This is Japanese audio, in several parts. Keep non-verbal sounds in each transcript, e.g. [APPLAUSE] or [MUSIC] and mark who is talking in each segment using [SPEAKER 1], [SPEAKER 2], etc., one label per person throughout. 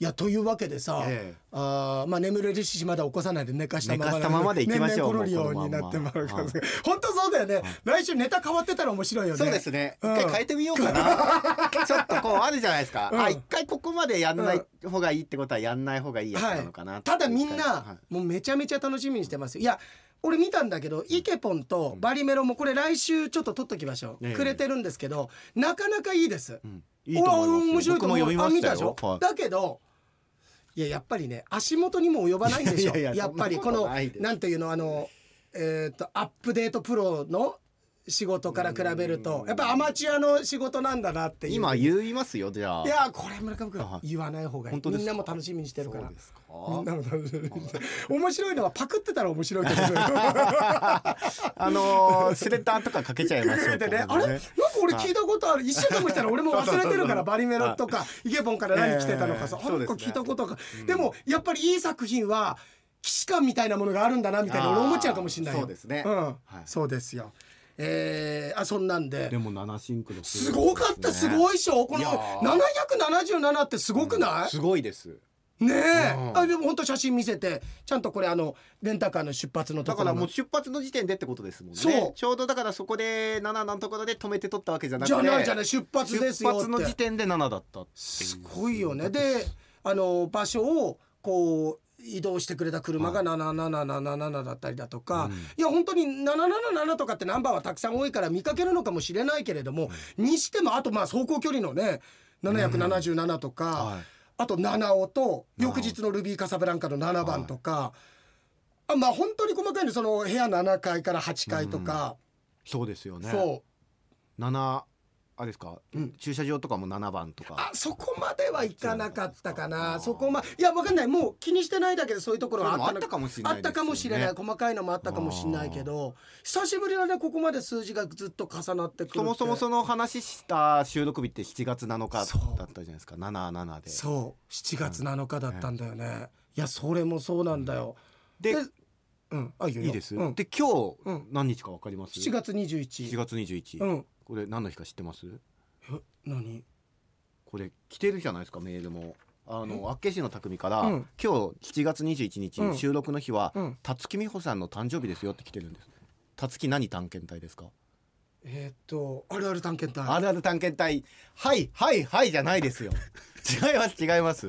[SPEAKER 1] いやというわけでさ、
[SPEAKER 2] ええ
[SPEAKER 1] あーまあ眠れるしまだ起こさないで寝かしたまま
[SPEAKER 2] 寝かしたままで行きましょう
[SPEAKER 1] 年々来るよう
[SPEAKER 2] もう
[SPEAKER 1] に
[SPEAKER 2] このまんま
[SPEAKER 1] なってまるから
[SPEAKER 2] はい
[SPEAKER 1] 本当そうだよね、来週ネタ変わってたら面白いよね
[SPEAKER 2] そうですね、
[SPEAKER 1] うん
[SPEAKER 2] 一回変えてみよう
[SPEAKER 1] [LAUGHS]
[SPEAKER 2] かなちょっとこうあるじゃないですか、
[SPEAKER 1] うん
[SPEAKER 2] あ一回ここまでやんない方がいいってことはやんない方がいいやつなのかな、
[SPEAKER 1] はい、ただみんな、
[SPEAKER 2] は
[SPEAKER 1] もうめちゃめちゃ楽しみにしてますよいや俺見たんだけどイケポンとバリメロもこれ来週ちょっと撮っときましょう、
[SPEAKER 2] ええ
[SPEAKER 1] くれてるんですけどなかなかいいです、
[SPEAKER 2] いうんいいと思います
[SPEAKER 1] 俺は面白いと思う
[SPEAKER 2] 僕も読みました
[SPEAKER 1] あ見
[SPEAKER 2] よ
[SPEAKER 1] たでしょ、
[SPEAKER 2] はい
[SPEAKER 1] だけどいややっぱりね足元にも及ばないんでしょ
[SPEAKER 2] いやいやいや
[SPEAKER 1] やっぱり
[SPEAKER 2] そん
[SPEAKER 1] こ
[SPEAKER 2] なこと
[SPEAKER 1] の
[SPEAKER 2] ないです
[SPEAKER 1] なんていうのあのえっ、とアップデートプロの仕事から比べるとやっぱアマチュアの仕事なんだなっていう
[SPEAKER 2] 今
[SPEAKER 1] い
[SPEAKER 2] 言いますよじゃあ
[SPEAKER 1] やこれ村上君
[SPEAKER 2] はい
[SPEAKER 1] 言わない方がいい
[SPEAKER 2] 本当です
[SPEAKER 1] みん
[SPEAKER 2] か
[SPEAKER 1] なも楽しみにしてるから
[SPEAKER 2] そうですか
[SPEAKER 1] みんなも楽しみにして面白いのはパクってたら面白いけ
[SPEAKER 2] [LAUGHS]
[SPEAKER 1] ど
[SPEAKER 2] あ
[SPEAKER 1] [LAUGHS]
[SPEAKER 2] のー、スレッダーとかかけちゃいましょう
[SPEAKER 1] で [LAUGHS] ねあれなんか俺聞いたことある一週間もしたら俺も忘れてるからバリメロとかイケボンから何来てたのかさ
[SPEAKER 2] え
[SPEAKER 1] なんか
[SPEAKER 2] えそうです
[SPEAKER 1] 聞
[SPEAKER 2] ね
[SPEAKER 1] いたことがでもやっぱりいい作品は既視感みたいなものがあるんだなみたいな俺思っちゃうかもしれないよ
[SPEAKER 2] そうですね
[SPEAKER 1] うん
[SPEAKER 2] い
[SPEAKER 1] そうですよえーあそんなんで
[SPEAKER 2] も七シンクロ
[SPEAKER 1] すごかったすごいでしょこの
[SPEAKER 2] いや
[SPEAKER 1] 777ってすごくない
[SPEAKER 2] すごいです
[SPEAKER 1] ねえ、
[SPEAKER 2] うん
[SPEAKER 1] あでも本当写真見せてちゃんとこれあのレンタカーの出発のと
[SPEAKER 2] だ
[SPEAKER 1] こ
[SPEAKER 2] か
[SPEAKER 1] ろ
[SPEAKER 2] ら
[SPEAKER 1] の
[SPEAKER 2] もう出発の時点でってことですもんね
[SPEAKER 1] そう
[SPEAKER 2] ちょうどだからそこで7のところで止めて取ったわけじゃなく
[SPEAKER 1] じ
[SPEAKER 2] て
[SPEAKER 1] ゃないじゃない出発ですよって
[SPEAKER 2] 出発の時点で7だったっていう
[SPEAKER 1] すごいよねであの場所をこう移動してくれた車が7777だったりだとか、いや本当に777とかってナンバーはたくさん多いから見かけるのかもしれないけれども、にしてもあとまあ走行距離のね777とか、
[SPEAKER 2] はい
[SPEAKER 1] あと七尾と翌日のルビーカサブランカの7番とか、あまあ本当に細かいのその部屋7階から8階とか、
[SPEAKER 2] そうですよね
[SPEAKER 1] そう
[SPEAKER 2] 7あれですか、
[SPEAKER 1] うん
[SPEAKER 2] 駐車場とかも7番とか
[SPEAKER 1] あそこまではいかなかったかな
[SPEAKER 2] そ
[SPEAKER 1] そう
[SPEAKER 2] な
[SPEAKER 1] こ
[SPEAKER 2] ん
[SPEAKER 1] まいやわかんないもう気にしてないだけでそういうところは
[SPEAKER 2] それも
[SPEAKER 1] あ
[SPEAKER 2] あ
[SPEAKER 1] っ
[SPEAKER 2] ったた
[SPEAKER 1] の
[SPEAKER 2] かもしれない
[SPEAKER 1] あったかもしれない
[SPEAKER 2] ですよね
[SPEAKER 1] 細かいのもあったかもしれないけど久しぶりだねここまで数字がずっと重なってくるって
[SPEAKER 2] そもそもその話した収録日って7月7日
[SPEAKER 1] そう
[SPEAKER 2] だったじゃないですか77で
[SPEAKER 1] そう7月7日だったんだよね、いやそれもそうなんだよ
[SPEAKER 2] で
[SPEAKER 1] でうんあいいよよ
[SPEAKER 2] いいです、
[SPEAKER 1] うん、
[SPEAKER 2] で今日、
[SPEAKER 1] うん
[SPEAKER 2] 何日かわかります
[SPEAKER 1] 7月21
[SPEAKER 2] 7月21、
[SPEAKER 1] うん
[SPEAKER 2] これ何の日か知ってます
[SPEAKER 1] え何
[SPEAKER 2] これ来てるじゃないですかメールもあの厚岸の匠から、
[SPEAKER 1] うん
[SPEAKER 2] 今日7月21日、
[SPEAKER 1] うん
[SPEAKER 2] 収録の日は、
[SPEAKER 1] うん
[SPEAKER 2] 辰木美穂さんの誕生日ですよって来てるんです辰木何探検隊ですか
[SPEAKER 1] えーっとあるある探検隊
[SPEAKER 2] あるある探検隊はいはいはいじゃな
[SPEAKER 1] [LAUGHS]
[SPEAKER 2] いですよ違います違います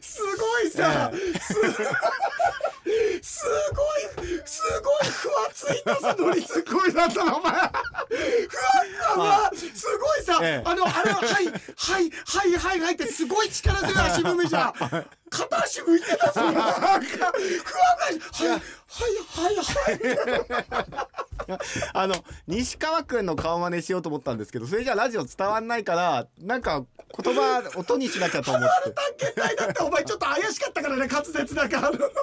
[SPEAKER 1] すごいさ、す [LAUGHS] すごいすごいふわついたさノリすごいだったなお前ふわふわふわすごいさ、
[SPEAKER 2] ええ
[SPEAKER 1] あのあれははいはいはいはいはいってすごい力強い足踏みじ
[SPEAKER 2] [LAUGHS]
[SPEAKER 1] ゃん片足浮いてたさなんかふわふわはいはいはいはい
[SPEAKER 2] [LAUGHS] あの西川くんの顔真似しようと思ったんですけどそれじゃラジオ伝わんないからなんか言葉音にしなきゃと
[SPEAKER 1] [LAUGHS]
[SPEAKER 2] 思って
[SPEAKER 1] 探検隊だってお前ちょっと怪しかったからね滑舌だからあの [LAUGHS]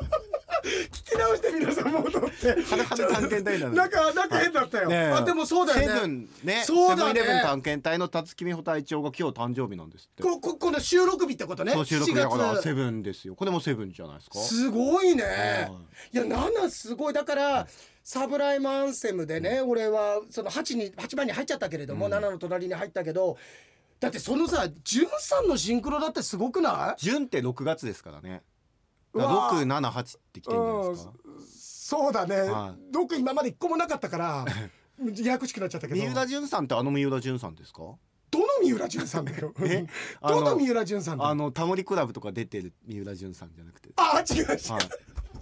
[SPEAKER 1] 聞き直して皆さん戻って
[SPEAKER 2] 「はるはる探検隊」なの
[SPEAKER 1] なんかなんか変だったよ、
[SPEAKER 2] ねえ
[SPEAKER 1] あでもそうだよね
[SPEAKER 2] セブンね
[SPEAKER 1] そうだね
[SPEAKER 2] セブンイレブン探検隊の辰木美穂隊長が今日誕生日なんですって
[SPEAKER 1] こここの収録日ってことね。
[SPEAKER 2] そう収録日だからセ
[SPEAKER 1] 7月
[SPEAKER 2] ブンですよこれもセブンじゃないですか
[SPEAKER 1] すごいね
[SPEAKER 2] は。
[SPEAKER 1] いや7すごいだから。サブライムアンセムでね、俺はその8に8番に入っちゃったけれども、7の隣に入ったけどだってそのさ潤さんのシンクロだってすごくない
[SPEAKER 2] 順って6月ですからね
[SPEAKER 1] うわー
[SPEAKER 2] 678ってきてるんじゃないですか
[SPEAKER 1] そうだね、
[SPEAKER 2] は
[SPEAKER 1] 僕今まで一個もなかったから [LAUGHS] ややこしくなっちゃったけど
[SPEAKER 2] 三浦淳さんってあの三浦淳さんですか
[SPEAKER 1] どの三浦潤さんだよ
[SPEAKER 2] [LAUGHS] えあ
[SPEAKER 1] [LAUGHS] どの
[SPEAKER 2] の
[SPEAKER 1] 三浦潤さんだ
[SPEAKER 2] あ
[SPEAKER 1] よ
[SPEAKER 2] のタモリクラブとか出てる三浦淳さんじゃなくて
[SPEAKER 1] あ違う違う、
[SPEAKER 2] はい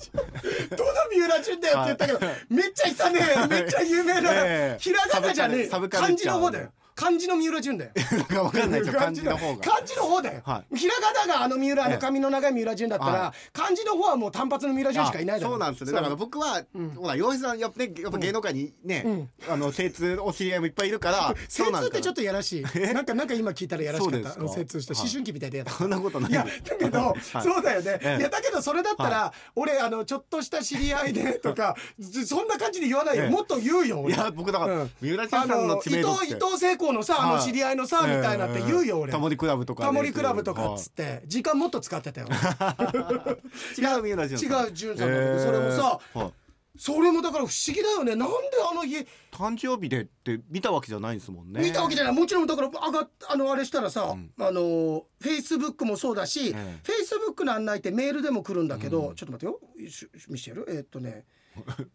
[SPEAKER 1] どの三浦淳だよって言ったけど、めっちゃい
[SPEAKER 2] [LAUGHS]
[SPEAKER 1] たね、めっちゃ有名な、
[SPEAKER 2] ええ
[SPEAKER 1] ひらがなじゃねえ、
[SPEAKER 2] サブカル
[SPEAKER 1] 漢字の方だよ。漢字の三浦淳だよ。
[SPEAKER 2] なんかわかんないですよ漢字の方が
[SPEAKER 1] 漢字の方だよ。
[SPEAKER 2] は
[SPEAKER 1] ひらがながあの三浦、あの髪の長い三浦淳だったら、
[SPEAKER 2] は
[SPEAKER 1] 漢字の方はもう単発の三浦淳しかいないだ
[SPEAKER 2] あ
[SPEAKER 1] ろ。
[SPEAKER 2] そうなんですねだから僕は、ほら洋平さんやっぱ,、ね、やっぱ芸能界にね、あの精通お知り合いもいっぱいいる [LAUGHS] から
[SPEAKER 1] 精
[SPEAKER 2] そうなん
[SPEAKER 1] 通
[SPEAKER 2] で
[SPEAKER 1] って
[SPEAKER 2] すから
[SPEAKER 1] ちょっとやらしい。
[SPEAKER 2] [LAUGHS]
[SPEAKER 1] なんか、なんか今聞いたらやらしかっ
[SPEAKER 2] そうです
[SPEAKER 1] た。
[SPEAKER 2] か
[SPEAKER 1] うん精通した。
[SPEAKER 2] はい
[SPEAKER 1] 思春期みたいでやだ。
[SPEAKER 2] そんなことない
[SPEAKER 1] いや、 [LAUGHS] だけど、
[SPEAKER 2] はい
[SPEAKER 1] そうだよね。
[SPEAKER 2] ええ
[SPEAKER 1] いや、だけどそれだったら、俺、あの、ちょっとした知り合いでと
[SPEAKER 2] [LAUGHS]
[SPEAKER 1] か、ずそんな感じで言わない
[SPEAKER 2] え
[SPEAKER 1] よ。
[SPEAKER 2] え
[SPEAKER 1] もっと言うよ、
[SPEAKER 2] い
[SPEAKER 1] 俺。
[SPEAKER 2] や僕だから、
[SPEAKER 1] うん
[SPEAKER 2] 三浦淳
[SPEAKER 1] あ
[SPEAKER 2] さんの
[SPEAKER 1] の
[SPEAKER 2] 知
[SPEAKER 1] 伊
[SPEAKER 2] 名度っ
[SPEAKER 1] 藤
[SPEAKER 2] て
[SPEAKER 1] 伊藤聖光のさあの
[SPEAKER 2] はい
[SPEAKER 1] 知り合いのさみたいなって言うよ俺
[SPEAKER 2] タモリクラブとかね
[SPEAKER 1] タモリクラブとかっつっ
[SPEAKER 2] は
[SPEAKER 1] て時間もっと使ってたよ
[SPEAKER 2] い違う三浦淳さん
[SPEAKER 1] 違う淳さんだけどそれもさ
[SPEAKER 2] はい
[SPEAKER 1] それもだから不思議だよねなんであの家
[SPEAKER 2] 誕生日でって見たわけじゃないんですもんね
[SPEAKER 1] 見たわけじゃないもちろんだから上がっあのあれしたらさ、
[SPEAKER 2] ん
[SPEAKER 1] あのフェイスブックもそうだし、
[SPEAKER 2] ええ
[SPEAKER 1] フェイスブックの案内ってメールでも来るんだけど、ちょっと待ってよし見してやるえーっとね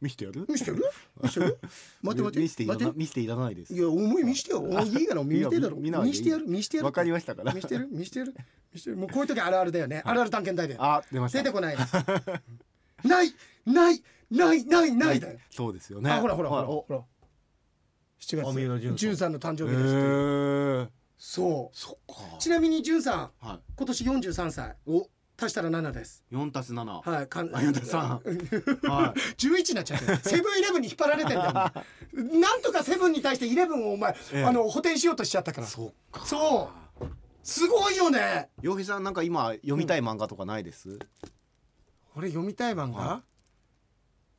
[SPEAKER 2] 見せてやる
[SPEAKER 1] 見してやる見してや
[SPEAKER 2] [LAUGHS]
[SPEAKER 1] る待って待って
[SPEAKER 2] 見せていら
[SPEAKER 1] 待
[SPEAKER 2] な
[SPEAKER 1] って
[SPEAKER 2] 見せていらないです
[SPEAKER 1] いや思い見してよお前いいから
[SPEAKER 2] い
[SPEAKER 1] 見
[SPEAKER 2] や
[SPEAKER 1] てえだろ
[SPEAKER 2] 見見ないでいい
[SPEAKER 1] 見してやる見してやる
[SPEAKER 2] わかりましたから
[SPEAKER 1] 見してやる見してやる見してやるもうこういう時あるあるだよねあるある探検隊で
[SPEAKER 2] あ出ました
[SPEAKER 1] 出てこないないないないないないだよ
[SPEAKER 2] そうですよね
[SPEAKER 1] あほらほらほら
[SPEAKER 2] お
[SPEAKER 1] ほら7
[SPEAKER 3] お三浦
[SPEAKER 1] 月
[SPEAKER 3] 淳さん
[SPEAKER 1] 淳さんの誕生
[SPEAKER 2] へ
[SPEAKER 1] 日ですって
[SPEAKER 2] ー
[SPEAKER 1] そう
[SPEAKER 2] そっ
[SPEAKER 1] ち
[SPEAKER 2] か
[SPEAKER 1] なみにじゅんさん
[SPEAKER 2] はい
[SPEAKER 1] 今年43歳
[SPEAKER 2] お
[SPEAKER 1] 足したら7です
[SPEAKER 2] 四足す七
[SPEAKER 1] はいかん
[SPEAKER 2] あ四足す三はい
[SPEAKER 1] 11になっちゃってるセブンイレブンに引っ張られてんだよお前なんとかセブンに対してイレブンをお前、
[SPEAKER 2] ええ
[SPEAKER 1] あの補填しようとしちゃったから
[SPEAKER 2] そっか
[SPEAKER 1] そうすごいよね
[SPEAKER 2] 洋平さんなんか今読みたい漫画とかないです、
[SPEAKER 1] 俺読みたい漫画、
[SPEAKER 2] は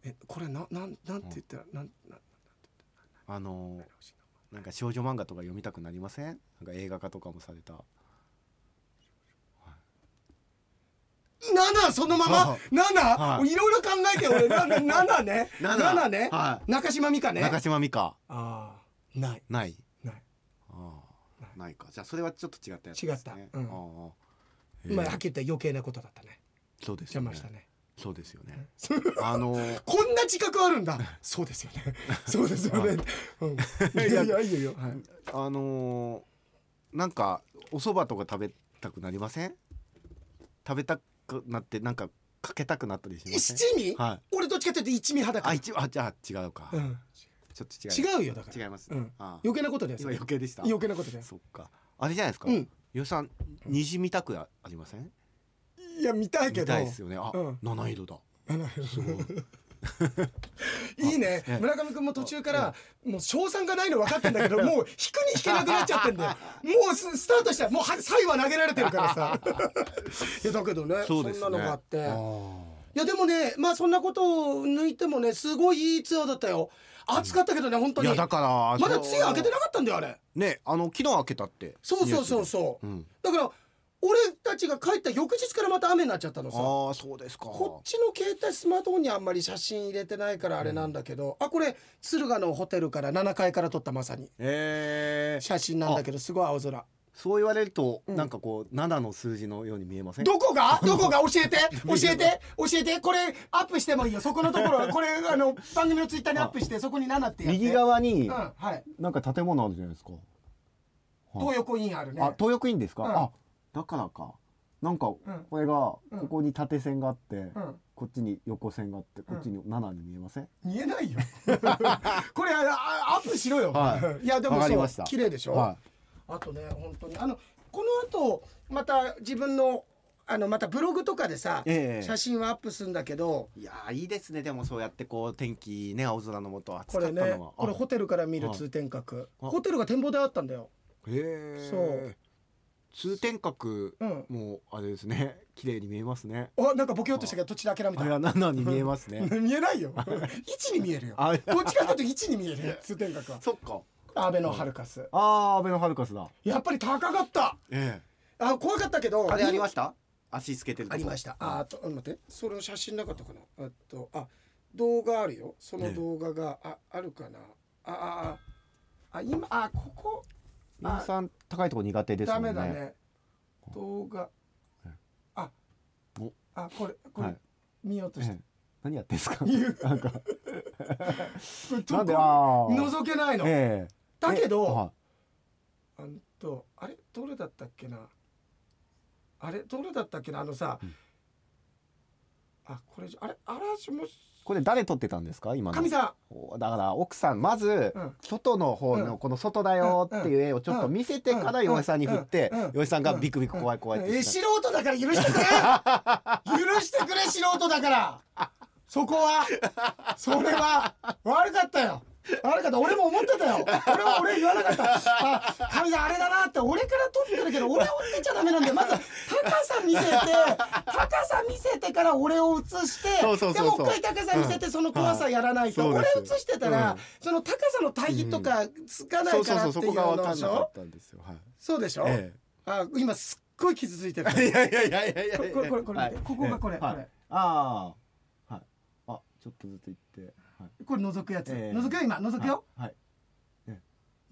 [SPEAKER 1] えこれななんなんて言ったら、なんなん
[SPEAKER 2] あのーなんか少女漫画とか読みたくなりませんなんか映画化とかもされた
[SPEAKER 1] 7そのまま
[SPEAKER 2] はい
[SPEAKER 1] 7、、
[SPEAKER 2] はい
[SPEAKER 1] ろいろ考えて俺
[SPEAKER 2] [LAUGHS]
[SPEAKER 1] なな7ね
[SPEAKER 2] 7
[SPEAKER 1] 7ね、
[SPEAKER 2] は
[SPEAKER 1] 中島美嘉ね
[SPEAKER 2] 中島美香
[SPEAKER 1] ああない
[SPEAKER 2] ない
[SPEAKER 1] ない
[SPEAKER 2] あ
[SPEAKER 1] な
[SPEAKER 2] あないかじゃあそれはちょっと違ったやつです、ね、
[SPEAKER 1] 違ったうん
[SPEAKER 2] ああへえ
[SPEAKER 1] まあはっきり言ったら余計なことだったね
[SPEAKER 2] そうです
[SPEAKER 1] 邪
[SPEAKER 2] よ
[SPEAKER 1] 魔
[SPEAKER 2] ね
[SPEAKER 1] したね
[SPEAKER 2] そうですよねあ
[SPEAKER 1] [LAUGHS]
[SPEAKER 2] のー
[SPEAKER 1] こんな自覚あるん
[SPEAKER 2] [LAUGHS]
[SPEAKER 1] だそうですよね [LAUGHS] そうですよね、うん、いやいやいいよいいよ、はい、
[SPEAKER 2] あのーなんかお蕎麦とか食べたくなりません食べたくなってなんかかけたくなったりしません
[SPEAKER 1] 七味、
[SPEAKER 2] はい
[SPEAKER 1] 俺どっちかっていうと一味派だか
[SPEAKER 2] あ
[SPEAKER 1] ら
[SPEAKER 2] 一あじゃあ違うか、
[SPEAKER 1] う
[SPEAKER 2] ち
[SPEAKER 1] ん、
[SPEAKER 2] ょっと違う
[SPEAKER 1] 違うよだから
[SPEAKER 2] 違います、
[SPEAKER 1] うん
[SPEAKER 2] ああ
[SPEAKER 1] 余計なことだよそ
[SPEAKER 2] 今
[SPEAKER 1] れ
[SPEAKER 2] 余計でした
[SPEAKER 1] 余計なことだよ
[SPEAKER 2] そっかあれじゃないですか、
[SPEAKER 1] うん
[SPEAKER 2] 予算にじみたくありません
[SPEAKER 1] いや見たいけ
[SPEAKER 2] 見
[SPEAKER 1] ど
[SPEAKER 2] たいですよねあ、
[SPEAKER 1] うん
[SPEAKER 2] 七色だすごい [LAUGHS]
[SPEAKER 1] いいね
[SPEAKER 2] ええ
[SPEAKER 1] 村上君も途中からもう賞賛がないの分かってんだけどもう引くに引けなくなっちゃってんだよもうススタートしたらもうは最後は投げられてるから
[SPEAKER 2] [LAUGHS]
[SPEAKER 1] さいやだけどね
[SPEAKER 2] そうですね
[SPEAKER 1] んなのがあって
[SPEAKER 2] あ
[SPEAKER 1] いやでもねまあそんなことを抜いてもねすごいいいツアーだったよ暑かったけどね本
[SPEAKER 2] あ
[SPEAKER 1] 当
[SPEAKER 2] い
[SPEAKER 1] に
[SPEAKER 2] やだから
[SPEAKER 1] まだ
[SPEAKER 2] その
[SPEAKER 1] 梅雨明けてなかったんだよあれ
[SPEAKER 2] ねあの昨日開けたって
[SPEAKER 1] そうそうそう
[SPEAKER 2] う
[SPEAKER 1] そう、
[SPEAKER 2] ん
[SPEAKER 1] だから俺たちが帰った翌日からまた雨になっちゃったのさ
[SPEAKER 2] ああそうですか
[SPEAKER 1] こっちの携帯スマートフォンにあんまり写真入れてないからあれなんだけど、あこれ敦賀のホテルから7階から撮ったまさに
[SPEAKER 2] ええ
[SPEAKER 1] 写真なんだけどすごい青空
[SPEAKER 2] そう言われると、
[SPEAKER 1] ん
[SPEAKER 2] なんかこう7の数字のように見えません
[SPEAKER 1] どこ
[SPEAKER 2] [LAUGHS]
[SPEAKER 1] がどこが教えて教えて教えてこれアップしてもいいよそこのとこ
[SPEAKER 2] [LAUGHS]
[SPEAKER 1] ろこれあの番組のツイッターにアップしてそこに7ってやって
[SPEAKER 2] 右側に
[SPEAKER 1] うんはい
[SPEAKER 2] なんか建物あるじゃないですか、
[SPEAKER 1] 東横インあるね
[SPEAKER 2] あ東横インですか、
[SPEAKER 1] うん
[SPEAKER 2] あだからかなんか
[SPEAKER 1] ん
[SPEAKER 2] これがこ
[SPEAKER 1] うん
[SPEAKER 2] こに縦線があって、
[SPEAKER 1] ん
[SPEAKER 2] こっちに横線があってこっちに7に見えません、
[SPEAKER 1] 見え
[SPEAKER 2] [LAUGHS]
[SPEAKER 1] ないよこれあアップしろよ、
[SPEAKER 2] はい
[SPEAKER 1] やで
[SPEAKER 2] わ
[SPEAKER 1] も
[SPEAKER 2] かり
[SPEAKER 1] そ
[SPEAKER 2] ま
[SPEAKER 1] う
[SPEAKER 2] した
[SPEAKER 1] 綺麗でしょ、
[SPEAKER 2] は
[SPEAKER 1] あとね本当にあのこの後また自分のあのまたブログとかでさ、
[SPEAKER 2] ええ
[SPEAKER 1] 写真はアップするんだけど
[SPEAKER 2] い、いやーいいですねでもそうやってこう天気ね青空のもと暑
[SPEAKER 1] こ
[SPEAKER 2] か
[SPEAKER 1] れ
[SPEAKER 2] ったのが
[SPEAKER 1] ねこれホテルから見る
[SPEAKER 2] はい
[SPEAKER 1] 通天閣
[SPEAKER 2] あ
[SPEAKER 1] ホテルが展望台あったんだよ
[SPEAKER 2] れへえ
[SPEAKER 1] そう
[SPEAKER 2] 通天閣
[SPEAKER 1] うん
[SPEAKER 2] もうあれですね [LAUGHS] 綺麗に見えますね
[SPEAKER 1] あなんかボケようとしたけど途中で諦め
[SPEAKER 2] あれは
[SPEAKER 1] た
[SPEAKER 2] 7に見えます
[SPEAKER 1] [LAUGHS]
[SPEAKER 2] ね
[SPEAKER 1] 見えないよ一に見えるよ
[SPEAKER 2] あいや
[SPEAKER 1] どっちかっていうと一に見えるよ通天閣は
[SPEAKER 2] そっか
[SPEAKER 1] 安倍のハルカス
[SPEAKER 2] ああ、アベノハルカスだ。
[SPEAKER 1] やっぱり高かった
[SPEAKER 2] え
[SPEAKER 1] あ怖かったけど
[SPEAKER 2] あれありま
[SPEAKER 1] し
[SPEAKER 2] した。足つけてるとこ。
[SPEAKER 1] ありましたああとあ待ってそれの写真なかったかなあとあ動画あるよその動画が、ああるかなあああ今あここ
[SPEAKER 2] 伊野さん、高いとこ苦手ですも
[SPEAKER 1] ダ
[SPEAKER 2] んね。
[SPEAKER 1] メだね。動画。あ
[SPEAKER 2] お。
[SPEAKER 1] あ、これ、こ
[SPEAKER 2] は
[SPEAKER 1] れ
[SPEAKER 2] い。
[SPEAKER 1] 見ようと
[SPEAKER 2] え
[SPEAKER 1] して
[SPEAKER 2] え。何やってんです
[SPEAKER 1] [LAUGHS]
[SPEAKER 2] か。
[SPEAKER 1] 言う
[SPEAKER 2] な
[SPEAKER 1] な
[SPEAKER 2] んか、なんん
[SPEAKER 1] で
[SPEAKER 2] で
[SPEAKER 1] あ
[SPEAKER 2] あー
[SPEAKER 1] 覗けないの。
[SPEAKER 2] ええ。
[SPEAKER 1] だけ
[SPEAKER 2] え
[SPEAKER 1] ど、
[SPEAKER 2] は
[SPEAKER 1] あんと、あれ、どれだったっけな。あれ、どれだったっけな、あのさ
[SPEAKER 2] うん。
[SPEAKER 1] あ、これじゃ、あれ、嵐もし。
[SPEAKER 2] いこれ誰撮ってたんですか、今の。
[SPEAKER 1] 神さ
[SPEAKER 2] おだから、奥さん、まず
[SPEAKER 1] うん、
[SPEAKER 2] 外の方
[SPEAKER 1] うん
[SPEAKER 2] の、この外だよっていう絵をちょっと見せてから、
[SPEAKER 1] うん
[SPEAKER 2] 洋平さんに振って
[SPEAKER 1] うんうん。
[SPEAKER 2] 洋平さんがビクビク怖い
[SPEAKER 1] ん。
[SPEAKER 2] 怖いって言
[SPEAKER 1] え、
[SPEAKER 2] って
[SPEAKER 1] 素人だから、許してくれ。許してくれ、素人だから。そこは。それは。悪かったよ。悪かった俺も思ってたよ俺は俺言わなかったあ神さんあれだなって俺から撮ってるけど俺を追ってちゃダメなんでまず高さ見せて高さ見せてから俺を映して
[SPEAKER 2] そうそうそうそう
[SPEAKER 1] でもう一回高さ見せてその怖さやらないと、
[SPEAKER 2] うんそう
[SPEAKER 1] 俺
[SPEAKER 2] です
[SPEAKER 1] 映してたら、
[SPEAKER 2] うん
[SPEAKER 1] その高さの対比とかつかな
[SPEAKER 2] そ
[SPEAKER 1] いうか
[SPEAKER 2] そう
[SPEAKER 1] らっ
[SPEAKER 2] そう、
[SPEAKER 1] てい
[SPEAKER 2] そ
[SPEAKER 1] う
[SPEAKER 2] こが分
[SPEAKER 1] の
[SPEAKER 2] か
[SPEAKER 1] で
[SPEAKER 2] ん
[SPEAKER 1] し
[SPEAKER 2] なか
[SPEAKER 1] ょ
[SPEAKER 2] ったんですよ。はい。
[SPEAKER 1] そうでしょ、
[SPEAKER 2] え [LAUGHS]
[SPEAKER 1] あ今すっごい傷ついてる
[SPEAKER 2] え。いやいやいやいやいやいや。
[SPEAKER 1] これこれこれ見て
[SPEAKER 2] はい
[SPEAKER 1] ここがこれ
[SPEAKER 2] はい
[SPEAKER 1] これ
[SPEAKER 2] ああ。はい。あ、ちょっとずつ行って、はい、
[SPEAKER 1] これ覗くやつ、
[SPEAKER 2] ええ
[SPEAKER 1] 覗くよ今覗くよ、
[SPEAKER 2] はい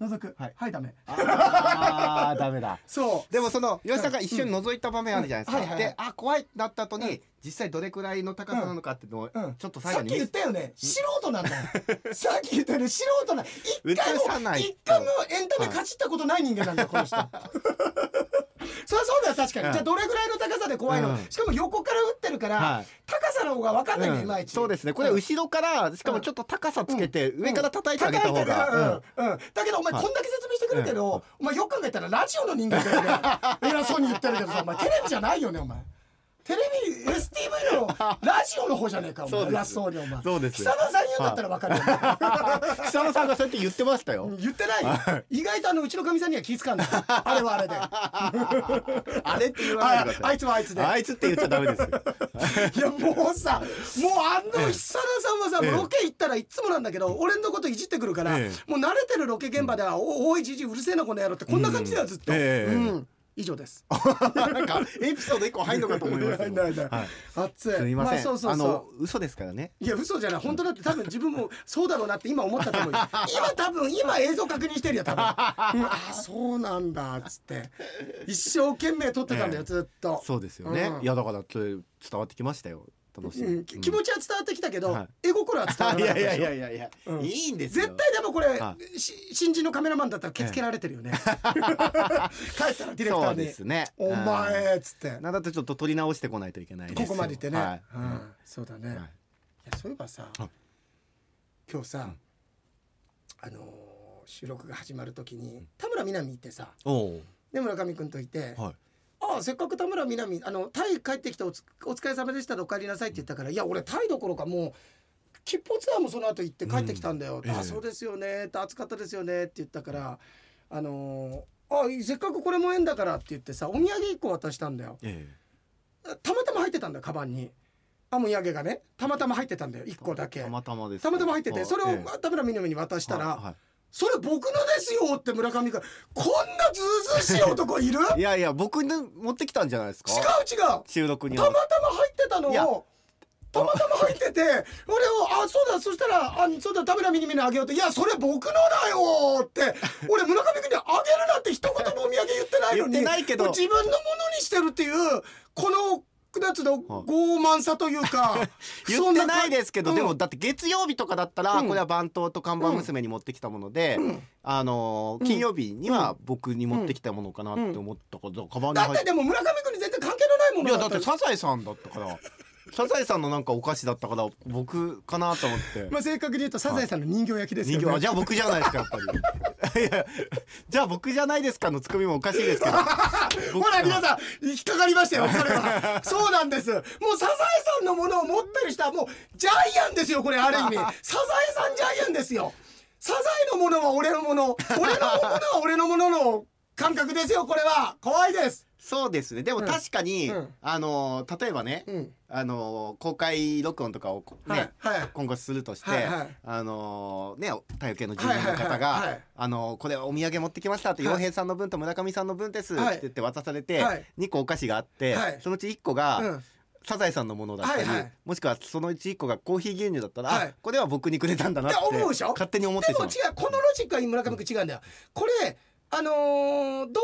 [SPEAKER 1] 覗くは
[SPEAKER 2] はいい、
[SPEAKER 1] ダメ
[SPEAKER 2] ああダメだ
[SPEAKER 1] そう
[SPEAKER 2] でもその吉田が一瞬覗いた場面あるじゃないですか、
[SPEAKER 1] うんはいはいはい
[SPEAKER 2] であ怖いってなった後に、実際どれくらいの高さなのかっていうのを、
[SPEAKER 1] うん
[SPEAKER 2] ちょっと最
[SPEAKER 1] さ
[SPEAKER 2] 後
[SPEAKER 1] っ
[SPEAKER 2] に
[SPEAKER 1] き言ったよね素人なんだよ [LAUGHS] さっき言ったよね素人な一回も
[SPEAKER 2] 映さないと
[SPEAKER 1] 一回もエンタメかじったことない人間なんだよこの人 [LAUGHS] そりゃそうだよ確かに、
[SPEAKER 2] うん
[SPEAKER 1] じゃあどれぐらいの高さで怖いの、
[SPEAKER 2] うん
[SPEAKER 1] しかも横から打ってるから、
[SPEAKER 2] はい
[SPEAKER 1] 高さの方が分かんないんだよ、
[SPEAKER 2] うん
[SPEAKER 1] いまいち
[SPEAKER 2] そうですねこれ
[SPEAKER 1] うん
[SPEAKER 2] 後ろからしかもちょっと高さつけて、上から叩いてあげた方
[SPEAKER 1] 叩いてあ
[SPEAKER 2] が、
[SPEAKER 1] げるうんうんだけどお前
[SPEAKER 2] はい
[SPEAKER 1] こんだけ説明してくるけど、お前よく考えたらラジオの人間だよ
[SPEAKER 2] [LAUGHS]
[SPEAKER 1] ね偉そうに言ってるけどさお前テレビじゃないよねお前テレビ STV のラジオの方じゃねえかお
[SPEAKER 2] そう
[SPEAKER 1] 前
[SPEAKER 2] です
[SPEAKER 1] 偉そうにお前
[SPEAKER 2] そうです
[SPEAKER 1] 久田さん言うんだったらわかるよお前
[SPEAKER 2] うん草野さんがそうやって言ってましたよ、
[SPEAKER 1] [LAUGHS] 言ってないよ意外とあのうちのかみさんには気ぃ付かんないあれはあれで
[SPEAKER 2] あれって言わない
[SPEAKER 1] あ
[SPEAKER 2] でください
[SPEAKER 1] あいつはあいつで
[SPEAKER 2] あいつって言っちゃダメですよ。
[SPEAKER 1] いやもうさもうあの久田さんはさ、
[SPEAKER 2] ええ
[SPEAKER 1] もうロケ行ったらいつもなんだけど俺のこといじってくるから、
[SPEAKER 2] え
[SPEAKER 1] もう慣れてるロケ現場では「おおいじじいうるせえなこの野郎」ってこんな感じだよずっと、
[SPEAKER 2] うんええ
[SPEAKER 1] うん以上です
[SPEAKER 2] なんかエピソード一個入んのかと思いましたも
[SPEAKER 1] [LAUGHS]
[SPEAKER 2] ん。
[SPEAKER 1] ないない
[SPEAKER 2] はい
[SPEAKER 1] 熱い
[SPEAKER 2] すみません。
[SPEAKER 1] あ、そうそう
[SPEAKER 2] あ
[SPEAKER 1] そ
[SPEAKER 2] の
[SPEAKER 1] う
[SPEAKER 2] 嘘ですからね。
[SPEAKER 1] いや嘘じゃない本当だって多分自分もそうだろうなって今思ったと思う
[SPEAKER 2] [LAUGHS]
[SPEAKER 1] よ今多分今映像確認してるよ多分、うんああそうなんだっつって一生懸命撮ってたんだよ
[SPEAKER 2] [LAUGHS] ええ
[SPEAKER 1] ずっと
[SPEAKER 2] そうですよね。
[SPEAKER 1] うん
[SPEAKER 2] いやだからそれ伝わってきましたよ。楽しい。
[SPEAKER 1] うんき気持ちは伝わってきたけど、
[SPEAKER 2] はい
[SPEAKER 1] 絵心は伝わら
[SPEAKER 2] い
[SPEAKER 1] なかっ
[SPEAKER 2] や
[SPEAKER 1] た
[SPEAKER 2] い
[SPEAKER 1] でしょ
[SPEAKER 2] やいやいやいや、
[SPEAKER 1] うん
[SPEAKER 2] いいんですよ
[SPEAKER 1] 絶対でもこれ、
[SPEAKER 2] は
[SPEAKER 1] し新人のカメラマンだったらけつけられてるよね、帰ったらディレクタ
[SPEAKER 2] そう
[SPEAKER 1] ーに
[SPEAKER 2] ですね
[SPEAKER 1] 「 [LAUGHS] お
[SPEAKER 2] うん
[SPEAKER 1] 前」っつって
[SPEAKER 2] なんだってちょっと取り直してこないといけないです
[SPEAKER 1] こ
[SPEAKER 2] よ
[SPEAKER 1] こまで行ってね、
[SPEAKER 2] はい
[SPEAKER 1] うんそうだね、
[SPEAKER 2] はい
[SPEAKER 1] い、やそういえばさ、
[SPEAKER 2] はい
[SPEAKER 1] 今日さ、
[SPEAKER 2] ん
[SPEAKER 1] あのー収録が始まる時に田村みな実いてさ
[SPEAKER 2] おお
[SPEAKER 1] で村上君といて、
[SPEAKER 2] はい
[SPEAKER 1] ああせっかく田村みな実あのタイ帰ってきておつお疲れ様でしたでお帰りなさいって言ったから、いや俺タイどころかもう吉報ツアーもその後行って帰ってきたんだよ、
[SPEAKER 2] うん
[SPEAKER 1] あ
[SPEAKER 2] ええ
[SPEAKER 1] そうですよねって暑かったですよねって言ったからあのーあせっかくこれも縁だからって言ってさお土産1個渡したんだよ
[SPEAKER 2] え
[SPEAKER 1] たまたま入ってたんだよカバンにあもう土産がねたまたま入ってたんだよ1
[SPEAKER 2] え
[SPEAKER 1] 個だけ
[SPEAKER 2] たまたまです
[SPEAKER 1] たまたま入っててそれを
[SPEAKER 2] ええ
[SPEAKER 1] 田村みな実に渡した
[SPEAKER 2] はい
[SPEAKER 1] ら
[SPEAKER 2] はい
[SPEAKER 1] 「それ僕のですよ!」って村上がこんなずうずうしい男いる
[SPEAKER 2] いやいや僕に持ってきたんじゃないですか
[SPEAKER 1] 違う違う
[SPEAKER 2] 収録に
[SPEAKER 1] たまたま入ってたの
[SPEAKER 2] いや
[SPEAKER 1] をたまたま入ってて俺を「あそうだそしたらあそうだ田村みにみにあげよう」って「いやそれ僕のだよ」
[SPEAKER 2] [LAUGHS]
[SPEAKER 1] って俺村上君に「あげる」なんて一言もお土産言ってないのに
[SPEAKER 2] 言ってないけど
[SPEAKER 1] もう自分のものにしてるっていうこのなんつうの傲慢さというか
[SPEAKER 2] [LAUGHS] 言ってないですけど、
[SPEAKER 1] そん
[SPEAKER 2] で
[SPEAKER 1] な
[SPEAKER 2] もだって月曜日とかだったら、
[SPEAKER 1] うん
[SPEAKER 2] これは番頭と看板娘に持ってきたもので、あのー金曜日には僕に持ってきたものかなって思ったから、カバンに
[SPEAKER 1] だっ
[SPEAKER 2] 入ってて、
[SPEAKER 1] でも村上君に全然関係のないもの
[SPEAKER 2] いやだっ
[SPEAKER 1] った
[SPEAKER 2] て
[SPEAKER 1] です
[SPEAKER 2] サザエさんだったからサザエさんのなんかお菓子だったから僕かなと
[SPEAKER 1] [LAUGHS]
[SPEAKER 2] 思って。
[SPEAKER 1] まあ正確に言うとサザエさんの人形焼きですよ
[SPEAKER 2] 人
[SPEAKER 1] ね
[SPEAKER 2] 形はじゃあ僕じゃないですかやっぱり [LAUGHS] いやじゃあ僕じゃないですかのツッコミもおかしいですけど
[SPEAKER 1] ほら皆さん引っかかりましたよこれはそうなんですもうサザエさんのものを持ってる人はもうジャイアンですよこれある意味サザエさんジャイアンですよサザエのものは俺のもの俺のものは俺のものの感覚ですよこれは怖いです
[SPEAKER 2] そうですねでも確かに、
[SPEAKER 1] うんうん
[SPEAKER 2] あのー例えばね、
[SPEAKER 1] うん
[SPEAKER 2] あのー公開録音とかをね、
[SPEAKER 1] はいはい
[SPEAKER 2] 今後するとして、
[SPEAKER 1] はいはい
[SPEAKER 2] あのーね太陽系の住民の方が、
[SPEAKER 1] はいはいはいはい
[SPEAKER 2] あのーこれお土産持ってきましたって
[SPEAKER 1] はい
[SPEAKER 2] 洋、平さんの分と村上さんの分です」
[SPEAKER 1] はい
[SPEAKER 2] って言って渡されて、
[SPEAKER 1] はい
[SPEAKER 2] 2個お菓子があって、
[SPEAKER 1] はい
[SPEAKER 2] そのうち1個が、
[SPEAKER 1] うん
[SPEAKER 2] サザエさんのものだったり、
[SPEAKER 1] はいはい
[SPEAKER 2] もしくはそのうち1個がコーヒー牛乳だったら、
[SPEAKER 1] はい
[SPEAKER 2] あこれは僕にくれたんだなって
[SPEAKER 1] って思うでしょ
[SPEAKER 2] 勝手に思って
[SPEAKER 1] で
[SPEAKER 2] し
[SPEAKER 1] も
[SPEAKER 2] ま
[SPEAKER 1] 違
[SPEAKER 2] う。
[SPEAKER 1] うこのロジックは村上君違うんだよこれあのーどうぞ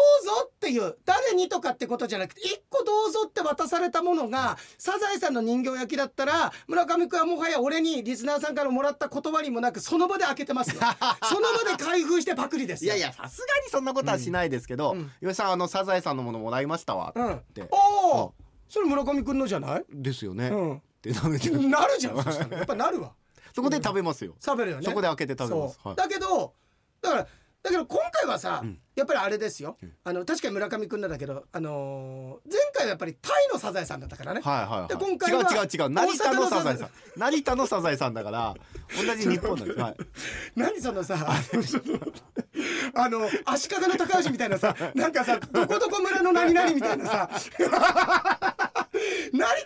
[SPEAKER 1] っていう誰にとかってことじゃなくて一個どうぞって渡されたものがサザエさんの人形焼きだったら村上君はもはや俺にリスナーさんからもらった言葉にもなくその場で開けてます
[SPEAKER 2] [LAUGHS]
[SPEAKER 1] よその場で開封してパクリです
[SPEAKER 2] い
[SPEAKER 1] よ
[SPEAKER 2] やいやさすがにそんなことはしないですけど「
[SPEAKER 1] うんうん
[SPEAKER 2] よしさんあのサザエさんのものもらいましたわ」
[SPEAKER 1] うん
[SPEAKER 2] って、
[SPEAKER 1] おおそれ村上君のじゃない [LAUGHS]
[SPEAKER 2] ですよね、
[SPEAKER 1] う
[SPEAKER 2] っ
[SPEAKER 1] ん
[SPEAKER 2] てなるじゃん
[SPEAKER 1] なるじゃんそしたらやっぱなるわ
[SPEAKER 2] そこで食べますよ、
[SPEAKER 1] 食べるよね
[SPEAKER 2] そこで開けて食べます
[SPEAKER 1] そう、
[SPEAKER 2] はい
[SPEAKER 1] だけどだからだけど今回はさ、
[SPEAKER 2] うん
[SPEAKER 1] やっぱりあれですよ、
[SPEAKER 2] うん
[SPEAKER 1] あの確かに村上君なんだけど、あのー前回はやっぱりタイのサザエさんだったからね、
[SPEAKER 2] はいはい、はい、
[SPEAKER 1] で今回は
[SPEAKER 2] 違う違う違う成田のサザ
[SPEAKER 1] 大阪のサザエ
[SPEAKER 2] エさん成田のサザエさんだから同じ日本なんです、はい、
[SPEAKER 1] 何そのさ [LAUGHS] あの足利の高橋みたいな
[SPEAKER 2] [LAUGHS]
[SPEAKER 1] さなんかさどこどこ村の何々みたいなさ成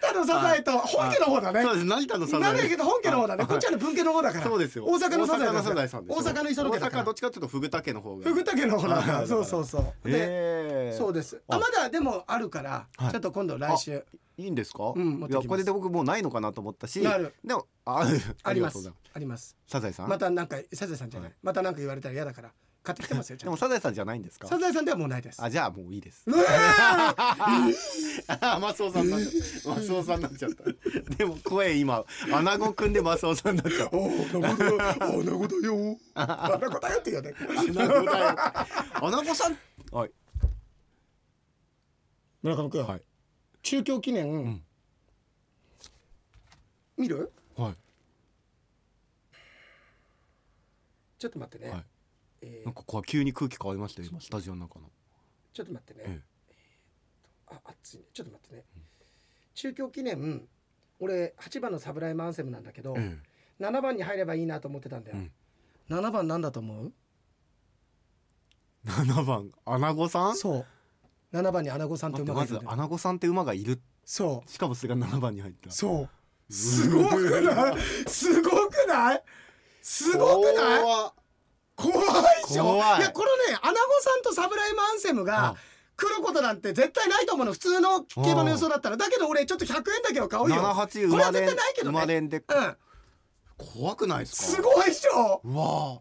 [SPEAKER 1] 田のサザエと本家の方だね
[SPEAKER 2] そうです成田のサザエ
[SPEAKER 1] なんだけど本家の方だねこっちはね文家の方だから
[SPEAKER 2] そうですよ
[SPEAKER 1] 大阪のサザエ
[SPEAKER 2] 大阪
[SPEAKER 1] な
[SPEAKER 2] の
[SPEAKER 1] んです
[SPEAKER 2] サ
[SPEAKER 1] よ
[SPEAKER 2] ザエさんです
[SPEAKER 1] 大阪の磯野家
[SPEAKER 2] 大
[SPEAKER 1] だか
[SPEAKER 2] 阪ど
[SPEAKER 1] ら
[SPEAKER 2] っちかっていうとフグタケの方が
[SPEAKER 1] フグタケの方だから
[SPEAKER 2] はい
[SPEAKER 1] そうそうそうで
[SPEAKER 2] ええ
[SPEAKER 1] そうですあまだでもあるから
[SPEAKER 2] はい
[SPEAKER 1] ちょっと今度来週
[SPEAKER 2] いいんですか、
[SPEAKER 1] うん持ってきます
[SPEAKER 2] いやこれで僕もうないのかなと思ったし
[SPEAKER 1] なる
[SPEAKER 2] でもあ
[SPEAKER 1] ありま
[SPEAKER 2] りがとうござい
[SPEAKER 1] す
[SPEAKER 2] す
[SPEAKER 1] あります
[SPEAKER 2] サザエさん、
[SPEAKER 1] またなんかサザエさんじゃない
[SPEAKER 2] は
[SPEAKER 1] またなんか言われたら嫌だから買ってきてますよち
[SPEAKER 2] で
[SPEAKER 1] ゃん
[SPEAKER 2] も
[SPEAKER 1] と
[SPEAKER 2] サザエさんじゃないんですか
[SPEAKER 1] サザエさんではもうないです
[SPEAKER 2] あじゃあもういいです
[SPEAKER 1] うわー
[SPEAKER 2] マスオさんになっちゃったマスオさんになっちゃったでも声今アナゴくんでマスオさんになっちゃった
[SPEAKER 1] おーな
[SPEAKER 2] [LAUGHS]
[SPEAKER 1] ことだおーなことだよあなことだよって言うね
[SPEAKER 2] アナゴだよアナゴさんはい
[SPEAKER 1] 村上君
[SPEAKER 2] はい
[SPEAKER 1] 中京記念、
[SPEAKER 2] ん
[SPEAKER 1] 見る
[SPEAKER 2] はい
[SPEAKER 1] ちょっと待ってね、
[SPEAKER 2] はい
[SPEAKER 1] えー
[SPEAKER 2] なんかこう急に空気変わりましたよ今スタジオの中の
[SPEAKER 1] ちょっと待ってね、
[SPEAKER 2] え
[SPEAKER 1] あ熱いねちょっと待ってね、中京記念俺8番のサブライムアンセムなんだけど、
[SPEAKER 2] え
[SPEAKER 1] 7番に入ればいいなと思ってたんだよ、
[SPEAKER 2] うん
[SPEAKER 1] 7番なんだと思う
[SPEAKER 2] 7番アナゴさん
[SPEAKER 1] そう7番にアナゴさんって
[SPEAKER 2] 待って
[SPEAKER 1] 馬がいるんだ
[SPEAKER 2] まず
[SPEAKER 1] よ
[SPEAKER 2] アナゴさんって馬がいる
[SPEAKER 1] そう
[SPEAKER 2] しかもそれが7番に入った
[SPEAKER 1] そうすごくないすごくないすごくない
[SPEAKER 2] 怖っ
[SPEAKER 1] 怖いでしょ
[SPEAKER 2] 怖い
[SPEAKER 1] やこのねアナゴさんとサブライムアンセムが
[SPEAKER 2] あ
[SPEAKER 1] 来ることなんて絶対ないと思うの普通の競馬の予想だったらだけど俺ちょっと100円だけは買おうよ
[SPEAKER 2] 七八
[SPEAKER 1] これ
[SPEAKER 2] 馬
[SPEAKER 1] は絶
[SPEAKER 2] 連
[SPEAKER 1] 対ないけど
[SPEAKER 2] 馬
[SPEAKER 1] ね
[SPEAKER 2] 連で
[SPEAKER 1] うん
[SPEAKER 2] 怖くないですか
[SPEAKER 1] すごいでしょ
[SPEAKER 2] うわあ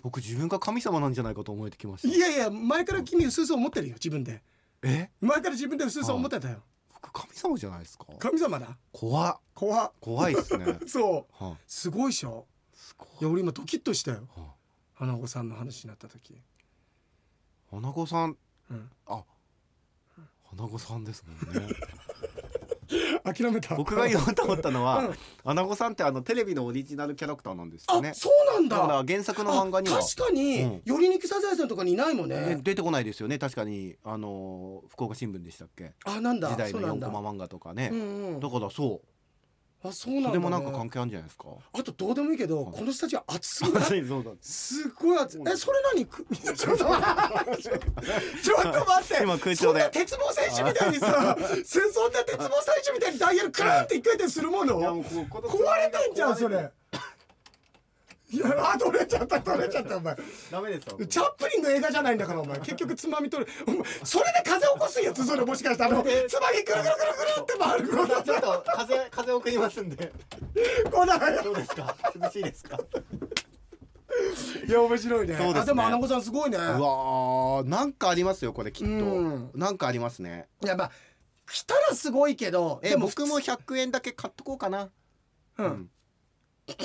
[SPEAKER 2] 僕自分が神様なんじゃないかと思えてきまし
[SPEAKER 1] い
[SPEAKER 2] た
[SPEAKER 1] やいや前から君うすうす思ってるよ自分で
[SPEAKER 2] え
[SPEAKER 1] 前から自分でうすうす思ってたよ
[SPEAKER 2] 僕神様じゃないですか
[SPEAKER 1] 神様だ
[SPEAKER 2] 怖っ
[SPEAKER 1] 怖っ
[SPEAKER 2] 怖
[SPEAKER 1] [LAUGHS]
[SPEAKER 2] いですね
[SPEAKER 1] そう
[SPEAKER 2] はあ
[SPEAKER 1] すごいでしょ
[SPEAKER 2] すご
[SPEAKER 1] いや俺今ドキッとしたよ
[SPEAKER 2] いは
[SPEAKER 1] アナゴさんの話になった時
[SPEAKER 2] あアナゴさん
[SPEAKER 1] うん
[SPEAKER 2] あアナゴさんですもんね
[SPEAKER 1] 諦めた
[SPEAKER 2] [LAUGHS] 僕が言おうと思ったのは、
[SPEAKER 1] うん
[SPEAKER 2] アナゴさんってあのテレビのオリジナルキャラクターなんですよ
[SPEAKER 1] あ
[SPEAKER 2] ね
[SPEAKER 1] そうなん
[SPEAKER 2] だか
[SPEAKER 1] だ
[SPEAKER 2] ら原作の
[SPEAKER 1] あ
[SPEAKER 2] 漫画には、
[SPEAKER 1] 確かに
[SPEAKER 2] うん
[SPEAKER 1] 寄り肉サザエさんとかにいないもん
[SPEAKER 2] ね
[SPEAKER 1] ね
[SPEAKER 2] 出てこないですよね確かにあのー福岡新聞でしたっけ
[SPEAKER 1] あなんだ
[SPEAKER 2] 時代の
[SPEAKER 1] そうなん
[SPEAKER 2] 4
[SPEAKER 1] だ
[SPEAKER 2] コマ漫画とかね
[SPEAKER 1] う、んうん
[SPEAKER 2] だからそう
[SPEAKER 1] あそうなんだ、
[SPEAKER 2] そ
[SPEAKER 1] ね、
[SPEAKER 2] れもなんか関係あるんじゃないで
[SPEAKER 1] [LAUGHS]
[SPEAKER 2] すか
[SPEAKER 1] あとどうでもいいけど、
[SPEAKER 2] はい
[SPEAKER 1] このスタジオ暑す
[SPEAKER 2] [LAUGHS]
[SPEAKER 1] ぎないすごい暑いえそれ何くちょっと待ってちょっと待って
[SPEAKER 2] 今空
[SPEAKER 1] そ
[SPEAKER 2] 調
[SPEAKER 1] ん
[SPEAKER 2] で
[SPEAKER 1] な鉄棒選手みたいにさそそんな鉄棒選手みたいにダイヤルクルンって一回転するもの
[SPEAKER 2] いやも
[SPEAKER 1] 壊
[SPEAKER 2] う
[SPEAKER 1] れ
[SPEAKER 2] ここの
[SPEAKER 1] てんじゃんそれいや [LAUGHS] あ取れちゃった取れちゃったお前
[SPEAKER 2] ダメですよ
[SPEAKER 1] チャップリンの映画じゃないんだからお前結局つまみ取るお前それで風起こすやつそれもしかしたらあのつまみくるくるくるくるって回ること
[SPEAKER 2] ちょっと風風を送りますんで
[SPEAKER 1] こない
[SPEAKER 2] どうですか涼しいですか
[SPEAKER 1] いや面白いね
[SPEAKER 2] そうですね
[SPEAKER 1] あでもアナゴさんすごいね
[SPEAKER 2] うわーなんかありますよこれきっ
[SPEAKER 1] うん
[SPEAKER 2] となんかありますね
[SPEAKER 1] いやまあ来たらすごいけど
[SPEAKER 2] え
[SPEAKER 1] でも
[SPEAKER 2] 僕も100円だけ買っとこうかな
[SPEAKER 1] うん今の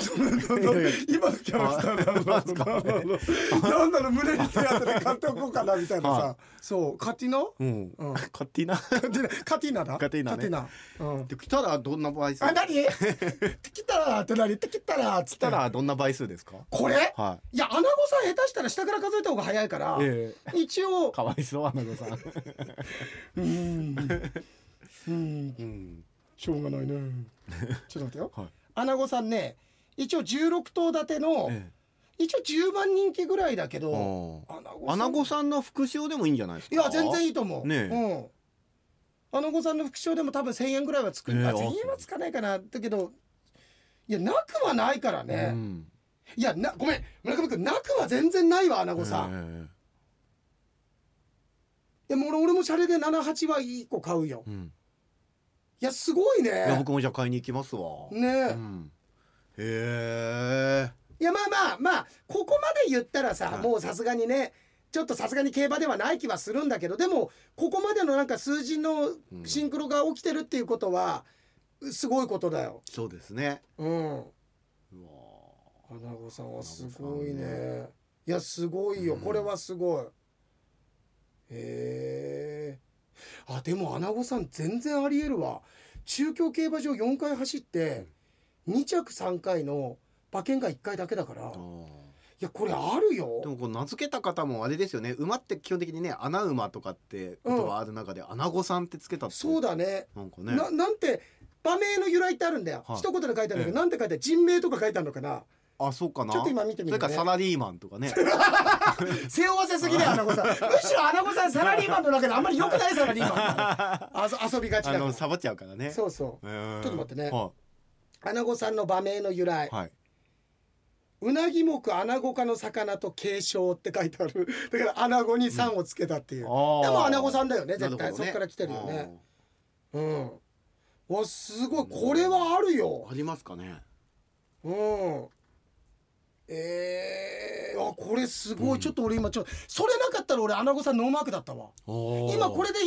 [SPEAKER 1] キャラクターなんだろうななんだろう胸に手当てて買っておこうかなみたいな
[SPEAKER 2] は
[SPEAKER 1] さそうカティナ
[SPEAKER 2] うん
[SPEAKER 1] うん
[SPEAKER 2] 買っていいな
[SPEAKER 1] カティナカティナだ
[SPEAKER 2] カティナね
[SPEAKER 1] うん
[SPEAKER 2] で来たらどんな倍数
[SPEAKER 1] あ
[SPEAKER 2] [LAUGHS]
[SPEAKER 1] 何来たらって何って来たらっつって
[SPEAKER 2] 来たらどんな倍数ですか
[SPEAKER 1] これ
[SPEAKER 2] はい
[SPEAKER 1] やアナゴさん下手したら下から数えた方が早いから
[SPEAKER 2] え
[SPEAKER 1] 一応
[SPEAKER 2] かわいそうアナゴさん
[SPEAKER 1] うー
[SPEAKER 2] [LAUGHS]
[SPEAKER 1] んうーん
[SPEAKER 2] うん
[SPEAKER 1] しょうがないねちょっと待ってよ
[SPEAKER 2] はい
[SPEAKER 1] アナゴさんね一応16頭立ての
[SPEAKER 2] え
[SPEAKER 1] 一応10番人気ぐらいだけ
[SPEAKER 2] え
[SPEAKER 1] ど
[SPEAKER 2] あ
[SPEAKER 1] アナ
[SPEAKER 2] ーアナゴさんの副賞でもいいんじゃないです
[SPEAKER 1] い
[SPEAKER 2] か
[SPEAKER 1] や全然いいと思う、
[SPEAKER 2] ね
[SPEAKER 1] うんアナゴさんの副賞でも多分1000円ぐらいはつく、
[SPEAKER 2] ええ
[SPEAKER 1] あ
[SPEAKER 2] あ
[SPEAKER 1] 1000円はつかないかなだけどいやなくはないからね
[SPEAKER 2] う、ん
[SPEAKER 1] いやなごめん村上君なくは全然ないわアナゴさん、い
[SPEAKER 2] え
[SPEAKER 1] やもう俺俺もシャレで78は1個買うよ
[SPEAKER 2] えうん
[SPEAKER 1] いやすごいね
[SPEAKER 2] いや僕もじゃあ買いに行きますわ
[SPEAKER 1] ねえ、
[SPEAKER 2] うんへえ
[SPEAKER 1] いやまあまあまあここまで言ったらさ、
[SPEAKER 2] はい
[SPEAKER 1] もうさすがにねちょっとさすがに競馬ではない気はするんだけどでもここまでのなんか数字の
[SPEAKER 2] うん
[SPEAKER 1] シンクロが起きてるっていうことはすごいことだよ。
[SPEAKER 2] そうですね
[SPEAKER 1] うん、
[SPEAKER 2] うわ
[SPEAKER 1] 花子さんはすごいね。いやすごいよ、これはすごい。へえ。あでも穴子さん全然ありえるわ。中京競馬場4回走って2着3回の馬券が1回だけだから。
[SPEAKER 2] あー
[SPEAKER 1] いやこれあるよ
[SPEAKER 2] でもこう名付けた方もあれですよね馬って基本的にね穴馬とかってことはある中で、アナゴさんってつけたって
[SPEAKER 1] そうだね
[SPEAKER 2] なんかね
[SPEAKER 1] ななんて場名の由来ってあるんだよ、
[SPEAKER 2] はい
[SPEAKER 1] 一言で書いてあるんだけど、
[SPEAKER 2] ええ
[SPEAKER 1] なんて書いてある人名とか書いてあるのかな
[SPEAKER 2] あそうかな
[SPEAKER 1] ちょっと今見てみる
[SPEAKER 2] それからサ
[SPEAKER 1] ね
[SPEAKER 2] ラリーマンとかね
[SPEAKER 1] 背負わせすぎだ [LAUGHS] よアナゴさんむしろアナゴさんサラリーマンの中であんまり良くないサラリーマンあそ遊びがちだ
[SPEAKER 2] あ
[SPEAKER 1] から
[SPEAKER 2] のサボっちゃうからね
[SPEAKER 1] そうそう
[SPEAKER 2] うーん
[SPEAKER 1] ちょっと待ってね
[SPEAKER 2] は
[SPEAKER 1] アナゴさんの馬名の由来
[SPEAKER 2] い、はいう
[SPEAKER 1] なぎ目アナゴ科の魚と継承って書いてある [LAUGHS] だからアナゴに「さん」をつけたっていう、
[SPEAKER 2] あ
[SPEAKER 1] で
[SPEAKER 2] ー
[SPEAKER 1] もアナゴさんだよね絶
[SPEAKER 2] なる
[SPEAKER 1] 対
[SPEAKER 2] ほど
[SPEAKER 1] そ
[SPEAKER 2] ね
[SPEAKER 1] っから来てるよねうんわすごいこれはある
[SPEAKER 2] あ
[SPEAKER 1] よ
[SPEAKER 2] ーありますかね
[SPEAKER 1] うんえー、あこれすごいちょっと俺今ちょっとそれなかったら俺アナゴさんノーマークだったわ今
[SPEAKER 2] 今
[SPEAKER 1] これで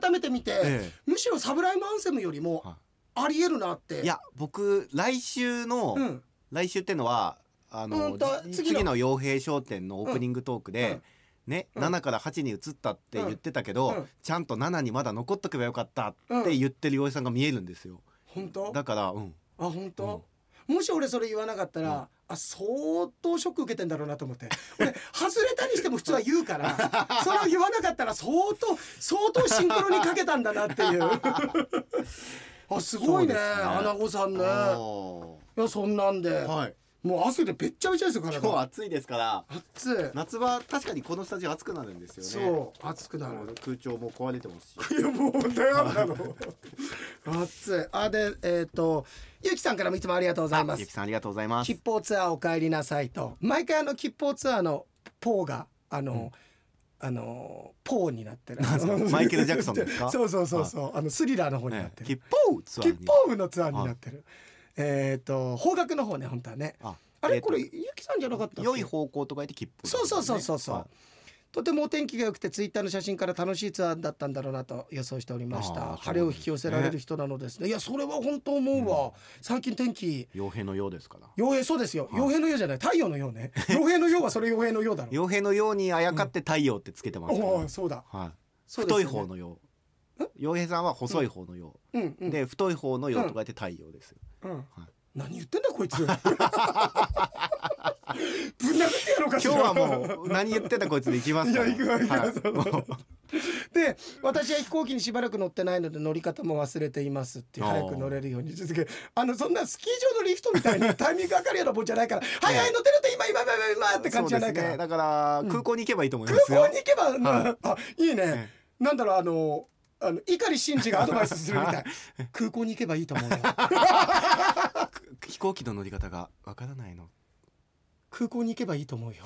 [SPEAKER 1] 改めて見て、
[SPEAKER 2] ええ
[SPEAKER 1] むしろ「サブライムアンセム」よりも
[SPEAKER 2] は
[SPEAKER 1] ありえるなって
[SPEAKER 2] いや僕来週の、
[SPEAKER 1] うん
[SPEAKER 2] 来週ってのはあの、
[SPEAKER 1] うんと
[SPEAKER 2] じ
[SPEAKER 1] 次の
[SPEAKER 2] 次の洋平商店のオープニングトークで、ね、
[SPEAKER 1] うん
[SPEAKER 2] 7から8に移ったって言ってたけど、
[SPEAKER 1] うんうん
[SPEAKER 2] ちゃんと7にまだ残っとけばよかったって言ってる洋平さんが見えるんですよ。
[SPEAKER 1] 本当
[SPEAKER 2] だから、うん、
[SPEAKER 1] あ本当、もし俺それ言わなかったら、あ相当ショック受けてんだろうなと思って俺外れたにしても普通は言うからそれを言わなかったら相当相当シンクロにかけたんだなっていうあすごいね
[SPEAKER 2] そうですね
[SPEAKER 1] アナゴさんねい
[SPEAKER 2] あー
[SPEAKER 1] やそんなんで、
[SPEAKER 2] はい。
[SPEAKER 1] もう汗でべっちゃべちゃですよ体
[SPEAKER 2] 今日暑いですから、
[SPEAKER 1] 暑い
[SPEAKER 2] 夏場確かにこのスタジオ暑くなるんですよね。
[SPEAKER 1] そう暑くな
[SPEAKER 2] [LAUGHS]
[SPEAKER 1] る
[SPEAKER 2] 空調も壊れてますし。
[SPEAKER 1] いやもう悩んだろう [LAUGHS] 暑いあでえっ、とゆきさんからもいつもありがとうございま
[SPEAKER 2] あ
[SPEAKER 1] す
[SPEAKER 2] ゆきさんありがとうございます
[SPEAKER 1] 吉。報ツアーお帰りなさいと毎回あの吉報ツアーのポーがあの、あのポーになってる
[SPEAKER 2] ん
[SPEAKER 1] [LAUGHS]
[SPEAKER 2] すかマイケルジャクソンですか
[SPEAKER 1] そうそうそうそうあのスリラーの方になって
[SPEAKER 2] キ
[SPEAKER 1] る、
[SPEAKER 2] ッポーツアー
[SPEAKER 1] 吉
[SPEAKER 2] に。
[SPEAKER 1] 報部のツアーになってる、えっ、と邦楽の方ね本当はね
[SPEAKER 2] あ
[SPEAKER 1] あれ、
[SPEAKER 2] えーと
[SPEAKER 1] これゆきさんじゃなかったっけ
[SPEAKER 2] 良い方向とか言ってキッポー、
[SPEAKER 1] そうそうそうそうそう、
[SPEAKER 2] はい
[SPEAKER 1] とてもお天気が良くてツイッターの写真から楽しいツアーだったんだろうなと予想しておりまし
[SPEAKER 2] あ
[SPEAKER 1] た
[SPEAKER 2] ー
[SPEAKER 1] 晴れを引き寄せられる人なのですねいやそれは本当思うわ、最近天気
[SPEAKER 2] 傭兵のようですから。
[SPEAKER 1] 傭兵そうですよ傭兵のようじゃない太陽のよう
[SPEAKER 2] [LAUGHS]
[SPEAKER 1] ね傭兵のようはそれ傭兵のようだろ
[SPEAKER 2] 傭兵のようにあやかって太陽ってつけてますから、
[SPEAKER 1] おおそうだ
[SPEAKER 2] はい、
[SPEAKER 1] そうですよね
[SPEAKER 2] 太い方のよう傭兵さんは細い方のよう、
[SPEAKER 1] うんうん
[SPEAKER 2] で太い方のようとか言って太陽ですよ、
[SPEAKER 1] うん何言ってんだ
[SPEAKER 2] [LAUGHS]
[SPEAKER 1] こいつぶん殴ってやろうかしら
[SPEAKER 2] 今日はもう何言ってたこいつで行きますから
[SPEAKER 1] いや行くわ行くわ
[SPEAKER 2] は
[SPEAKER 1] [LAUGHS]
[SPEAKER 2] い
[SPEAKER 1] そう
[SPEAKER 2] も
[SPEAKER 1] で私は飛行機にしばらく乗ってないので乗り方も忘れていますっていう
[SPEAKER 2] あー
[SPEAKER 1] 早く乗れるように実現あのそんなスキー場のリフトみたいにタイミングかかるようなもんじゃない
[SPEAKER 2] [LAUGHS]
[SPEAKER 1] から「はいはい乗って乗って今今今今今」っ
[SPEAKER 2] う
[SPEAKER 1] て感じじゃないか
[SPEAKER 2] そうです
[SPEAKER 1] ら、
[SPEAKER 2] ねだから空港に行けばいいと思いま
[SPEAKER 1] 空
[SPEAKER 2] すよ、
[SPEAKER 1] 港に行けば、
[SPEAKER 2] は
[SPEAKER 1] あいいね、
[SPEAKER 2] え
[SPEAKER 1] なんだろうあのあの碇シンジがアドバイスする
[SPEAKER 2] [LAUGHS]
[SPEAKER 1] みたい空港に行けばいいと思うよ
[SPEAKER 2] 飛行機の乗り方がわからないの
[SPEAKER 1] 空港に行けばいいと思
[SPEAKER 2] [LAUGHS]
[SPEAKER 1] うよ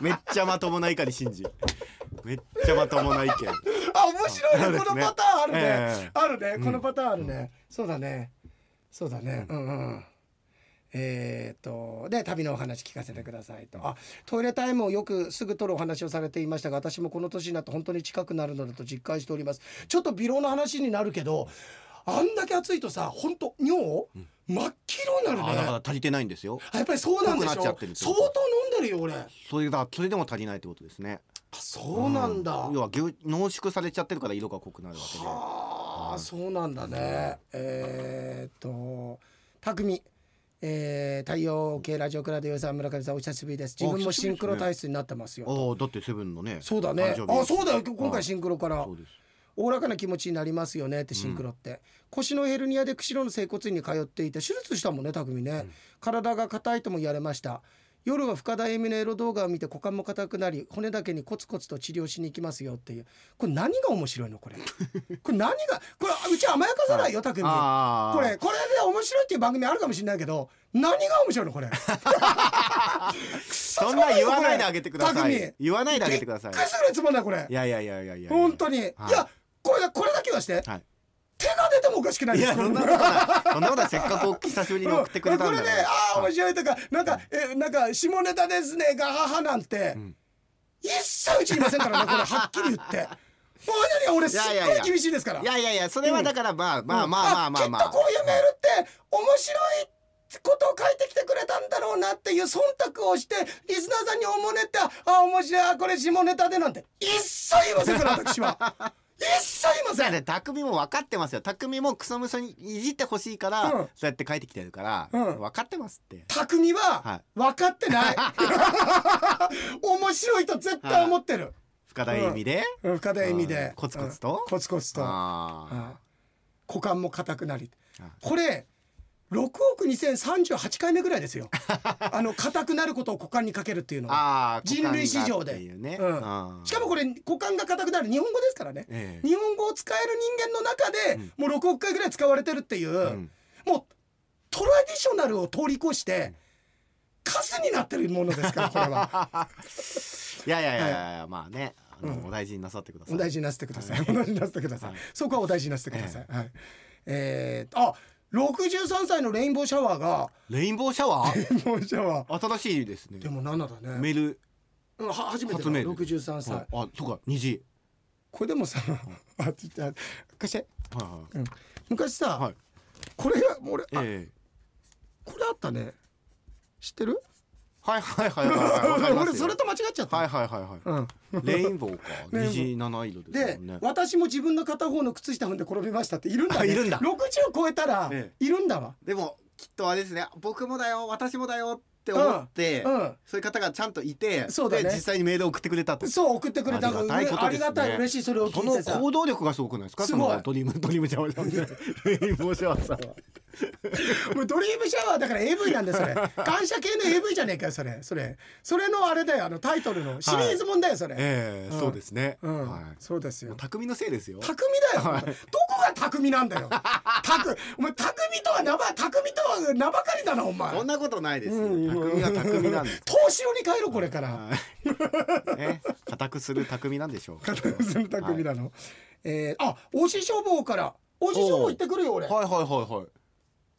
[SPEAKER 2] めっちゃまともな怒り信じめっちゃまともな意見
[SPEAKER 1] あ面白
[SPEAKER 2] そ
[SPEAKER 1] いうね
[SPEAKER 2] ですね
[SPEAKER 1] このパターンあるね、
[SPEAKER 2] ええ
[SPEAKER 1] [LAUGHS] あるねこのパターンあるね、そうだねそうだねうんうん、えーっとで旅のお話聞かせてくださいとあトイレタイムをよくすぐ取るお話をされていましたが私もこの年になって本当に近くなるのだと実感しておりますちょっと微量な話になるけどあんだけ暑いとさ本当尿、真っ黄色にな
[SPEAKER 2] あ
[SPEAKER 1] る
[SPEAKER 2] だか
[SPEAKER 1] ね
[SPEAKER 2] ら足りてないんですよ
[SPEAKER 1] あやっぱりそうなんでし
[SPEAKER 2] 濃く
[SPEAKER 1] ょ
[SPEAKER 2] なっちゃってるって
[SPEAKER 1] 相
[SPEAKER 2] こと
[SPEAKER 1] 当飲んでるよ俺あ
[SPEAKER 2] それだそれでも足りないってことですね
[SPEAKER 1] そうなんだ、
[SPEAKER 2] 要はぎゅ濃縮されちゃってるから色が濃くなるわけで
[SPEAKER 1] はあ、そうなんだね。えー、っと、匠。えー、太陽系ラジオクラウドヨさん村上さんお久しぶりです自分もシンクロ体質になってますよ
[SPEAKER 2] ああだってセブンのね
[SPEAKER 1] そうだね
[SPEAKER 2] 誕生日
[SPEAKER 1] あそうだよ今回シンクロから
[SPEAKER 2] そうです
[SPEAKER 1] おおらかな気持ちになりますよねってシンクロって、腰のヘルニアで釧路の整骨院に通っていて手術したもんね匠ね、体が硬いとも言われました夜は深田恵美のエロ動画を見て股間も硬くなり骨だけにコツコツと治療しに行きますよっていうこれ何が面白いのこ
[SPEAKER 2] [LAUGHS]
[SPEAKER 1] れこれ何がこれうち甘やかさないよ匠
[SPEAKER 2] ああ
[SPEAKER 1] これこれで面白いっていう番組あるかもしれないけど何が面白いのこれくそ
[SPEAKER 2] [LAUGHS] そんな言わないであげてくださ
[SPEAKER 1] 匠
[SPEAKER 2] い言わないであげてください
[SPEAKER 1] びっくりするやつもんだこれ
[SPEAKER 2] いやいやいやいやいや
[SPEAKER 1] 本当に、い、
[SPEAKER 2] はい
[SPEAKER 1] やこれだこれだけはして、
[SPEAKER 2] はい
[SPEAKER 1] 手が出てもおかしくない
[SPEAKER 2] い
[SPEAKER 1] です
[SPEAKER 2] やそんなことないそんなことないせっかくお久しぶりに送ってくれたんだ
[SPEAKER 1] こ
[SPEAKER 2] か
[SPEAKER 1] れ
[SPEAKER 2] ら
[SPEAKER 1] ねああ面白いとかなんかえなんか下ネタですねガハハなんて、
[SPEAKER 2] ん
[SPEAKER 1] 一切うちいませんからねこれはっきり言って
[SPEAKER 2] [LAUGHS]
[SPEAKER 1] もう何俺すっ
[SPEAKER 2] いやい
[SPEAKER 1] ご
[SPEAKER 2] やい
[SPEAKER 1] い
[SPEAKER 2] や
[SPEAKER 1] 厳しいですから
[SPEAKER 2] いやいやいやそれはだからまあまあまあまあまあま
[SPEAKER 1] きっとこういうメールって面白いことを書いてきてくれたんだろうなっていう忖度をしてリスナーさんにおもねってああ面白いあこれ下ネタでなんて一切言いませんから私
[SPEAKER 2] [LAUGHS]
[SPEAKER 1] は一切言いません
[SPEAKER 2] あね匠も分かってますよ匠もクソムソにいじってほしいから、
[SPEAKER 1] うん
[SPEAKER 2] そうやって書いてきてるから、
[SPEAKER 1] うん
[SPEAKER 2] 分かってますって
[SPEAKER 1] 匠
[SPEAKER 2] は
[SPEAKER 1] はい分かって
[SPEAKER 2] [LAUGHS]
[SPEAKER 1] ない、面白いと絶対思ってる、
[SPEAKER 2] 深田意味で、
[SPEAKER 1] うん深田意味で、
[SPEAKER 2] うんコツコツと
[SPEAKER 1] うんコツコツと、
[SPEAKER 2] ああ
[SPEAKER 1] うん股間も硬くなり
[SPEAKER 2] はい
[SPEAKER 1] これ6億2038回目ぐらいです
[SPEAKER 2] [LAUGHS]
[SPEAKER 1] よあの硬くなることを股間にかけるっていうのは
[SPEAKER 2] あ [LAUGHS] あ
[SPEAKER 1] 人類史上で
[SPEAKER 2] いうね、
[SPEAKER 1] うん
[SPEAKER 2] あー
[SPEAKER 1] しかもこれ股間が硬くなる日本語ですからね
[SPEAKER 2] ええ
[SPEAKER 1] 日本語を使える人間の中でもう6億回ぐらい使われてるっていう、
[SPEAKER 2] うん
[SPEAKER 1] [LAUGHS] もうトラディショナルを通り越してカスになってるものですからこれは
[SPEAKER 2] いやいやいやいや、まあねあの、
[SPEAKER 1] うん
[SPEAKER 2] お大事になさってください
[SPEAKER 1] お大事になさってくださいお大事になさってください、
[SPEAKER 2] はい
[SPEAKER 1] そこはお大事になさってください、はいえー、あ63歳のレインボーシャワーが
[SPEAKER 2] レインボーシャワー
[SPEAKER 1] レインボーシャワー
[SPEAKER 2] 新しいですね
[SPEAKER 1] でも7だね
[SPEAKER 2] メール、
[SPEAKER 1] うんは初めてだ
[SPEAKER 2] 初メール
[SPEAKER 1] 63歳、
[SPEAKER 2] はいあそうか虹
[SPEAKER 1] これでもさあちょっとあ貸して
[SPEAKER 2] はいはい
[SPEAKER 1] 昔さ、
[SPEAKER 2] はい
[SPEAKER 1] これが俺、あ
[SPEAKER 2] ええ
[SPEAKER 1] これあったね知ってる
[SPEAKER 2] はいはいはいはいはいわかりますよ。
[SPEAKER 1] [LAUGHS] 俺それと間違っちゃった、
[SPEAKER 2] はいはいはいはい。
[SPEAKER 1] うん、
[SPEAKER 2] レインボーか
[SPEAKER 1] レインボー
[SPEAKER 2] 虹七色です
[SPEAKER 1] で、
[SPEAKER 2] もんね。
[SPEAKER 1] 私も自分の片方の靴下踏んで転びましたっているんだ、ね、
[SPEAKER 2] あいるんだ
[SPEAKER 1] 60超えたら、
[SPEAKER 2] え
[SPEAKER 1] いるんだわ
[SPEAKER 2] でもきっとあれですね。僕もだよ私もだよって思って、
[SPEAKER 1] う
[SPEAKER 2] そういう方がちゃんといて、
[SPEAKER 1] そうだね
[SPEAKER 2] で実際にメールを送ってくれたと
[SPEAKER 1] ん。そう送ってくれた
[SPEAKER 2] ありがたいことですね
[SPEAKER 1] ありがたい嬉しいそれを
[SPEAKER 2] そ
[SPEAKER 1] 聞い
[SPEAKER 2] の
[SPEAKER 1] てさ
[SPEAKER 2] 行動力がすごくないですか。
[SPEAKER 1] すごい
[SPEAKER 2] そのドリームドリームシャワーさんね。レインボーシャワーさんは。
[SPEAKER 1] もうドリームシャワーだから AV なんだよそれ感謝系の AV じゃねえかよそれそれそれのあれだよあのタイトルのシリーズもんだよそれ、
[SPEAKER 2] [LAUGHS] ええ
[SPEAKER 1] うん
[SPEAKER 2] そうですね。
[SPEAKER 1] うん、
[SPEAKER 2] はい。
[SPEAKER 1] そうですよ
[SPEAKER 2] 匠のせいですよ。
[SPEAKER 1] 匠だよ、どこが匠なんだよ匠お前匠とは名ば匠とは名ばかりだなお前
[SPEAKER 2] そんなことないですよ。
[SPEAKER 1] うん
[SPEAKER 2] 匠は匠なんです。
[SPEAKER 1] 投資用に変えろ [LAUGHS] これから
[SPEAKER 2] はいね、固くする匠なんでしょう。
[SPEAKER 1] その匠なの、えー、あ大石消防から大石消防行ってくるよ俺
[SPEAKER 2] はいはいはいはい。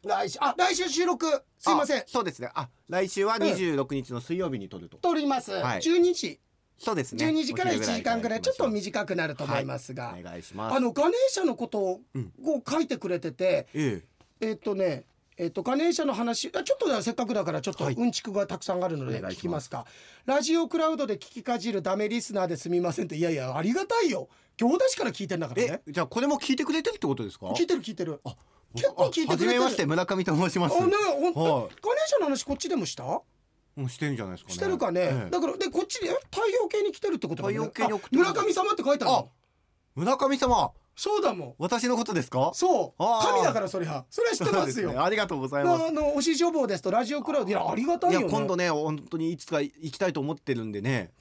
[SPEAKER 1] 来週あ来週収録すいません
[SPEAKER 2] あそうですね。あ、来週は二十六日の水曜日に撮ると。
[SPEAKER 1] 撮ります、
[SPEAKER 2] はい
[SPEAKER 1] 12時
[SPEAKER 2] そうですね。
[SPEAKER 1] 12時から
[SPEAKER 2] お
[SPEAKER 1] 1
[SPEAKER 2] 昼
[SPEAKER 1] 時間ぐらいちょっと
[SPEAKER 2] 行き
[SPEAKER 1] 短くなると
[SPEAKER 2] ましょう
[SPEAKER 1] 思いますが、
[SPEAKER 2] はいお願いします。
[SPEAKER 1] あのガネーシャのことを
[SPEAKER 2] うん
[SPEAKER 1] こう書いてくれてて、
[SPEAKER 2] え
[SPEAKER 1] えーっとねえーっとガネーシャの話あちょっとだせっかくだからちょっと
[SPEAKER 2] はい
[SPEAKER 1] うんちくがたくさんあるので
[SPEAKER 2] お願い
[SPEAKER 1] 聞
[SPEAKER 2] します
[SPEAKER 1] きますか、ラジオクラウドで聞きかじるダメリスナーですみませんっていやいやありがたいよ行田市から聞いてんだか
[SPEAKER 2] え。
[SPEAKER 1] らね
[SPEAKER 2] え、じゃあこれも聞いてくれてるってことですか。
[SPEAKER 1] 聞いてる聞いてるあ
[SPEAKER 2] 僕
[SPEAKER 1] 結構聞いてくれてる
[SPEAKER 2] あ初めまして村上と申します。
[SPEAKER 1] ね本当、
[SPEAKER 2] はい
[SPEAKER 1] ガネーシャの話こっちでもした
[SPEAKER 2] もうしてんじゃないですかね。
[SPEAKER 1] してるかね、
[SPEAKER 2] ええ
[SPEAKER 1] だからでこっちでえ太陽系に来てるってことだもんね
[SPEAKER 2] 太陽系に送って
[SPEAKER 1] あ
[SPEAKER 2] くる
[SPEAKER 1] 村上様って書いてある
[SPEAKER 2] あ
[SPEAKER 1] の、
[SPEAKER 2] 村上様、
[SPEAKER 1] そうだもん
[SPEAKER 2] 私のことですか。
[SPEAKER 1] そう
[SPEAKER 2] あー
[SPEAKER 1] 神だからそりゃそれは知って
[SPEAKER 2] そう
[SPEAKER 1] ま
[SPEAKER 2] ですす
[SPEAKER 1] よ
[SPEAKER 2] [LAUGHS] ね。ありがとうございます
[SPEAKER 1] あ。の推し情報ですとラジオクラウドいやありがたい
[SPEAKER 2] い
[SPEAKER 1] よ
[SPEAKER 2] や
[SPEAKER 1] ね
[SPEAKER 2] 今度ね本当にいつか行きたいと思ってるんでね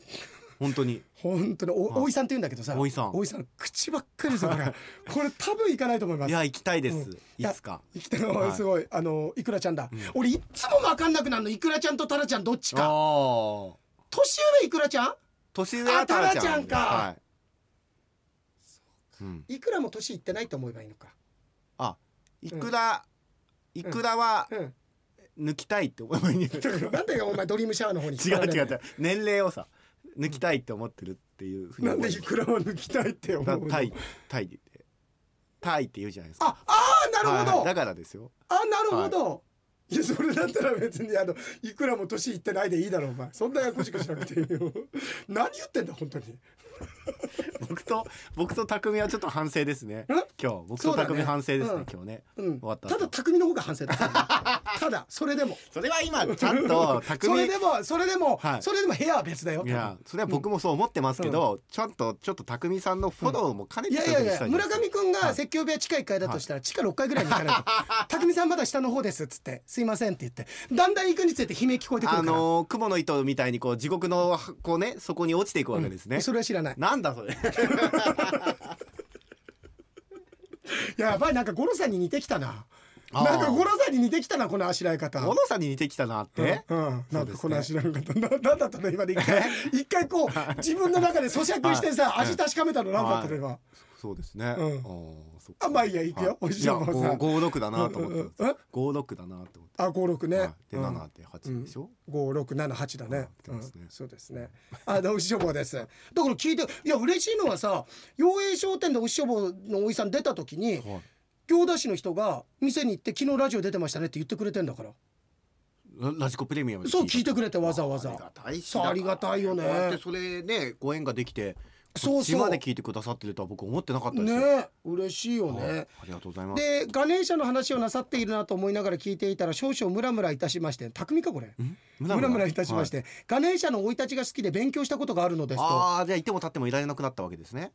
[SPEAKER 2] 本
[SPEAKER 1] [LAUGHS]
[SPEAKER 2] 当に
[SPEAKER 1] 本当にお
[SPEAKER 2] い
[SPEAKER 1] 大井さんって言うんだけどさ
[SPEAKER 2] 大井さん
[SPEAKER 1] 大井さん口ばっかりですよ
[SPEAKER 2] [LAUGHS]
[SPEAKER 1] これこれ多分行かないと思いま
[SPEAKER 2] い
[SPEAKER 1] す
[SPEAKER 2] や行きたいです、
[SPEAKER 1] うん
[SPEAKER 2] いつか
[SPEAKER 1] 生きてるの
[SPEAKER 2] はい
[SPEAKER 1] すごいあのいくらちゃんだ
[SPEAKER 2] うん
[SPEAKER 1] 俺いっつも分かんなくなるのいくらちゃんとタラちゃんどっち
[SPEAKER 2] あ
[SPEAKER 1] か
[SPEAKER 2] あ
[SPEAKER 1] 年上いくらちゃん
[SPEAKER 2] 年上はタラちゃ
[SPEAKER 1] あタ
[SPEAKER 2] ん
[SPEAKER 1] ラちゃんか
[SPEAKER 2] はい、うん、
[SPEAKER 1] いくらも年いってないと思えばいいのか
[SPEAKER 2] いくら、いくらは [LAUGHS]
[SPEAKER 1] うん
[SPEAKER 2] 抜きたいって思い [LAUGHS] に、
[SPEAKER 1] だからなんでお前ドリームシャワーの方に
[SPEAKER 2] 違う違う違う年齢をさ抜きたいって思ってるっていうふうに
[SPEAKER 1] なん
[SPEAKER 2] 思
[SPEAKER 1] で
[SPEAKER 2] う
[SPEAKER 1] いくらを抜きたいって思
[SPEAKER 2] な
[SPEAKER 1] うの
[SPEAKER 2] タイタイってタイって言うじゃないですか
[SPEAKER 1] ああーなるほ
[SPEAKER 2] はい
[SPEAKER 1] ど
[SPEAKER 2] だからですよ
[SPEAKER 1] あなるほど、い、やそれだったら別にあのいくらも年いってないでいいだろうお前そんなやこしくしなくていいよ [LAUGHS] 何言ってんだ本当に
[SPEAKER 2] 僕と僕と匠はちょっと反省ですね今日僕
[SPEAKER 1] そ
[SPEAKER 2] と
[SPEAKER 1] うだね
[SPEAKER 2] 匠反省ですね
[SPEAKER 1] うん
[SPEAKER 2] 今日ね
[SPEAKER 1] うん
[SPEAKER 2] 終わった
[SPEAKER 1] ただ匠の方が反省だ [LAUGHS] ただそれでも
[SPEAKER 2] それは今ちゃ
[SPEAKER 1] [LAUGHS]
[SPEAKER 2] ん
[SPEAKER 1] そ
[SPEAKER 2] と匠
[SPEAKER 1] れでもそれでも、
[SPEAKER 2] はい
[SPEAKER 1] それでも部屋は別だよ
[SPEAKER 2] いやそれは僕もそう思ってますけど、ちゃんとちょっと匠さんのフォローも兼ね
[SPEAKER 1] い
[SPEAKER 2] て
[SPEAKER 1] やい
[SPEAKER 2] そう
[SPEAKER 1] や
[SPEAKER 2] うふう
[SPEAKER 1] い
[SPEAKER 2] にした
[SPEAKER 1] や
[SPEAKER 2] いじゃ
[SPEAKER 1] 村
[SPEAKER 2] ないですか
[SPEAKER 1] 上君が説教部屋近い階だとしたら地下6階ぐらいに行かないと「
[SPEAKER 2] [LAUGHS]
[SPEAKER 1] 匠さんまだ下の方です」っつって「すいません」って言ってだんだん行くにつれて悲鳴聞こえてくる
[SPEAKER 2] あ
[SPEAKER 1] から、
[SPEAKER 2] のー、雲の糸みたいにこう地獄のこうねそこに落ちていくわけですね、
[SPEAKER 1] それは知らない
[SPEAKER 2] なんだそれ
[SPEAKER 1] やばいなんか五郎さんに似てきたな
[SPEAKER 2] あー
[SPEAKER 1] なんか五郎さんに似てきたなこのあしらい方
[SPEAKER 2] 小野さんに似てきたなって、
[SPEAKER 1] うんうん、
[SPEAKER 2] そ
[SPEAKER 1] な
[SPEAKER 2] うんです
[SPEAKER 1] かこ
[SPEAKER 2] ね
[SPEAKER 1] の足の方な [LAUGHS] なんだったの今で一回一回こう自分の中で咀嚼してさ
[SPEAKER 2] はい
[SPEAKER 1] 味確かめたのなんだったの今
[SPEAKER 2] そうですね、
[SPEAKER 1] うん
[SPEAKER 2] あーそっか
[SPEAKER 1] あまあいいやいくよお
[SPEAKER 2] は
[SPEAKER 1] じ
[SPEAKER 2] い
[SPEAKER 1] さんもさ
[SPEAKER 2] や五六だなと
[SPEAKER 1] うん
[SPEAKER 2] 思
[SPEAKER 1] う
[SPEAKER 2] っ
[SPEAKER 1] ん
[SPEAKER 2] て
[SPEAKER 1] うん
[SPEAKER 2] 五六だなと思って、
[SPEAKER 1] あ五六ね
[SPEAKER 2] はい、で七で八でしょ、
[SPEAKER 1] 五六七八だね
[SPEAKER 2] あそうですね
[SPEAKER 1] うんそうですねあで牛処方ですだから聞いていや嬉しいのはさ養栄商店で牛処方のおじさん出た時に
[SPEAKER 2] はい
[SPEAKER 1] 行田市の人が店に行って昨日ラジオ出てましたねって言ってくれてんだから
[SPEAKER 2] ララジコプレミアムで
[SPEAKER 1] そう聞いてくれてわざわざ
[SPEAKER 2] ありがたいし
[SPEAKER 1] そうありがたいよね
[SPEAKER 2] こうやってそれねご縁ができて
[SPEAKER 1] そうそう
[SPEAKER 2] 今まで聞いてくださってるとは僕思ってなかったですよ
[SPEAKER 1] ね嬉しいよね、
[SPEAKER 2] はいありがとうございます
[SPEAKER 1] でガネーシャの話をなさっているなと思いながら聞いていたら少々ムラムラいたしまして匠かこれ
[SPEAKER 2] んム
[SPEAKER 1] ムラムラいたしまして、ガネーシャの生い立ちが好きで勉強したことがあるのですとあ
[SPEAKER 2] ああーじゃあいても立ってもいられなくなったわけですね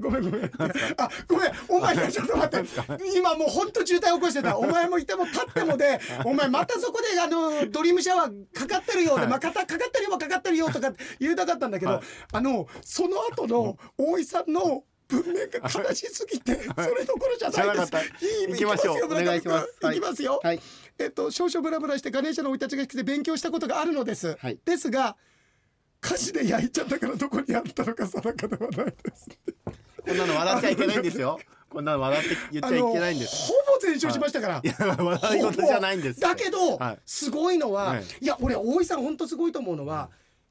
[SPEAKER 1] ごめんごめんあごめんお前ちょっと待って今もうほんと渋滞起こしてたお前もいても立ってもでお前またそこであのドリームシャワーかかってるようで、まあ、かたかかってるよかかってるよとか言いたかったんだけど、
[SPEAKER 2] はい
[SPEAKER 1] あのその後の大井さんの文面が悲しすぎて、それどころじゃないです
[SPEAKER 2] じゃなかった
[SPEAKER 1] いい
[SPEAKER 2] 行きましょう
[SPEAKER 1] 行き
[SPEAKER 3] お願いします
[SPEAKER 1] 行
[SPEAKER 3] はい
[SPEAKER 1] きますよ、
[SPEAKER 3] はい
[SPEAKER 1] えっと、少々ブラブラしてガネーシャの生い立ちが来て勉強したことがあるのです、
[SPEAKER 3] はい
[SPEAKER 1] ですが火事で焼いちゃったからどこにあったのか定かではないです
[SPEAKER 2] こんなの笑っちゃいけないんで
[SPEAKER 1] [LAUGHS]
[SPEAKER 2] すよこんなの笑って言っちゃいけないんです
[SPEAKER 1] ほぼ全焼しましたから、
[SPEAKER 2] いや笑い
[SPEAKER 1] ほぼ
[SPEAKER 2] 事じゃないんです
[SPEAKER 1] だけど、
[SPEAKER 2] はい
[SPEAKER 1] すごいのは、
[SPEAKER 2] はい
[SPEAKER 1] い、や俺大井さん本当すごいと思うのは、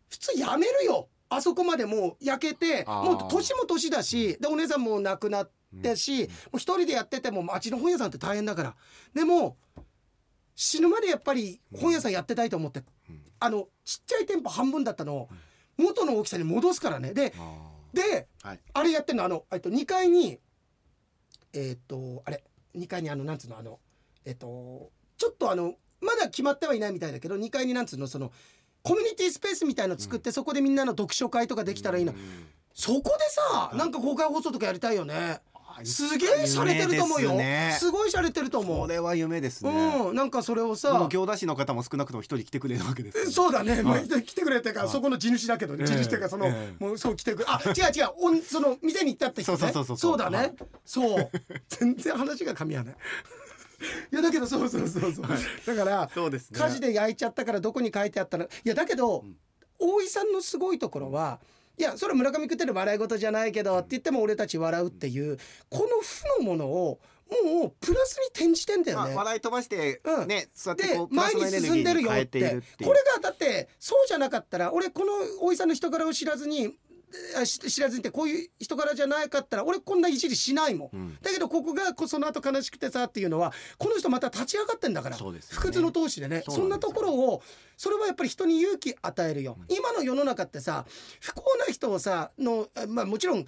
[SPEAKER 1] 普通やめるよあそこまでもう焼けて
[SPEAKER 2] あー
[SPEAKER 1] もう年も年だしでお姉さんも亡くなったし、もう一人でやってても町の本屋さんって大変だからでも死ぬまでやっぱり本屋さんやってたいと思って、あのちっちゃい店舗半分だったのを元の大きさに戻すからねで
[SPEAKER 2] あ
[SPEAKER 1] で
[SPEAKER 2] ーはい
[SPEAKER 1] あれやってんのあのえっと2階にえーっとあれ2階にあのなんつうのあのえっとちょっとあのまだ決まってはいないみたいだけど2階になんつうのそのコミュニティスペースみたいの作って、そこでみんなの読書会とかできたらいいな、
[SPEAKER 2] うん
[SPEAKER 1] そこでさなんか公開放送とかやりたいよね
[SPEAKER 2] あ
[SPEAKER 1] すげえ洒落てると思うよ
[SPEAKER 2] 夢です
[SPEAKER 1] ごい洒落てると思
[SPEAKER 2] こ
[SPEAKER 1] う、
[SPEAKER 2] れは夢ですね
[SPEAKER 1] うんなんかそれを
[SPEAKER 2] でも
[SPEAKER 1] さ
[SPEAKER 2] 行田市の方も少なくとも一人来てくれるわけですよね
[SPEAKER 1] そうだね、まあ
[SPEAKER 2] はい
[SPEAKER 1] 来てくれってか、
[SPEAKER 2] はい
[SPEAKER 1] そこの地主だけどね、
[SPEAKER 2] ええ
[SPEAKER 1] 地主っていうかその、
[SPEAKER 2] ええ
[SPEAKER 1] もうそう来てくれあ違う違うおんその店に行ったって人ね
[SPEAKER 2] そうそうそうそう
[SPEAKER 1] だね、
[SPEAKER 2] はい
[SPEAKER 1] そう全然話が噛み合わない [LAUGHS] いやだけどそうそうそうそう、だから
[SPEAKER 2] そうですね
[SPEAKER 1] 火事で焼いちゃったからどこに書いてあったらいやだけど、大井さんのすごいところはいやそれ村上くってる笑い事じゃないけどって言っても俺たち笑うっていうこの負のものをもうプラスに転じてんだよ
[SPEAKER 2] まあ
[SPEAKER 1] ね。
[SPEAKER 2] 笑い飛ばして
[SPEAKER 1] うん
[SPEAKER 2] ねそうやって
[SPEAKER 1] で
[SPEAKER 2] こうプラ
[SPEAKER 1] 前
[SPEAKER 2] スの
[SPEAKER 1] に
[SPEAKER 2] エネル
[SPEAKER 1] 進
[SPEAKER 2] ギ
[SPEAKER 1] んで
[SPEAKER 2] ー
[SPEAKER 1] る
[SPEAKER 2] に
[SPEAKER 1] よ
[SPEAKER 2] 変
[SPEAKER 1] っ
[SPEAKER 2] えて
[SPEAKER 1] て
[SPEAKER 2] いるっていう
[SPEAKER 1] これがだってそうじゃなかったら俺このお医さんの人柄を知らずにあし知らずにってこういう人柄じゃなかったら俺こんないじりしないもん、
[SPEAKER 2] うん
[SPEAKER 1] だけどここがこその後悲しくてさっていうのはこの人また立ち上がってんだから
[SPEAKER 2] そうですよね
[SPEAKER 1] 不屈の闘志でねそ
[SPEAKER 2] そ
[SPEAKER 1] ん
[SPEAKER 2] う
[SPEAKER 1] な
[SPEAKER 2] な
[SPEAKER 1] ん
[SPEAKER 2] です
[SPEAKER 1] とこ
[SPEAKER 2] よ
[SPEAKER 1] ろをそれはやっぱり人に勇気与えるよ、今の世の中ってさ不幸な人をさのあまあもちろん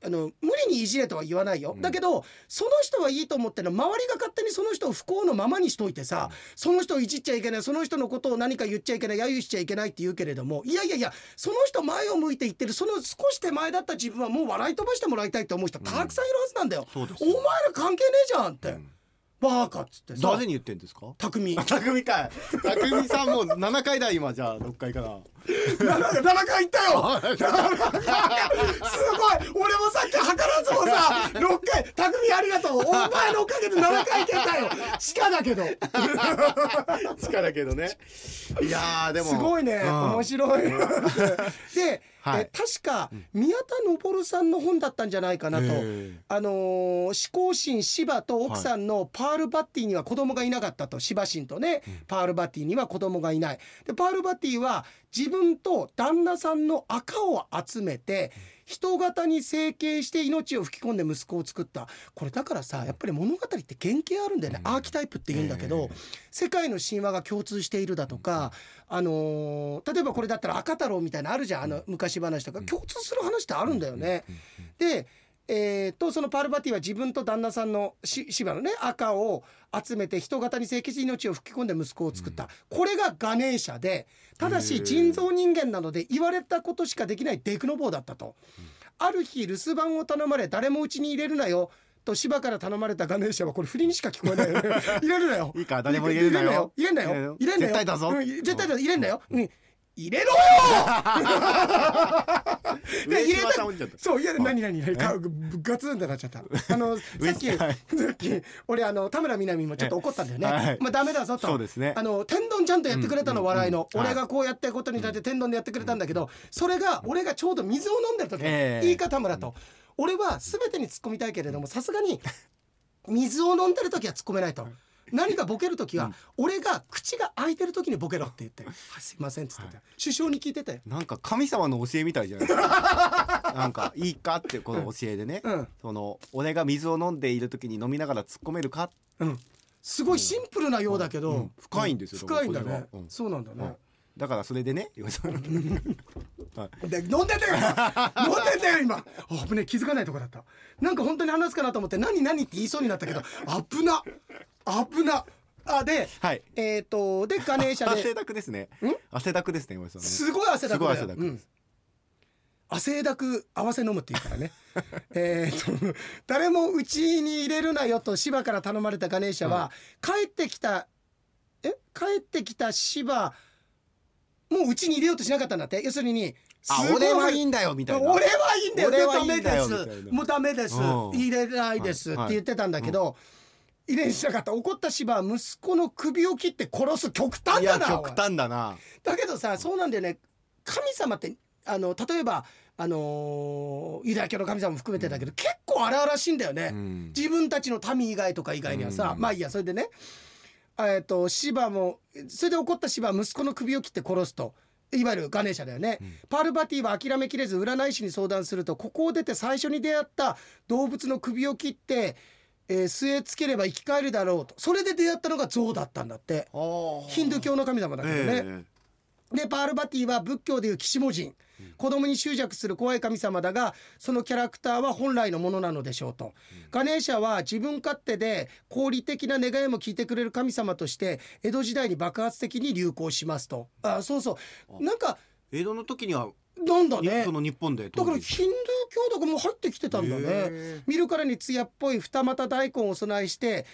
[SPEAKER 1] あの無理にいじれとは言わないよ、だけどその人はいいと思ってるの周りが勝手にその人を不幸のままにしといてさ、その人をいじっちゃいけないその人のことを何か言っちゃいけない揶揄しちゃいけないって言うけれどもいやいやいやその人前を向いて言ってるその少し手前だった自分はもう笑い飛ばしてもらいたいと思う人たくさんいるはずなんだよ、
[SPEAKER 2] そうです
[SPEAKER 1] お
[SPEAKER 2] よ
[SPEAKER 1] 前ら関係ねえじゃんって、バーカっつってさ
[SPEAKER 2] 誰に言ってんですか
[SPEAKER 1] 匠
[SPEAKER 2] 匠かい匠さんもう7回だ今じゃあ6回かな
[SPEAKER 1] 7回いったよ7回すごい俺もさっき図らずもさ6回匠ありがとうお前のおかげで7回いけたよ地下だけど
[SPEAKER 2] 力だけどねいやーでも
[SPEAKER 1] すごいね、
[SPEAKER 2] うん
[SPEAKER 1] 面白いで、
[SPEAKER 2] はい
[SPEAKER 1] え確か宮田昇さんの本だったんじゃないかなと、
[SPEAKER 2] へえ
[SPEAKER 1] あのー至高神芝と奥さんのパールバッティには子供がいなかったと芝神とね、パールバッティには子供がいないでパールバッティは自分と旦那さんの赤を集めて人型に整形して命を吹き込んで息子を作ったこれだからさやっぱり物語って原型あるんだよね、アーキタイプって言うんだけど、世界の神話が共通しているだとか、あのー例えばこれだったら赤太郎みたいなのあるじゃんあの昔話とか、共通する話ってあるんだよね。でえーとそのパールバティは自分と旦那さんのし芝のね赤を集めて人型に清潔命を吹き込んで息子を作った、これがガネーシャでただし人造人間なので言われたことしかできないデクノボーだったと、ある日留守番を頼まれ誰もうちに入れるなよと芝から頼まれたガネーシャはこれ振りにしか聞こえないよ
[SPEAKER 2] [LAUGHS]
[SPEAKER 1] ね入れるなよ
[SPEAKER 2] いいか誰も入れるなよ
[SPEAKER 1] 入れんなよ入れんなよ
[SPEAKER 2] 絶対だぞ
[SPEAKER 1] うん絶対だぞ入れんなよ、うん入れろよで入れた
[SPEAKER 2] 上島さん落ちちゃった
[SPEAKER 1] そういや何何何かガツンってなっちゃ
[SPEAKER 2] [LAUGHS]
[SPEAKER 1] ったあのさっき
[SPEAKER 2] 上島
[SPEAKER 1] さ
[SPEAKER 2] はい
[SPEAKER 1] っき俺あの田村みな実もちょっと怒ったんだよね、
[SPEAKER 2] えはい
[SPEAKER 1] まあダメだぞと
[SPEAKER 2] そうですね
[SPEAKER 1] あの天丼ちゃんとやってくれたの、笑いの、
[SPEAKER 2] うんはい
[SPEAKER 1] 俺がこうやってことに対して天丼でやってくれたんだけど、それが俺がちょうど水を飲んでる時、
[SPEAKER 2] ええ
[SPEAKER 1] いいか田村と、俺は全てに突っ込みたいけれどもさすがに水を飲んでる時は突っ込めないと。何かボケる時は、俺が口が開いてる時にボケろって言って「あすいません」っつってた、首相に聞いてたよ。
[SPEAKER 2] なんか神様の教えみたいじゃないですかなんかいいかってこの教えでね、
[SPEAKER 1] うん
[SPEAKER 2] その俺が水を飲んでいる時に飲みながら突っ込めるか
[SPEAKER 1] うん、すごいシンプルなようだけど、
[SPEAKER 2] うん深いんですよ
[SPEAKER 1] 深いんだ
[SPEAKER 2] でも
[SPEAKER 1] ね
[SPEAKER 2] これがう、ん
[SPEAKER 1] そうなんだね、 [LAUGHS]
[SPEAKER 2] だからそれでね、
[SPEAKER 1] で飲んでたよ今飲んでたよ今あ危ねえ気づかないとこだったなんか本当に話すかなと思って何何って言いそうになったけど危な危なあで、
[SPEAKER 2] はい
[SPEAKER 1] えっ、とでガネーシャ
[SPEAKER 2] 汗
[SPEAKER 1] で
[SPEAKER 2] だくですね汗だくですね今井さんね
[SPEAKER 1] すごい汗だくだよ
[SPEAKER 2] すごい汗だく
[SPEAKER 1] うん汗だく合わせ飲むって言うから
[SPEAKER 2] [LAUGHS]
[SPEAKER 1] ねえーと誰もうちに入れるなよと芝から頼まれたガネーシャは、帰ってきたえ帰ってきた芝もううちに入れようとしなかったんだって要するに
[SPEAKER 2] あ
[SPEAKER 1] すごい
[SPEAKER 2] 俺はいいんだよみたいな
[SPEAKER 1] 俺はいいんだよ
[SPEAKER 2] 俺はいいんだよ
[SPEAKER 1] ダメで
[SPEAKER 2] みたい
[SPEAKER 1] す
[SPEAKER 2] な
[SPEAKER 1] もうダメです
[SPEAKER 2] うん
[SPEAKER 1] 入れないですっ
[SPEAKER 2] はい
[SPEAKER 1] て言ってたんだけど、入れしなかった怒った芝は息子の首を切って殺す極端
[SPEAKER 2] い
[SPEAKER 1] だ
[SPEAKER 2] や
[SPEAKER 1] なおい
[SPEAKER 2] 極端だな
[SPEAKER 1] だけどさそうなんだよね神様ってあの例えばあのーユダヤ教の神様も含めてだけど、結構荒々しいんだよね、
[SPEAKER 2] うん
[SPEAKER 1] 自分たちの民以外とか以外にはさ、
[SPEAKER 2] うん
[SPEAKER 1] まあいいやそれでねえっと芝もそれで怒った芝は息子の首を切って殺すと。いわゆるガネーシャだよね、パールバティは諦めきれず占い師に相談するとここを出て最初に出会った動物の首を切って、えー据え付ければ生き返るだろうとそれで出会ったのが象だったんだってヒンドゥー教の神様だけどね、
[SPEAKER 2] え
[SPEAKER 1] でパールバティは仏教でいう鬼子母神子供に執着する怖い神様だがそのキャラクターは本来のものなのでしょうと、ガネーシャは自分勝手で合理的な願いも聞いてくれる神様として江戸時代に爆発的に流行しますとあそうそうなんか
[SPEAKER 2] え江戸の時には
[SPEAKER 1] なんだね
[SPEAKER 2] その日本で
[SPEAKER 1] だからヒンドゥー教とかも入ってきてたんだね、
[SPEAKER 2] へー
[SPEAKER 1] 見るからに艶っぽい二股大根をお供えして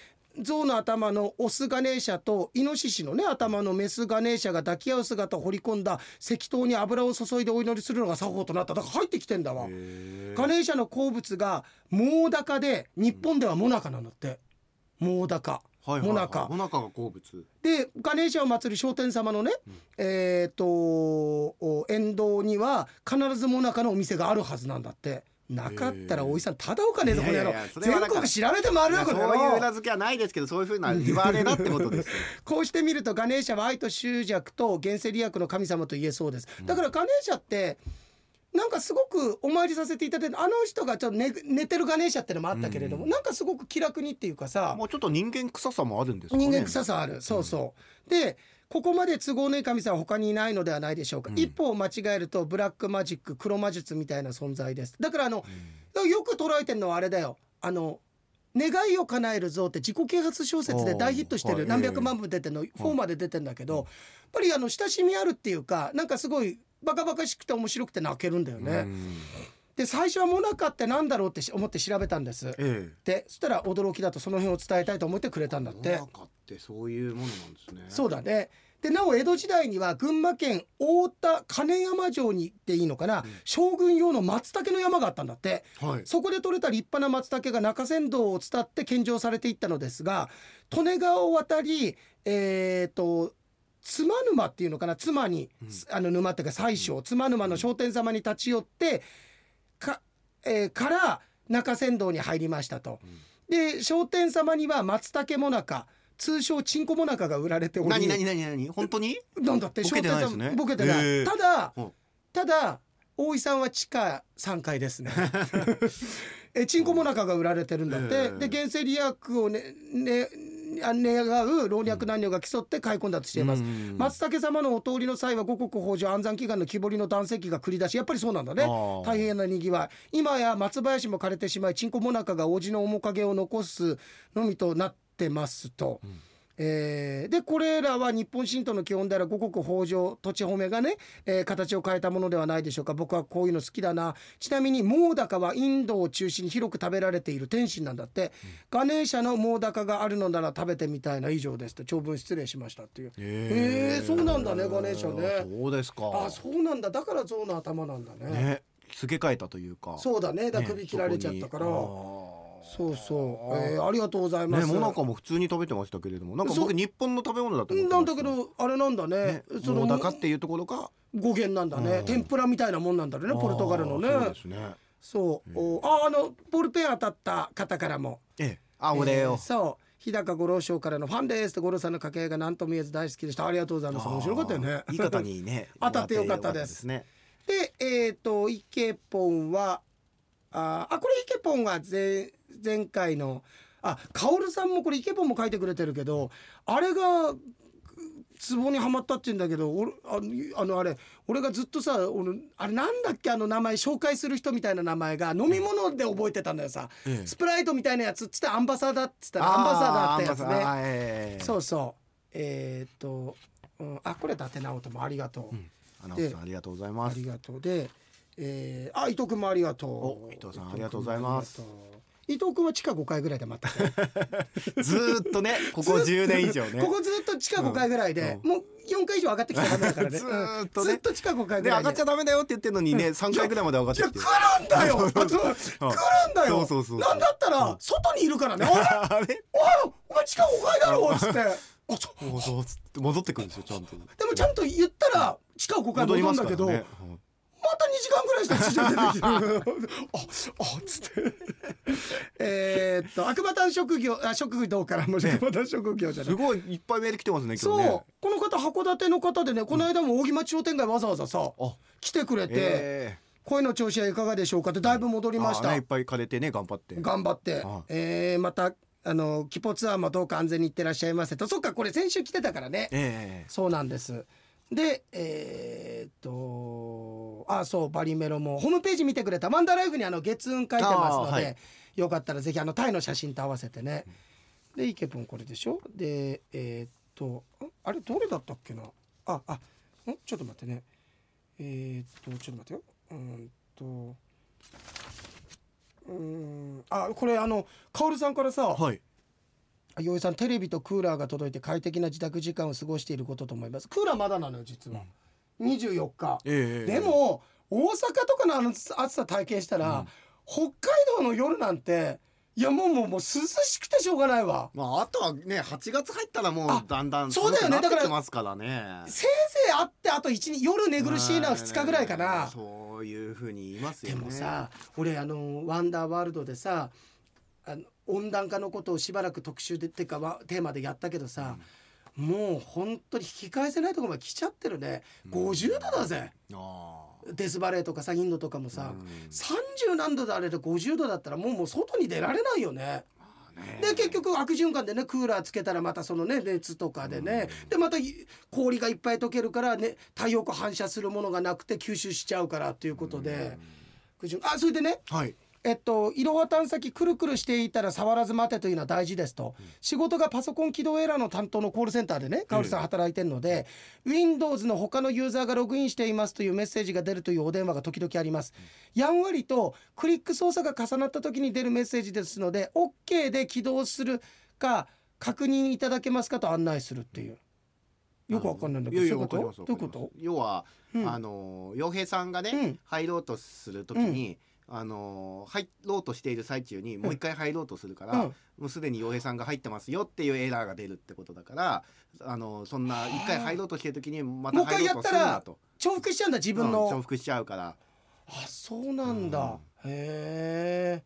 [SPEAKER 1] 象の頭のオスガネーシャとイノシシのね頭のメスガネーシャが抱き合う姿を彫り込んだ石刀に油を注いでお祈りするのが作法となっただから入ってきてんだわ
[SPEAKER 2] へー
[SPEAKER 1] ガネーシャの好物がモダカで日本ではモナカなんだってモダカ
[SPEAKER 2] はいはいはい
[SPEAKER 1] モナカ
[SPEAKER 2] モナカが好物
[SPEAKER 1] でガネーシャを祭る商店様のね、えっ、とお沿道には必ずもなかのお店があるはずなんだってなかったらおいさんただおかねえぞこの野
[SPEAKER 2] いや
[SPEAKER 1] 郎
[SPEAKER 2] いやいやそれは
[SPEAKER 1] 全
[SPEAKER 2] なんか
[SPEAKER 1] 国調べて回
[SPEAKER 2] い
[SPEAKER 1] るよ
[SPEAKER 2] や
[SPEAKER 1] こ
[SPEAKER 2] そう
[SPEAKER 1] の
[SPEAKER 2] いう
[SPEAKER 1] 野郎
[SPEAKER 2] 裏付けはないですけどそういうふうな言われだってことですよ
[SPEAKER 1] こうして見るとガネーシャは愛と執着と現世利益の神様と言えそうですだからガネーシャってなんかすごくお参りさせていただいてあの人がちょっと寝寝てるガネーシャってのもあったけれども、なんかすごく気楽にっていうかさ
[SPEAKER 2] もうちょっと人間臭さもあるんですかね
[SPEAKER 1] 人間臭さあるそうそう、でここまで都合のいい神様は他にいないのではないでしょうか、一歩を間違えるとブラックマジック黒魔術みたいな存在ですだからあの、よく捉えてるのはあれだよあの願いを叶える像って自己啓発小説で大ヒットして
[SPEAKER 2] おーは
[SPEAKER 1] る
[SPEAKER 2] い
[SPEAKER 1] 何百万部出てるの4まで出てんだけどやっぱりあの親しみあるっていうかなんかすごいバカバカしくて面白くて泣けるんだよね、
[SPEAKER 2] うん
[SPEAKER 1] で最初はモナカってなんだろうって思って調べたんです
[SPEAKER 2] え
[SPEAKER 1] でそしたら驚きだとその辺を伝えたいと思ってくれたんだっ
[SPEAKER 2] え
[SPEAKER 1] て
[SPEAKER 2] モナカってそういうものなんですね
[SPEAKER 1] そうだね。でなお江戸時代には群馬県太田金山城にっていいのかな、将軍用の松茸の山があったんだって
[SPEAKER 2] はい
[SPEAKER 1] そこで採れた立派な松茸が中山道を伝って献上されていったのですが利根川を渡りえー、と妻沼っていうのかな妻に、あの沼っていうか最小妻沼の商店様に立ち寄ってか、えーから中山道に入りましたと。で商店様には松茸もなか通称チンコもなかが売られており
[SPEAKER 2] 何何何何本当
[SPEAKER 1] [LAUGHS]
[SPEAKER 2] に
[SPEAKER 1] なんだって
[SPEAKER 2] ボケてないですね
[SPEAKER 1] ボケてない、
[SPEAKER 2] へえ
[SPEAKER 1] ただ、
[SPEAKER 2] うん
[SPEAKER 1] ただ大井さんは地下3階です
[SPEAKER 2] [LAUGHS]
[SPEAKER 1] ねえチンコもなかが売られてるんだって、
[SPEAKER 2] へえ
[SPEAKER 1] で原生利益をねねあ願う老若男女が競って買い込んだとしています、
[SPEAKER 2] うん
[SPEAKER 1] 松茸様のお通りの際は五穀豊穣安産祈願の木彫りの断石が繰り出しやっぱりそうなんだね
[SPEAKER 2] あー
[SPEAKER 1] 大変なにぎわい今や松林も枯れてしまいチンコもなかが王子の面影を残すのみとなってますと。えーでこれらは日本神道の基本である五穀豊穣土地褒めがね、えー形を変えたものではないでしょうか僕はこういうの好きだなちなみにモーダカはインドを中心に広く食べられている天津なんだって、ガネーシャのモーダカがあるのなら食べてみたいな以上ですと長文失礼しましたっていうえーそうなんだねガネーシャね
[SPEAKER 2] そうですか
[SPEAKER 1] あそうなんだだから象の頭なんだね
[SPEAKER 2] ね付け替えたというか
[SPEAKER 1] そうだねだから
[SPEAKER 2] ね
[SPEAKER 1] 首切られちゃったから、
[SPEAKER 2] そ
[SPEAKER 1] そうそう、えーありがとうござい
[SPEAKER 2] こに
[SPEAKER 1] ま
[SPEAKER 2] あー
[SPEAKER 1] す、
[SPEAKER 2] ねモナカも普通に食べてましたけれどもなんか僕
[SPEAKER 1] そう
[SPEAKER 2] 日本の食べ物だと思って
[SPEAKER 1] な
[SPEAKER 2] ま
[SPEAKER 1] ん
[SPEAKER 2] した
[SPEAKER 1] だけどあれなんだね
[SPEAKER 2] ね
[SPEAKER 1] その
[SPEAKER 2] モナカっていうところが
[SPEAKER 1] 語源なんだね、
[SPEAKER 2] うん
[SPEAKER 1] 天ぷらみたいなもんなんだろうねポルトガルのね
[SPEAKER 2] あーそうですね
[SPEAKER 1] そうおああのボールペン当たった方からも
[SPEAKER 2] ええあお礼
[SPEAKER 1] え
[SPEAKER 2] を
[SPEAKER 1] ーそう日高五郎賞からのファンですって五郎さんの掛け合いが何とも言えず大好きでしたありがとうございます面白かったよね
[SPEAKER 2] あーいい方にね
[SPEAKER 1] [LAUGHS] 当たってよかったです
[SPEAKER 2] ね
[SPEAKER 1] でえっ、とイケポンはあーあこれイケポンは前前回のあカオルさんもこれイケポンも書いてくれてるけどあれがツボにはまったって言うんだけど俺あのあのあれ俺がずっとさ俺あれなんだっけあの名前紹介する人みたいな名前が飲み物で覚えてたんだよさ、
[SPEAKER 2] ええ
[SPEAKER 1] スプライトみたいなやつっつってアンバサダーっつったらアンバサダーってやつね。
[SPEAKER 2] ね
[SPEAKER 1] そううそう。えーっと、うん、あこれ伊達直人もありがとう。
[SPEAKER 2] アナウンサーありがとうござい
[SPEAKER 1] あ
[SPEAKER 2] ます
[SPEAKER 1] りがとうで、えー、あ伊藤君もありがとう。
[SPEAKER 2] お伊藤さんありがとうございま
[SPEAKER 1] 伊
[SPEAKER 2] す
[SPEAKER 1] 藤君もありがとう。伊藤君は地下5回ぐらいで待って
[SPEAKER 2] [LAUGHS]
[SPEAKER 1] て、
[SPEAKER 2] ずーっとねここ10年以上ね
[SPEAKER 1] ここずっと地下5回ぐらいで、もう4回以上上がってきたらダメだからね
[SPEAKER 2] [LAUGHS] ずーっとね
[SPEAKER 1] ずっと地下5回ぐ
[SPEAKER 2] で
[SPEAKER 1] ら
[SPEAKER 2] 上
[SPEAKER 1] い
[SPEAKER 2] がっちゃダメだよって言ってるのにね3回ぐらいまで上がっ
[SPEAKER 1] い
[SPEAKER 2] て
[SPEAKER 1] や
[SPEAKER 2] き
[SPEAKER 1] 来
[SPEAKER 2] て
[SPEAKER 1] る
[SPEAKER 2] る
[SPEAKER 1] んだ
[SPEAKER 2] [LAUGHS]
[SPEAKER 1] よ。あと来るんだよ。
[SPEAKER 2] そうそうそうそう
[SPEAKER 1] なんだったら外にいるからね。おい
[SPEAKER 2] [LAUGHS] あれ
[SPEAKER 1] おいお前地下5回だろっつって。あちょ
[SPEAKER 2] そうそうつって戻ってくるんですよちゃんと
[SPEAKER 1] でもちゃんと言ったら地下5回戻るんだけど。
[SPEAKER 2] 戻りますからね
[SPEAKER 1] また2時間ぐらいして地上出てきてああつってえーっと悪魔単職業あ職業からも悪魔単職業じゃ
[SPEAKER 2] うん
[SPEAKER 1] ない
[SPEAKER 2] すごいいっぱいメール来てますね
[SPEAKER 1] そ
[SPEAKER 2] 今
[SPEAKER 1] う、
[SPEAKER 2] 日ね
[SPEAKER 1] この方函館の方でねこの間も扇町商店街わざわざさ
[SPEAKER 2] あ
[SPEAKER 1] 来てくれて、
[SPEAKER 2] え
[SPEAKER 1] 声の調子はいかがでしょうかってだいぶ戻
[SPEAKER 2] え
[SPEAKER 1] りました、
[SPEAKER 2] いっぱい枯れてね頑張って
[SPEAKER 1] 頑張って、
[SPEAKER 2] あ
[SPEAKER 1] えーまたあのキポツアーもどうか安全に行ってらっしゃいませとそっかこれ先週来てたからね
[SPEAKER 2] ええ
[SPEAKER 1] そうなんです。で、えーっと、あ、そう、バリメロも、ホームページ見てくれた、ワンダーライフにあの月運書いてますので、
[SPEAKER 2] あーはい
[SPEAKER 1] よかったらぜひ、あの、タイの写真と合わせてね。で、イケポンこれでしょで、えーっと、んあれ、どれだったっけなあ、あ、んちょっと待ってね。えーっと、ちょっと待ってよ。うーんと、うーん、あ、これ、あの、カオルさんからさ、
[SPEAKER 2] はい
[SPEAKER 1] 洋井さんテレビとクーラーが届いて快適な自宅時間を過ごしていることと思いますクーラーまだなのよ実は、24日、
[SPEAKER 2] ええ
[SPEAKER 1] でも大阪とかのあの暑さ体験したら、北海道の夜なんていやもうもうもう涼しくてしょうがないわ
[SPEAKER 2] まああとはね8月入ったらも
[SPEAKER 1] あ
[SPEAKER 2] うだんだん
[SPEAKER 1] そうだよね
[SPEAKER 2] 寒くな
[SPEAKER 1] だ
[SPEAKER 2] っ
[SPEAKER 1] か
[SPEAKER 2] て
[SPEAKER 1] ら
[SPEAKER 2] きますからね
[SPEAKER 1] せいぜいあってあと1日夜寝苦しいのは2日ぐらいかな、
[SPEAKER 2] そういうふうに言います
[SPEAKER 1] で
[SPEAKER 2] よね
[SPEAKER 1] もさ俺あのワンダーワールドでさあの温暖化のことをしばらく特集でってかわテーマでやったけどさ、もう本当に引き返せないとこまで来ちゃってるね、50度だぜ
[SPEAKER 2] あ
[SPEAKER 1] デスバレーとかさインドとかも
[SPEAKER 2] あ
[SPEAKER 1] さ、
[SPEAKER 2] うん
[SPEAKER 1] 30何度であれで50度だったらもうもう外に出られないよね。
[SPEAKER 2] ね
[SPEAKER 1] で結局悪循環でねクーラーつけたらまたそのね熱とかでね、でまたい氷がいっぱい溶けるから、ね、太陽光反射するものがなくて吸収しちゃうからっていうことで、悪循あそれでね
[SPEAKER 2] はい
[SPEAKER 1] えっと、いろは探査機くるくるしていたら触らず待てというのは大事ですと、仕事がパソコン起動エラーの担当のコールセンターでねカオルさん働いてるので、Windows の他のユーザーがログインしていますというメッセージが出るというお電話が時々あります、やんわりとクリック操作が重なった時に出るメッセージですので OK で起動するか確認いただけますかと案内するっていうよくわかんないんだけど
[SPEAKER 2] いやいや
[SPEAKER 1] そういう
[SPEAKER 2] わ
[SPEAKER 1] こ
[SPEAKER 2] かり
[SPEAKER 1] と
[SPEAKER 2] ます
[SPEAKER 1] どういうこ
[SPEAKER 2] わ
[SPEAKER 1] と
[SPEAKER 2] かります要は、
[SPEAKER 1] うん
[SPEAKER 2] あの洋平さんがね、
[SPEAKER 1] うん
[SPEAKER 2] 入ろうとするときに、あの入ろうとしている最中にもう一回入ろうとするから、
[SPEAKER 1] うん
[SPEAKER 2] もうすでに洋平さんが入ってますよっていうエラーが出るってことだからあのそんな一回入ろうとしているときにまた入ろうとするなと
[SPEAKER 1] 重複しちゃうんだ自分の、
[SPEAKER 2] うん重複しちゃうから
[SPEAKER 1] あそうなんだ、へえ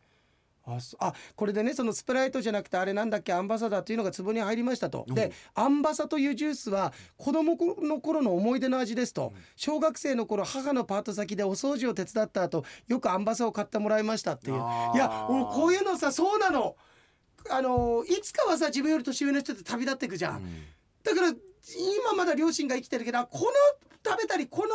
[SPEAKER 1] あそあこれでねそのスプライトじゃなくてあれなんだっけアンバサダーっていうのが壺に入りましたと
[SPEAKER 2] うん
[SPEAKER 1] でアンバサというジュースは子供の頃の思い出の味ですと小学生の頃母のパート先でお掃除を手伝った後よくアンバサを買ってもらいましたっていう
[SPEAKER 2] あー
[SPEAKER 1] いや俺こういうのさそうなのあのいつかはさ自分より年上の人って旅立ってくじゃん、だから今まだ両親が生きてるけどあこの食べたりこのい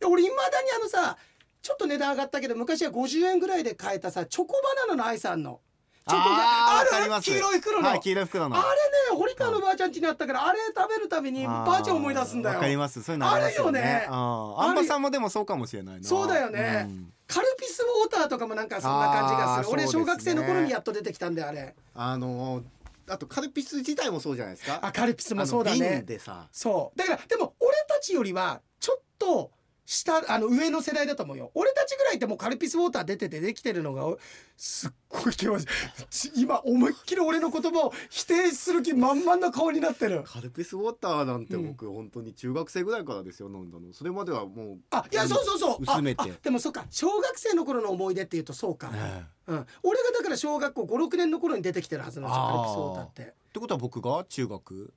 [SPEAKER 1] や俺いまだにあのさちょっと値段上がったけど昔は50円ぐらいで買えたさチョコバナナの愛さんのチョコがあ
[SPEAKER 2] ー
[SPEAKER 1] る
[SPEAKER 2] わかり
[SPEAKER 1] あ
[SPEAKER 2] ま
[SPEAKER 1] る
[SPEAKER 2] す
[SPEAKER 1] 黄色い袋の、
[SPEAKER 2] はい黄色い袋の
[SPEAKER 1] あれね堀川のばあちゃん家にあったからあれ食べるたびにばあちゃん思い出すんだよ
[SPEAKER 2] わかりますそういうのありますよね
[SPEAKER 1] あるよね
[SPEAKER 2] あ
[SPEAKER 1] ある
[SPEAKER 2] あんばさんもでもそうかもしれないな
[SPEAKER 1] そうだよね、
[SPEAKER 2] うん
[SPEAKER 1] カルピスウォーターとかもなんかそんな感じが
[SPEAKER 2] あー
[SPEAKER 1] す
[SPEAKER 2] そ
[SPEAKER 1] る
[SPEAKER 2] うで
[SPEAKER 1] 俺
[SPEAKER 2] すね
[SPEAKER 1] 小学生の頃にやっと出てきたんだよあれ
[SPEAKER 2] あのあとカルピス自体もそうじゃないですか
[SPEAKER 1] あカルピスもそうだね
[SPEAKER 2] あの瓶でさ
[SPEAKER 1] そうだからでも俺たちよりはちょっと下あの上の世代だと思うよ俺たちぐらいってもうカルピスウォーター出ててできてるのがおすっごい険しい [LAUGHS] 今思いっきり俺の言葉を否定する気満々な顔になってる
[SPEAKER 2] カルピスウォーターなんて僕、本当に中学生ぐらいからですよ飲んだのそれまではもう
[SPEAKER 1] あいやそうそうそうあ
[SPEAKER 2] 薄めて
[SPEAKER 1] あでもそうか小学生の頃の思い出っていうとそうか、
[SPEAKER 2] え
[SPEAKER 1] うん、俺がだから小学校56年の頃に出てきてるはずなんですよ
[SPEAKER 2] あー
[SPEAKER 1] カルピスウォーターって
[SPEAKER 2] ってことは僕が中学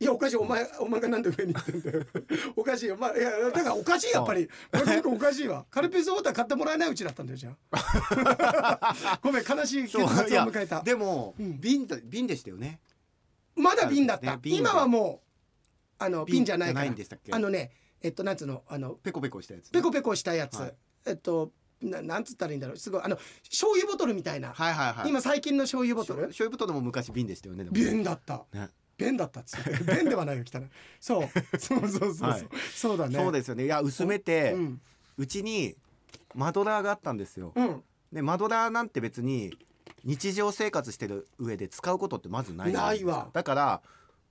[SPEAKER 1] いやおかしいお前お前がなんで上に行ってんだよ [LAUGHS] おかしいよまあいやだからおかしいやっぱりなんかおかしいわカルピスウォーター買ってもらえないうちだったんだよじゃあ [LAUGHS] ごめん悲しい結末を迎えた
[SPEAKER 2] でも、
[SPEAKER 1] うん
[SPEAKER 2] 瓶だ瓶でしたよね
[SPEAKER 1] まだ瓶だっ
[SPEAKER 2] そう
[SPEAKER 1] た、
[SPEAKER 2] ですね瓶だ
[SPEAKER 1] 今はもあのピンじゃないか
[SPEAKER 2] じ
[SPEAKER 1] ら
[SPEAKER 2] ゃないんでしたっけ
[SPEAKER 1] あのねえっとなんつうのあの
[SPEAKER 2] ペコペコしたやつ、
[SPEAKER 1] ペコペコしたやつ、
[SPEAKER 2] はい
[SPEAKER 1] えっとななんつったらいいんだろうすごいあの醤油ボトルみたいな、
[SPEAKER 2] はいはいはい
[SPEAKER 1] 今最近の醤油ボトル
[SPEAKER 2] 醤油ボトルも昔瓶でしたよねでもね
[SPEAKER 1] 便だった
[SPEAKER 2] ね
[SPEAKER 1] 便だったっつって便ではないよ汚いそうそうそうそうそう、
[SPEAKER 2] はい
[SPEAKER 1] そうだね
[SPEAKER 2] そうですよねいや薄めて
[SPEAKER 1] うん
[SPEAKER 2] うち、にマドラーがあったんですよ、
[SPEAKER 1] うん
[SPEAKER 2] でマドラーなんて別に日常生活してる上で使うことってまずないじゃですか
[SPEAKER 1] ないわ
[SPEAKER 2] だから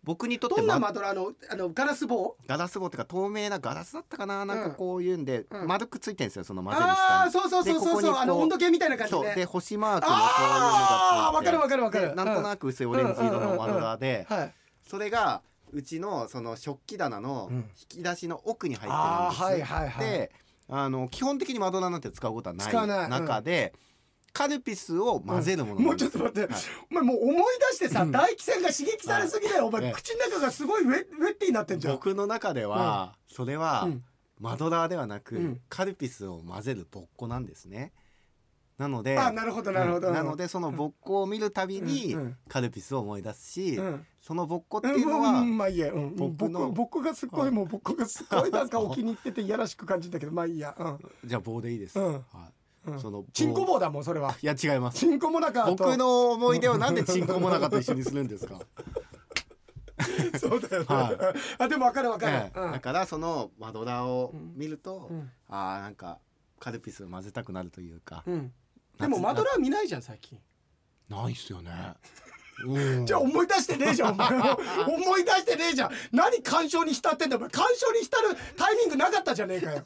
[SPEAKER 2] 僕にとって
[SPEAKER 1] どんな
[SPEAKER 2] ま
[SPEAKER 1] マドラーあのあのガラス棒
[SPEAKER 2] ガラス棒っていうか透明なガラスだったかななんか
[SPEAKER 1] うん
[SPEAKER 2] こういうんで、
[SPEAKER 1] うん
[SPEAKER 2] 丸くついてるんですよその混ぜる
[SPEAKER 1] ああー
[SPEAKER 2] 下
[SPEAKER 1] そうそうそうそう
[SPEAKER 2] で
[SPEAKER 1] そ
[SPEAKER 2] ここ
[SPEAKER 1] う
[SPEAKER 2] にこう
[SPEAKER 1] あの温度計みたいな感
[SPEAKER 2] に
[SPEAKER 1] じ
[SPEAKER 2] そう
[SPEAKER 1] ね
[SPEAKER 2] で星マークのこういうの
[SPEAKER 1] ああ
[SPEAKER 2] が
[SPEAKER 1] わかるわかるわか
[SPEAKER 2] で
[SPEAKER 1] る
[SPEAKER 2] なんとなく薄いオレンジ色のマドラーで
[SPEAKER 1] うんうんうんうんはい
[SPEAKER 2] それがうちのその食器棚の
[SPEAKER 1] うん
[SPEAKER 2] 引き出しの奥に入
[SPEAKER 1] ああー
[SPEAKER 2] ってる
[SPEAKER 1] は
[SPEAKER 2] ん
[SPEAKER 1] い
[SPEAKER 2] です、
[SPEAKER 1] はいはい
[SPEAKER 2] であの基本的にマドラーなんて使うことはな
[SPEAKER 1] 使わないい
[SPEAKER 2] 中で、カルピスを混ぜるもの
[SPEAKER 1] も
[SPEAKER 2] なん
[SPEAKER 1] う
[SPEAKER 2] で
[SPEAKER 1] ちょっ
[SPEAKER 2] す
[SPEAKER 1] と待っ
[SPEAKER 2] よ、
[SPEAKER 1] て、
[SPEAKER 2] はい
[SPEAKER 1] お前もう思い出してさ、大気腺が刺激されすぎだよ、お
[SPEAKER 2] ええ
[SPEAKER 1] 前口の中がすごいウェウェッティになってんじゃん
[SPEAKER 2] 僕の中では、それは、
[SPEAKER 1] うん
[SPEAKER 2] マドラーではなく、
[SPEAKER 1] うん
[SPEAKER 2] カルピスを混ぜるぼっこなんですねなので
[SPEAKER 1] あなるほどなるほど、
[SPEAKER 2] なのでそのぼっこを見るたびに、
[SPEAKER 1] うんうん
[SPEAKER 2] カルピスを思い出すし、
[SPEAKER 1] うん
[SPEAKER 2] そのぼっこって
[SPEAKER 1] うん
[SPEAKER 2] いうのは、
[SPEAKER 1] うんまあいいや、うん、
[SPEAKER 2] 僕
[SPEAKER 1] 僕
[SPEAKER 2] の
[SPEAKER 1] 僕がすっご
[SPEAKER 2] はい
[SPEAKER 1] いもう僕がすっごいなんかお気に入ってていやらしく感じるんだけどまあいいやう
[SPEAKER 2] じゃあ棒でいいです、
[SPEAKER 1] うん
[SPEAKER 2] はい
[SPEAKER 1] ん、うん、
[SPEAKER 2] その棒
[SPEAKER 1] チンコ棒だもんそれはい
[SPEAKER 2] や違います
[SPEAKER 1] チンコもなかと
[SPEAKER 2] 僕の思い出をなんでチンコもなかと一緒にするん
[SPEAKER 1] [LAUGHS]
[SPEAKER 2] ですか、
[SPEAKER 1] そうだよね、
[SPEAKER 2] は
[SPEAKER 1] あでも分かる分かる、
[SPEAKER 2] ええ
[SPEAKER 1] うん
[SPEAKER 2] だからそのマドラーを見ると、
[SPEAKER 1] うん
[SPEAKER 2] ああなんかカルピスを混ぜたくなるというか、
[SPEAKER 1] うんでもマドラー見ないじゃん最近
[SPEAKER 2] ないっすよね、うん
[SPEAKER 1] [LAUGHS] じゃあ思い出してねえじゃん [LAUGHS] お前思い出してねえじゃん何鑑賞に浸ってんだよお前鑑賞に浸るタイミングなかったじゃねえ [LAUGHS] かよ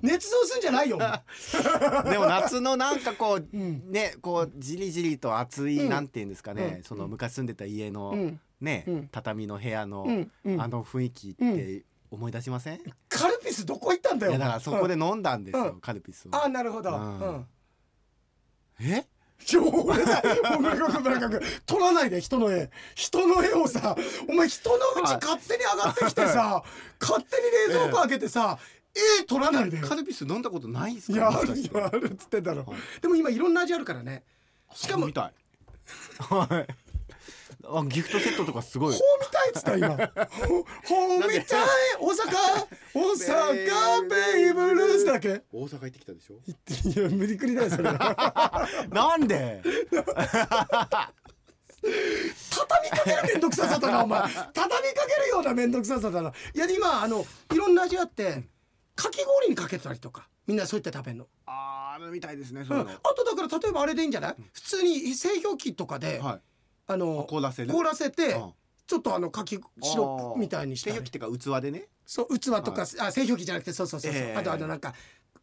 [SPEAKER 1] 捏造すんじゃないよお前
[SPEAKER 2] でも夏のなんかこう、
[SPEAKER 1] ん
[SPEAKER 2] ねこうじりじりと暑い、
[SPEAKER 1] うん
[SPEAKER 2] なんていうんですかね、
[SPEAKER 1] うん
[SPEAKER 2] その昔住んでた家の、
[SPEAKER 1] うん
[SPEAKER 2] ね、
[SPEAKER 1] うん
[SPEAKER 2] 畳の部屋の、
[SPEAKER 1] うんうん
[SPEAKER 2] あの雰囲気って思い出しません、い
[SPEAKER 1] カルピスどこ行ったんだよ
[SPEAKER 2] やだからそこで飲んだんですよ、
[SPEAKER 1] うん
[SPEAKER 2] カルピスを。
[SPEAKER 1] ああなるほど、
[SPEAKER 2] うん
[SPEAKER 1] うん
[SPEAKER 2] え
[SPEAKER 1] ちょ俺さお前ごめんごめんごめん取らないで人の絵人の絵をさお前人のうち勝手に上がってきて [LAUGHS] さ勝手に冷蔵庫開けてさ絵取らないでよ
[SPEAKER 2] カルピス飲んだことないです
[SPEAKER 1] い
[SPEAKER 2] か
[SPEAKER 1] や
[SPEAKER 2] も
[SPEAKER 1] あ
[SPEAKER 2] し
[SPEAKER 1] る
[SPEAKER 2] か
[SPEAKER 1] い
[SPEAKER 2] して
[SPEAKER 1] やあるっつってんだろ、
[SPEAKER 2] はい
[SPEAKER 1] でも今いろんな味あるからねしかも
[SPEAKER 2] みたい。はい。あギフトセットとかすごい
[SPEAKER 1] ほ。うみたいっつった今。ほほうみたい大阪大阪ベイブルースだっけ。
[SPEAKER 2] 大阪行ってきたでしょ。
[SPEAKER 1] いや無理くりだよそれ。 [LAUGHS]
[SPEAKER 2] なんで？
[SPEAKER 1] 畳みかける面倒くささだなお前。畳みかけるような面倒くささだな。いやで今あのいろんな味あってかき氷にかけたりとかみんなそうやって食べるの。
[SPEAKER 2] ああみたいですね。そ
[SPEAKER 1] うん、あとだから例えばあれでいいんじゃない？普通に製氷機とかで、
[SPEAKER 2] はい。
[SPEAKER 1] あの
[SPEAKER 2] 凍らせる。
[SPEAKER 1] 凍らせて。
[SPEAKER 2] うん
[SPEAKER 1] ちょっとあのかきシロップみたいにして
[SPEAKER 2] 手焼きっていうか器でね。
[SPEAKER 1] そう器とか、
[SPEAKER 2] は
[SPEAKER 1] あ製氷機じゃなくてそうそうそうそう、
[SPEAKER 2] ええ
[SPEAKER 1] あとあのなんか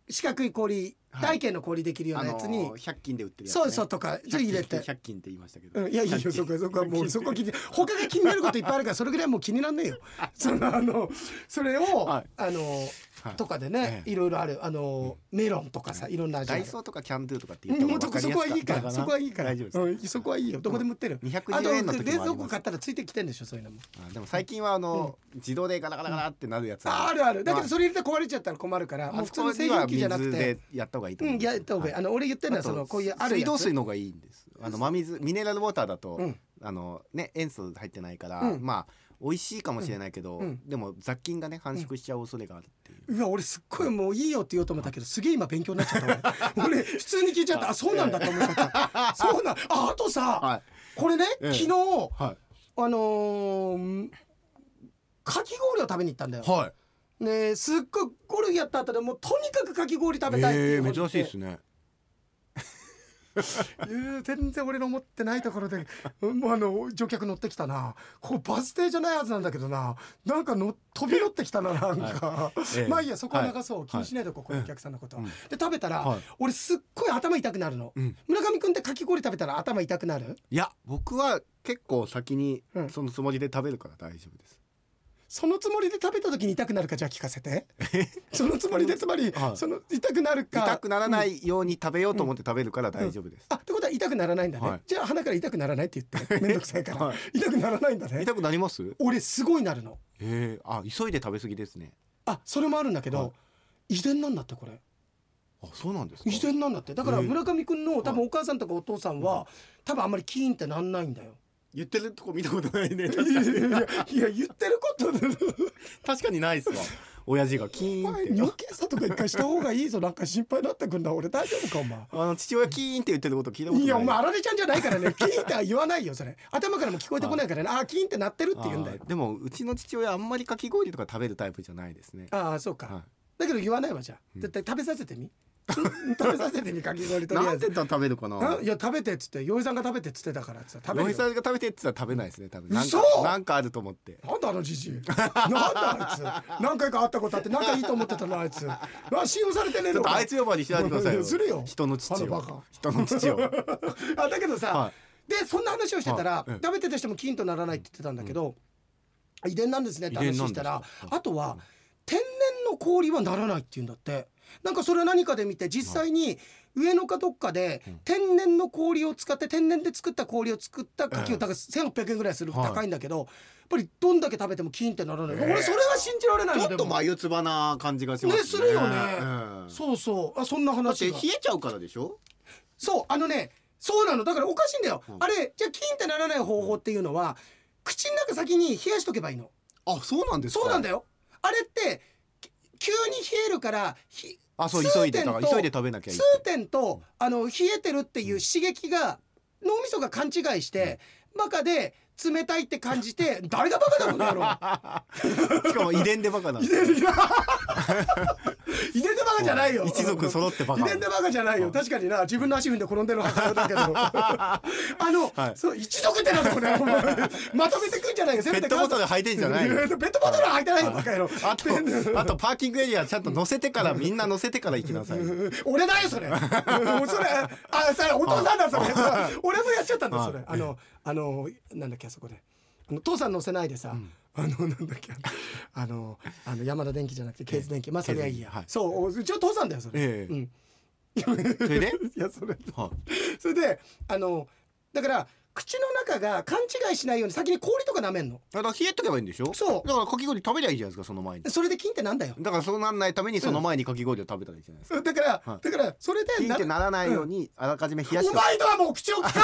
[SPEAKER 1] 四角い氷体験の氷できるようなやつに、
[SPEAKER 2] あのー100均で売ってるやつね。
[SPEAKER 1] そうそうとかちょっと入れて
[SPEAKER 2] 100。均100均って言いましたけど。
[SPEAKER 1] うん、いやいやいやそこはそこはもうそこは気に他が気になることいっぱいあるからそれぐらいもう気になんねえよそのあのそれを、
[SPEAKER 2] はい
[SPEAKER 1] あの
[SPEAKER 2] はい
[SPEAKER 1] とかでね、
[SPEAKER 2] ええ
[SPEAKER 1] いろいろあるあのメロンとかさいろんな味あ
[SPEAKER 2] ダ
[SPEAKER 1] る
[SPEAKER 2] イソーとかキャンドゥとかって言った
[SPEAKER 1] も
[SPEAKER 2] 方
[SPEAKER 1] う
[SPEAKER 2] が
[SPEAKER 1] そ
[SPEAKER 2] 分
[SPEAKER 1] こ
[SPEAKER 2] かり
[SPEAKER 1] そ
[SPEAKER 2] やす
[SPEAKER 1] こはいいか
[SPEAKER 2] かったからな
[SPEAKER 1] そこはいいから
[SPEAKER 2] 大丈夫ですか
[SPEAKER 1] うん、そこはいいよどこでも売ってるあ
[SPEAKER 2] 210
[SPEAKER 1] と
[SPEAKER 2] 円の時もあります
[SPEAKER 1] 冷蔵庫買ったらついてきてんでしょそういうのも
[SPEAKER 2] あでも最近はあの自動でガラガラガラってなるやつ
[SPEAKER 1] ああるあるだけど
[SPEAKER 2] れ
[SPEAKER 1] それ入れて壊れちゃったら困るからもう
[SPEAKER 2] あ
[SPEAKER 1] 普
[SPEAKER 2] そ
[SPEAKER 1] 通
[SPEAKER 2] こ
[SPEAKER 1] の
[SPEAKER 2] に
[SPEAKER 1] 製
[SPEAKER 2] は
[SPEAKER 1] 氷機じゃなく
[SPEAKER 2] 水
[SPEAKER 1] て
[SPEAKER 2] でやった方がいいと
[SPEAKER 1] う
[SPEAKER 2] 思
[SPEAKER 1] ん、やった方がいい。あの、俺言ってるのは、その、こういうある
[SPEAKER 2] 水
[SPEAKER 1] やつ。
[SPEAKER 2] 道水の方がいいんですあの真水ミネラルウォーターだと、
[SPEAKER 1] うん
[SPEAKER 2] あのね塩素入ってないから、
[SPEAKER 1] うん
[SPEAKER 2] まあ美味しいかもしれないけど、
[SPEAKER 1] うんうん
[SPEAKER 2] でも雑菌がね繁殖しちゃう恐れがあるっていう、
[SPEAKER 1] うわ、俺すっごいもういいよって言おうと思ったけど、すげえ今勉強になっちゃ
[SPEAKER 2] [LAUGHS]
[SPEAKER 1] った。俺俺、普通に聞いちゃった。あ、そうなんだと思っちゃった。そうなん、あ、あとさ、
[SPEAKER 2] はい
[SPEAKER 1] これね、
[SPEAKER 2] ええ
[SPEAKER 1] 昨日、
[SPEAKER 2] は
[SPEAKER 1] あのー、かき氷を食べに行ったんだよ
[SPEAKER 2] い。は
[SPEAKER 1] ねすっごいゴルフやった後でもうとにかくかき氷食べたいっていうことで
[SPEAKER 2] ね
[SPEAKER 1] いや全然俺の思ってないところでうんもうあの乗客乗ってきたなここバス停じゃないはずなんだけどななんかの飛び乗ってきたななんか、
[SPEAKER 2] ええ
[SPEAKER 1] まあいいやそこは流そう、
[SPEAKER 2] はい
[SPEAKER 1] 気にしないでここのお客さんのこと、
[SPEAKER 2] うん
[SPEAKER 1] で食べたら、
[SPEAKER 2] はい
[SPEAKER 1] 俺すっごい頭痛くなるの、
[SPEAKER 2] うん
[SPEAKER 1] 村上君ってかき氷食べたら頭痛くなる
[SPEAKER 2] いや僕は結構先に
[SPEAKER 1] うん
[SPEAKER 2] そのつもりで食べるから大丈夫です、
[SPEAKER 1] そのつもりで食べた時に痛くなるかじゃあ聞かせてそのつもりでつまり、
[SPEAKER 2] [LAUGHS] はい
[SPEAKER 1] その痛くなるか
[SPEAKER 2] 痛くならないように食べようと思って食べるから大丈夫です、
[SPEAKER 1] あってことは痛くならないんだね、
[SPEAKER 2] はい
[SPEAKER 1] じゃあ鼻から痛くならないって言
[SPEAKER 2] [LAUGHS]
[SPEAKER 1] ってめんどくさいから、
[SPEAKER 2] はい
[SPEAKER 1] 痛くならないんだね
[SPEAKER 2] 痛くなります
[SPEAKER 1] 俺すごいなるの
[SPEAKER 2] ええあ急いで食べ過ぎですね
[SPEAKER 1] あそれもあるんだけど、
[SPEAKER 2] はい
[SPEAKER 1] 遺伝なんだってこれ
[SPEAKER 2] あそうなんですか
[SPEAKER 1] 遺伝なんだってだから
[SPEAKER 2] ええ
[SPEAKER 1] 村上君の多
[SPEAKER 2] は
[SPEAKER 1] 分お母さんとかお父さんは、多分あんまりキーンってなんないんだよ
[SPEAKER 2] 言ってるとこ見たことないね確
[SPEAKER 1] い
[SPEAKER 2] か
[SPEAKER 1] やい
[SPEAKER 2] に
[SPEAKER 1] やいや言ってることだな
[SPEAKER 2] 確かにないっすわ親父がキ
[SPEAKER 1] お
[SPEAKER 2] ーンっ
[SPEAKER 1] 前
[SPEAKER 2] て
[SPEAKER 1] 尿検査とか一回した方がいいぞなんか心配になってくんだ俺大丈夫かお前
[SPEAKER 2] あの父親キーンって言ってること聞いたことない
[SPEAKER 1] いやお前あられちゃんじゃない
[SPEAKER 2] [LAUGHS]
[SPEAKER 1] からねキーンっては言わないよそれ頭からも聞こえてこないからねあーキーンって鳴ってるって言うんだよ
[SPEAKER 2] あーでもうちの父親あんまりかき氷とか食べるタイプじゃないですね
[SPEAKER 1] ああそうか、
[SPEAKER 2] は
[SPEAKER 1] だけど言わないわじゃあ絶対食べさせてみ [LAUGHS] 食べさせてみかき氷とりあ
[SPEAKER 2] な
[SPEAKER 1] え
[SPEAKER 2] んて
[SPEAKER 1] ず
[SPEAKER 2] 言ったら食べるかな
[SPEAKER 1] あいや食べてっつって洋井さんが食べてっつってたからっつって食べ
[SPEAKER 2] ロ
[SPEAKER 1] る
[SPEAKER 2] イ
[SPEAKER 1] よ
[SPEAKER 2] さんが食べてって言ったら食べないですね多分なんか
[SPEAKER 1] 嘘
[SPEAKER 2] なんかあると思って
[SPEAKER 1] なんだあのじじいなんだあいつ何回か会ったことあって仲いいと思ってたの
[SPEAKER 2] [LAUGHS]
[SPEAKER 1] あいつあ信用されてねえ
[SPEAKER 2] ち
[SPEAKER 1] の
[SPEAKER 2] ょっと
[SPEAKER 1] か
[SPEAKER 2] あいつ呼ばわりしないでくださいよ
[SPEAKER 1] するよ
[SPEAKER 2] 人の
[SPEAKER 1] あ
[SPEAKER 2] 父
[SPEAKER 1] のバ
[SPEAKER 2] を
[SPEAKER 1] カ
[SPEAKER 2] 人の父を
[SPEAKER 1] あだけどさ、
[SPEAKER 2] は
[SPEAKER 1] でそんな話をしてたら、
[SPEAKER 2] はいええ
[SPEAKER 1] 食べてた人もキーンとならないって言ってたんだけど、遺伝なんですねって
[SPEAKER 2] 遺
[SPEAKER 1] 話
[SPEAKER 2] 伝なん
[SPEAKER 1] し
[SPEAKER 2] です
[SPEAKER 1] た、
[SPEAKER 2] からはい
[SPEAKER 1] あとは天然の氷はならないっていうんだってなんかそれは何かで見て実際に上野かどっかで天然の氷を使って天然で作った氷を作った牡蠣をだから1800円ぐらいする
[SPEAKER 2] はい
[SPEAKER 1] 高いんだけど、やっぱりどんだけ食べてもキーンってならない、俺それは信じられない
[SPEAKER 2] ち
[SPEAKER 1] の
[SPEAKER 2] ょっ
[SPEAKER 1] で
[SPEAKER 2] と
[SPEAKER 1] も
[SPEAKER 2] 眉唾な感じがしま
[SPEAKER 1] ね
[SPEAKER 2] すね
[SPEAKER 1] するよね、
[SPEAKER 2] うん
[SPEAKER 1] そうそうあそんな
[SPEAKER 2] だっ
[SPEAKER 1] 話
[SPEAKER 2] て冷
[SPEAKER 1] が
[SPEAKER 2] えちゃうからでしょ
[SPEAKER 1] そうあのねそうなのだからおかしいんだよ、
[SPEAKER 2] うん
[SPEAKER 1] あれじゃあキーンってならない方法っていうのは口の中先に冷やしとけばいいの
[SPEAKER 2] あそうなんですか
[SPEAKER 1] そうなんだ
[SPEAKER 2] よ
[SPEAKER 1] よあれってき急に冷えるからひ
[SPEAKER 2] あそう
[SPEAKER 1] 痛
[SPEAKER 2] 急いで
[SPEAKER 1] 点
[SPEAKER 2] だから
[SPEAKER 1] と
[SPEAKER 2] 急いで食べなきゃいい
[SPEAKER 1] 痛点とあの冷えてるっていう刺激が脳みそが勘違いして、バカで冷たいって感じ
[SPEAKER 2] [LAUGHS]
[SPEAKER 1] て誰がバカだこの野郎
[SPEAKER 2] しかも遺伝でバカなん
[SPEAKER 1] 遺
[SPEAKER 2] で
[SPEAKER 1] 伝的な遺伝でバカじゃないよ
[SPEAKER 2] 一族揃ってバカ
[SPEAKER 1] 遺伝でバカじゃないよ確かにな自分の足踏んで転んでるのは母親だけ
[SPEAKER 2] [LAUGHS]
[SPEAKER 1] どあの、
[SPEAKER 2] はい
[SPEAKER 1] そう一族ってなんだこ
[SPEAKER 2] [LAUGHS]
[SPEAKER 1] れお前まとめてくんじゃないよせ
[SPEAKER 2] ペ
[SPEAKER 1] めて
[SPEAKER 2] ットボトル履いてんじゃない
[SPEAKER 1] や
[SPEAKER 2] よ
[SPEAKER 1] やペットボトルは履いてないよバカ野郎
[SPEAKER 2] あ
[SPEAKER 1] [LAUGHS]
[SPEAKER 2] とあとパーキングエリアちゃんと乗せてからみんな乗せてから行きなさいよ
[SPEAKER 1] 俺だよそれうんそれあそれお父さん
[SPEAKER 2] [LAUGHS]
[SPEAKER 1] だそれ俺もやっちゃったんだそれあのあのなんだっけあそこであの父さん乗せないでさ、あのなんだっけあのあの山田電機じゃなくてケーズ電機まあそれはいいや、
[SPEAKER 2] はい
[SPEAKER 1] そううちは父さんだよそれ、
[SPEAKER 2] ええ
[SPEAKER 1] うん
[SPEAKER 2] それで
[SPEAKER 1] いやそれ
[SPEAKER 2] は
[SPEAKER 1] それであのだから口の中が勘違いしないように先に氷とか舐めんの
[SPEAKER 2] だから冷えとけばいいんでしょ
[SPEAKER 1] そう
[SPEAKER 2] だからかき氷食べりゃいいじゃないですかその前に
[SPEAKER 1] それで金ってなんだよ
[SPEAKER 2] だからそうなんないためにその前にかき氷を食べたらいいじゃないですか
[SPEAKER 1] だから、
[SPEAKER 2] は
[SPEAKER 1] だ
[SPEAKER 2] い
[SPEAKER 1] からそれで
[SPEAKER 2] ピン
[SPEAKER 1] な
[SPEAKER 2] ってならないようにあらかじめ冷やして
[SPEAKER 1] お
[SPEAKER 2] おく
[SPEAKER 1] 前のはもう口を利 [LAUGHS] かん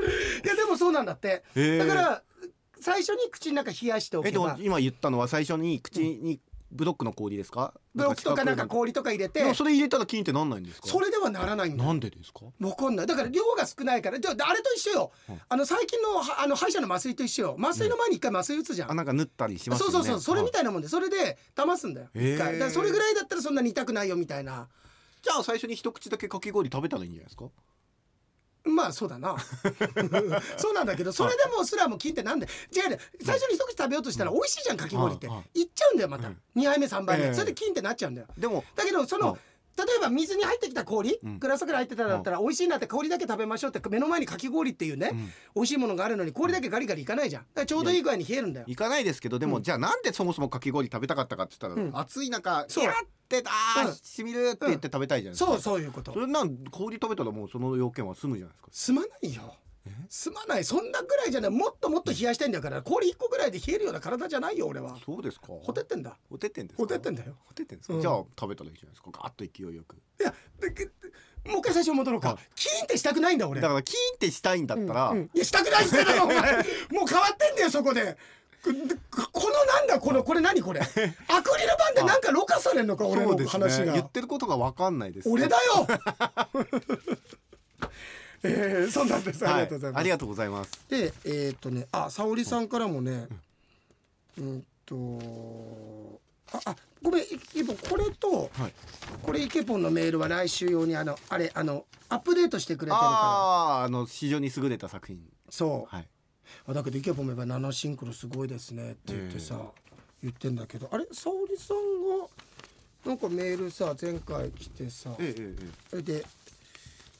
[SPEAKER 1] いやでもそうなんだって、
[SPEAKER 2] へえ
[SPEAKER 1] だから最初に口の中冷やしてお
[SPEAKER 2] え
[SPEAKER 1] け
[SPEAKER 2] でも
[SPEAKER 1] ば
[SPEAKER 2] 今言ったのは最初に口にブロックの氷ですか
[SPEAKER 1] ブロックとかなんか
[SPEAKER 2] う
[SPEAKER 1] 氷とか入れて
[SPEAKER 2] でもそれ入れたらキンってなんないんですか
[SPEAKER 1] それではならないんだ
[SPEAKER 2] なんでですか
[SPEAKER 1] わかんないだから量が少ないからじゃああれと一緒よ、あの最近のはあの歯医者の麻酔と一緒よ麻酔の前に一回麻酔打つじゃん
[SPEAKER 2] あ、なんか塗ったりしますよ
[SPEAKER 1] そう
[SPEAKER 2] ね
[SPEAKER 1] そうそうそれみ
[SPEAKER 2] い
[SPEAKER 1] たいなもんでそれで騙すんだよ
[SPEAKER 2] へー
[SPEAKER 1] 一回だからそれぐらいだったらそんなに痛くないよみたいな
[SPEAKER 2] じゃあ最初に一口だけかき氷食べたらいいんじゃないですか
[SPEAKER 1] まあそうだな [LAUGHS] そうなんだけどそれでもうすらも聞いてなんで違うね最初に一口食べようとしたら美味しいじゃんかき氷って
[SPEAKER 2] うんうん
[SPEAKER 1] いっちゃうんだよまた
[SPEAKER 2] うん
[SPEAKER 1] 2杯目3杯
[SPEAKER 2] え
[SPEAKER 1] 目
[SPEAKER 2] え
[SPEAKER 1] それでキンってなっちゃうんだよ
[SPEAKER 2] でも
[SPEAKER 1] だけどその
[SPEAKER 2] うん
[SPEAKER 1] 例えば水に入ってきた氷
[SPEAKER 2] ん
[SPEAKER 1] グラスぐらい入ってたらだったら美味しいなって氷だけ食べましょうって目の前にかき氷っていうね
[SPEAKER 2] ん
[SPEAKER 1] 美味しいものがあるのに氷だけガリガリいかないじゃんだからちょうどいい具合に冷えるんだよ
[SPEAKER 2] 行かないですけどでも、じゃあなんでそもそもかき氷食べたかったかって言ったら、
[SPEAKER 1] うん
[SPEAKER 2] 暑い中
[SPEAKER 1] そう
[SPEAKER 2] いやってあー、
[SPEAKER 1] うん
[SPEAKER 2] しみるって言って食べたいじゃないですか、
[SPEAKER 1] そうそういうこと
[SPEAKER 2] それなん氷食べたらもうその要件は済むじゃないですか
[SPEAKER 1] すまないよすまないそんなぐらいじゃないもっともっと冷やしたいんだから氷1個ぐらいで冷えるような体じゃないよ俺は
[SPEAKER 2] そうですか
[SPEAKER 1] ほてってんだ
[SPEAKER 2] ほてってんですか
[SPEAKER 1] ほてってんだよ
[SPEAKER 2] ほてってんですか、
[SPEAKER 1] うん
[SPEAKER 2] じゃあ食べたらいいじゃないですかガーッと勢いよく
[SPEAKER 1] いやででもう一回最初に戻ろうか、
[SPEAKER 2] はい
[SPEAKER 1] キーンってしたくないんだ俺
[SPEAKER 2] だからキーンってしたいんだったら、
[SPEAKER 1] うんいやしたくないってだろお前もう変わってんだよそこでこでこのなんだこのこれ何こ
[SPEAKER 2] [LAUGHS]
[SPEAKER 1] れアクリル板でなんかろ過されんのか俺
[SPEAKER 2] そう
[SPEAKER 1] の
[SPEAKER 2] です
[SPEAKER 1] 話
[SPEAKER 2] ね
[SPEAKER 1] が、
[SPEAKER 2] 言ってることが分かんないです
[SPEAKER 1] 俺だ
[SPEAKER 2] [LAUGHS]
[SPEAKER 1] よえー、そうなんですありがとうございます、
[SPEAKER 2] はありがとうございます
[SPEAKER 1] でえーっとねあ沙織さんからもねうんとああごめんイケポンこれと、
[SPEAKER 2] はい
[SPEAKER 1] これイケポンのメールは来週用にあのあれあのアップデートしてくれてるか
[SPEAKER 2] ああーあの非常に優れた作品
[SPEAKER 1] らそう、
[SPEAKER 2] はい
[SPEAKER 1] あだけどイケポンもやっぱ7シンクロすごいですねって言ってさ、言ってんだけどあれ沙織さんがなんかメールさ前回来てさ、
[SPEAKER 2] えええええ
[SPEAKER 1] で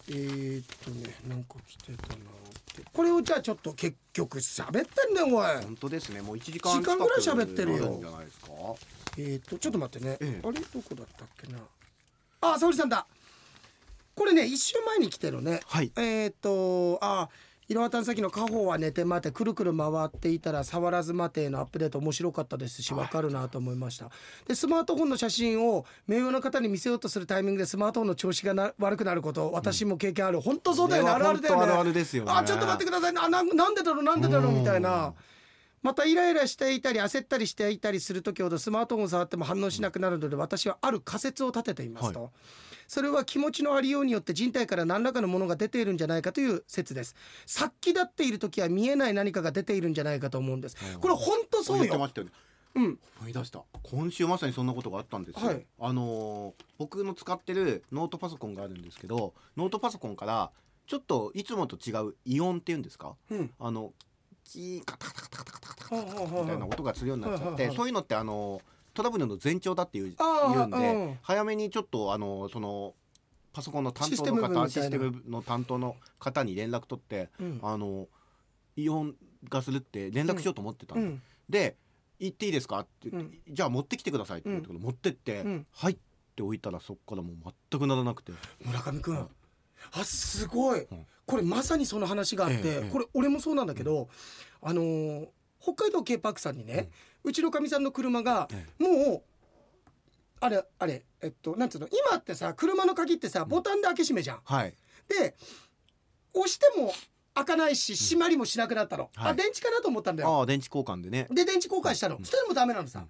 [SPEAKER 1] えーっとねなんか来てたなってこれをじゃあちょっと結局喋ってんねんおい
[SPEAKER 2] え本当ですねもう一時間
[SPEAKER 1] 時間ぐらい喋ってるよ
[SPEAKER 2] 近くなじゃないですか
[SPEAKER 1] えー、とちょっと待ってね、
[SPEAKER 2] ええ
[SPEAKER 1] あれどこだったっけなあ沙織さんだこれね一週前に来てるね
[SPEAKER 2] はい
[SPEAKER 1] えっ、とあいろは探査機の家宝は寝て待てくるくる回っていたら触らず待てへのアップデート面白かったですし分かるなと思いましたでスマートフォンの写真を名誉な方に見せようとするタイミングでスマートフォンの調子がな悪くなること私も経験ある、本当そうだよねあ
[SPEAKER 4] これ
[SPEAKER 1] る
[SPEAKER 4] は
[SPEAKER 1] あるだよね
[SPEAKER 4] 本当あるあるですよね
[SPEAKER 1] あちょっと待ってくださいあななんでだろうなんでだろうみたいな。またイライラしていたり焦ったりしていたりする時ほどスマートフォンを触っても反応しなくなるので私はある仮説を立てていますと、それは気持ちのありようによって人体から何らかのものが出ているんじゃないかという説です殺気立っている時は見えない何かが出ているんじゃないかと思うんですこれ本当そう
[SPEAKER 2] 言ってま
[SPEAKER 1] よ
[SPEAKER 2] したよね
[SPEAKER 1] うん
[SPEAKER 2] 思い出した今週まさにそんなことがあったんですよ、
[SPEAKER 1] はい
[SPEAKER 2] あのー僕の使ってるノートパソコンがあるんですけどノートパソコンからちょっといつもと違うイオンっていうんですか
[SPEAKER 1] うん
[SPEAKER 2] あのキーンカタカタカタカタカタカ
[SPEAKER 1] ああ
[SPEAKER 2] タみたいな音がするようになっちゃ
[SPEAKER 1] は
[SPEAKER 2] っ
[SPEAKER 1] いはい
[SPEAKER 2] て
[SPEAKER 1] はい
[SPEAKER 2] そういうのってあのトラブルの前兆だっていう
[SPEAKER 1] ああ
[SPEAKER 2] 言うん
[SPEAKER 1] うん
[SPEAKER 2] で早めにちょっとあのそのパソコンの担当の方
[SPEAKER 1] シ
[SPEAKER 2] シ
[SPEAKER 1] ス
[SPEAKER 2] ス
[SPEAKER 1] テ
[SPEAKER 2] テ
[SPEAKER 1] ム
[SPEAKER 2] ムの担当の方に連絡取って
[SPEAKER 1] うん
[SPEAKER 2] あのイオンがするって連絡しようと思ってた
[SPEAKER 1] うん
[SPEAKER 2] で
[SPEAKER 1] ん
[SPEAKER 2] で行っていいですかって言っ
[SPEAKER 1] う
[SPEAKER 2] てじゃあ持ってきてくださいって言って持ってって
[SPEAKER 1] うん
[SPEAKER 2] はいって置いたらそこからもう全くならなくて
[SPEAKER 1] 村上君あすごい
[SPEAKER 2] ん
[SPEAKER 1] これまさにその話があって、
[SPEAKER 2] ええ
[SPEAKER 1] これ俺もそうなんだけど、あのー北海道系パークさんにね、うちのかみさんの車が
[SPEAKER 2] え
[SPEAKER 1] もうあれあれえっとなんつうの今ってさ車の鍵ってさボタンで開け閉めじゃん。
[SPEAKER 2] はい
[SPEAKER 1] で押しても開かないし閉まりもしなくなったの、
[SPEAKER 2] は
[SPEAKER 1] あ
[SPEAKER 2] い
[SPEAKER 1] 電池かなと思ったんだよ。
[SPEAKER 2] ああ電池交換でね
[SPEAKER 1] で電池交換したの
[SPEAKER 2] うん
[SPEAKER 1] それでもダメなのさ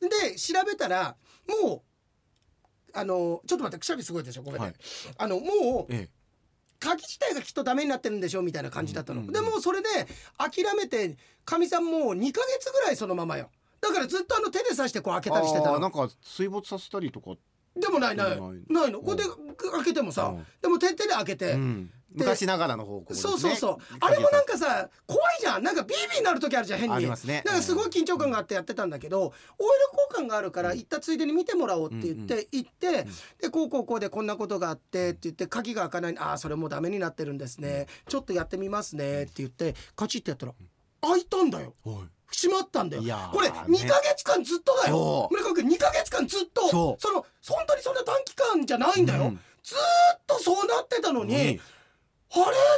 [SPEAKER 1] で調べたらもうあのちょっと待ってくしゃみすごいでしょごめんね、
[SPEAKER 2] はい
[SPEAKER 1] あのもう
[SPEAKER 2] ええ
[SPEAKER 1] 鍵自体がきっとダメになってるんでしょみたいな感じだったの、
[SPEAKER 2] うんうんうん
[SPEAKER 1] でもうそれで諦めてかみさんもう2ヶ月ぐらいそのままよだからずっとあの手で刺してこう開けたりしてた
[SPEAKER 2] あーな
[SPEAKER 1] の
[SPEAKER 2] んか水没させたりとか
[SPEAKER 1] でもないないない
[SPEAKER 2] ない
[SPEAKER 1] のこれで開けてもさ
[SPEAKER 2] うん
[SPEAKER 1] でも手手で開けて、
[SPEAKER 2] うん昔ながらの方向ですね
[SPEAKER 1] そうそうそう、あれもなんかさ怖いじゃんなんかビービーなる時あるじゃん変に
[SPEAKER 2] ありますね
[SPEAKER 1] なんかすごい緊張感があってやってたんだけど、オイル交換があるから行ったついでに見てもらおうって言って、行ってでこうこうこうでこんなことがあってって言って鍵が開かないああそれもうダメになってるんですねちょっとやってみますねって言ってカチッてやったら開いたんだよ
[SPEAKER 2] はい
[SPEAKER 1] 閉まったんだよ
[SPEAKER 2] いやー
[SPEAKER 1] これ
[SPEAKER 2] ね
[SPEAKER 1] 2ヶ月間ずっとだよ
[SPEAKER 2] そう
[SPEAKER 1] 村上君2ヶ月間ずっと
[SPEAKER 2] そ
[SPEAKER 1] の本当にそんな短期間じゃないんだよ、
[SPEAKER 2] うん
[SPEAKER 1] ずーっとそうなってたのに、あれ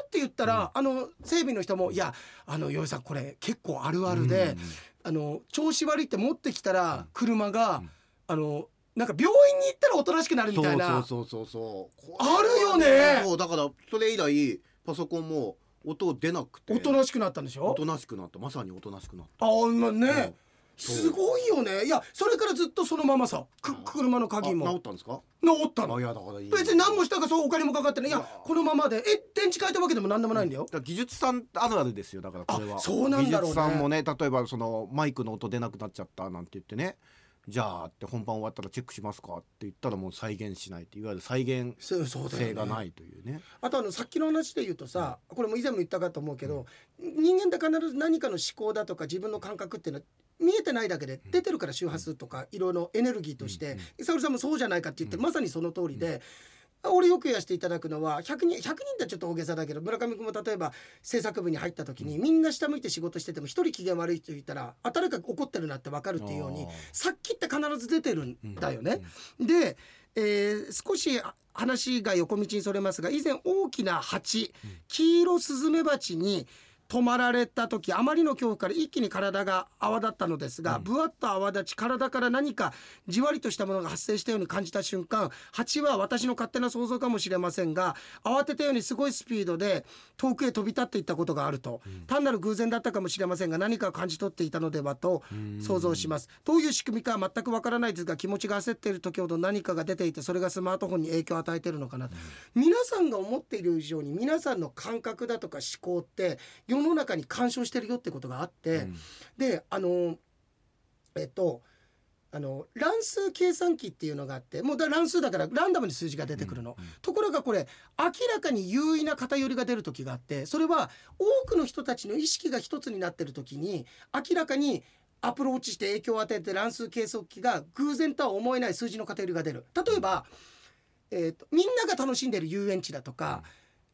[SPEAKER 1] って言ったら、あの整備の人も「いやあのよいさんこれ結構あるあるで、
[SPEAKER 2] うん
[SPEAKER 1] あの調子悪いって持ってきたら車が、
[SPEAKER 2] ん
[SPEAKER 1] あのなんか病院に行ったらおとなしくなるみたいな
[SPEAKER 2] そうそうそうそう
[SPEAKER 1] あるよね
[SPEAKER 2] そうだからそれ以来パソコンも音出なくて
[SPEAKER 1] おとなしくなったんでし
[SPEAKER 2] お
[SPEAKER 1] ょ
[SPEAKER 2] となしくなったまさにおとなしくなっ
[SPEAKER 1] ああまあね、
[SPEAKER 2] うんそう
[SPEAKER 1] すごいよねいやそれからずっとそのままさく車の
[SPEAKER 2] た
[SPEAKER 1] 鍵
[SPEAKER 2] あ治
[SPEAKER 1] も
[SPEAKER 2] ったんですか
[SPEAKER 1] 治った
[SPEAKER 2] あ
[SPEAKER 1] の
[SPEAKER 2] いやだからいい
[SPEAKER 1] 別に何もしたからそうお金もかかってないいや
[SPEAKER 2] うわ
[SPEAKER 1] このままでえ電池変えたわけでも何でもないんだよ
[SPEAKER 2] だから技術さんあるあるですよだからこれは
[SPEAKER 1] あそうなんだろうね
[SPEAKER 2] 技術さんもね例えばそのマイクの音出なくなっちゃったなんて言ってねじゃあって本番終わったらチェックしますかって言ったらもう再現しないっていわゆる再現
[SPEAKER 1] そうそうだよね
[SPEAKER 2] 性がないというね
[SPEAKER 1] あとあのさっきの話で言うとさこれも以前も言ったかと思うけど、人間って必ず何かの思考だとか自分の感覚っていうのは見えてないだけで出てるから周波数とかいろいろエネルギーとして伊沢、さんもそうじゃないかって言って、まさにその通りで。俺よく言わせていただくのは100人 ,100 人ってちょっと大げさだけど村上君も例えば制作部に入った時にみんな下向いて仕事してても一人機嫌悪い人いたらあ誰か怒ってるなって分かるっていうように
[SPEAKER 2] あー
[SPEAKER 1] さっきって必ず出てるんだよね。で、えー少しあ話が横道にそれますが以前大きな蜂黄色スズメバチに止まられた時あまりの恐怖から一気に体が泡立ったのですが、ぶわっと泡立ち体から何かじわりとしたものが発生したように感じた瞬間蜂は私の勝手な想像かもしれませんが慌てたようにすごいスピードで遠くへ飛び立っていったことがあると、単なる偶然だったかもしれませんが何かを感じ取っていたのではと想像しますどういう仕組みかは全くわからないですが気持ちが焦っている時ほど何かが出ていてそれがスマートフォンに影響を与えているのかなと、皆さんが思っている以上に皆さんの感覚だとか思考って世の中に干渉してるよってことがあって、であのえっとあの乱数計算機っていうのがあってもうだ乱数だからランダムに数字が出てくるの、ところがこれ明らかに優位な偏りが出る時があってそれは多くの人たちの意識が一つになってる時に明らかにアプローチして影響を与えて乱数計測器が偶然とは思えない数字の偏りが出る例えば、えーとみんなが楽しんでる遊園地だとか、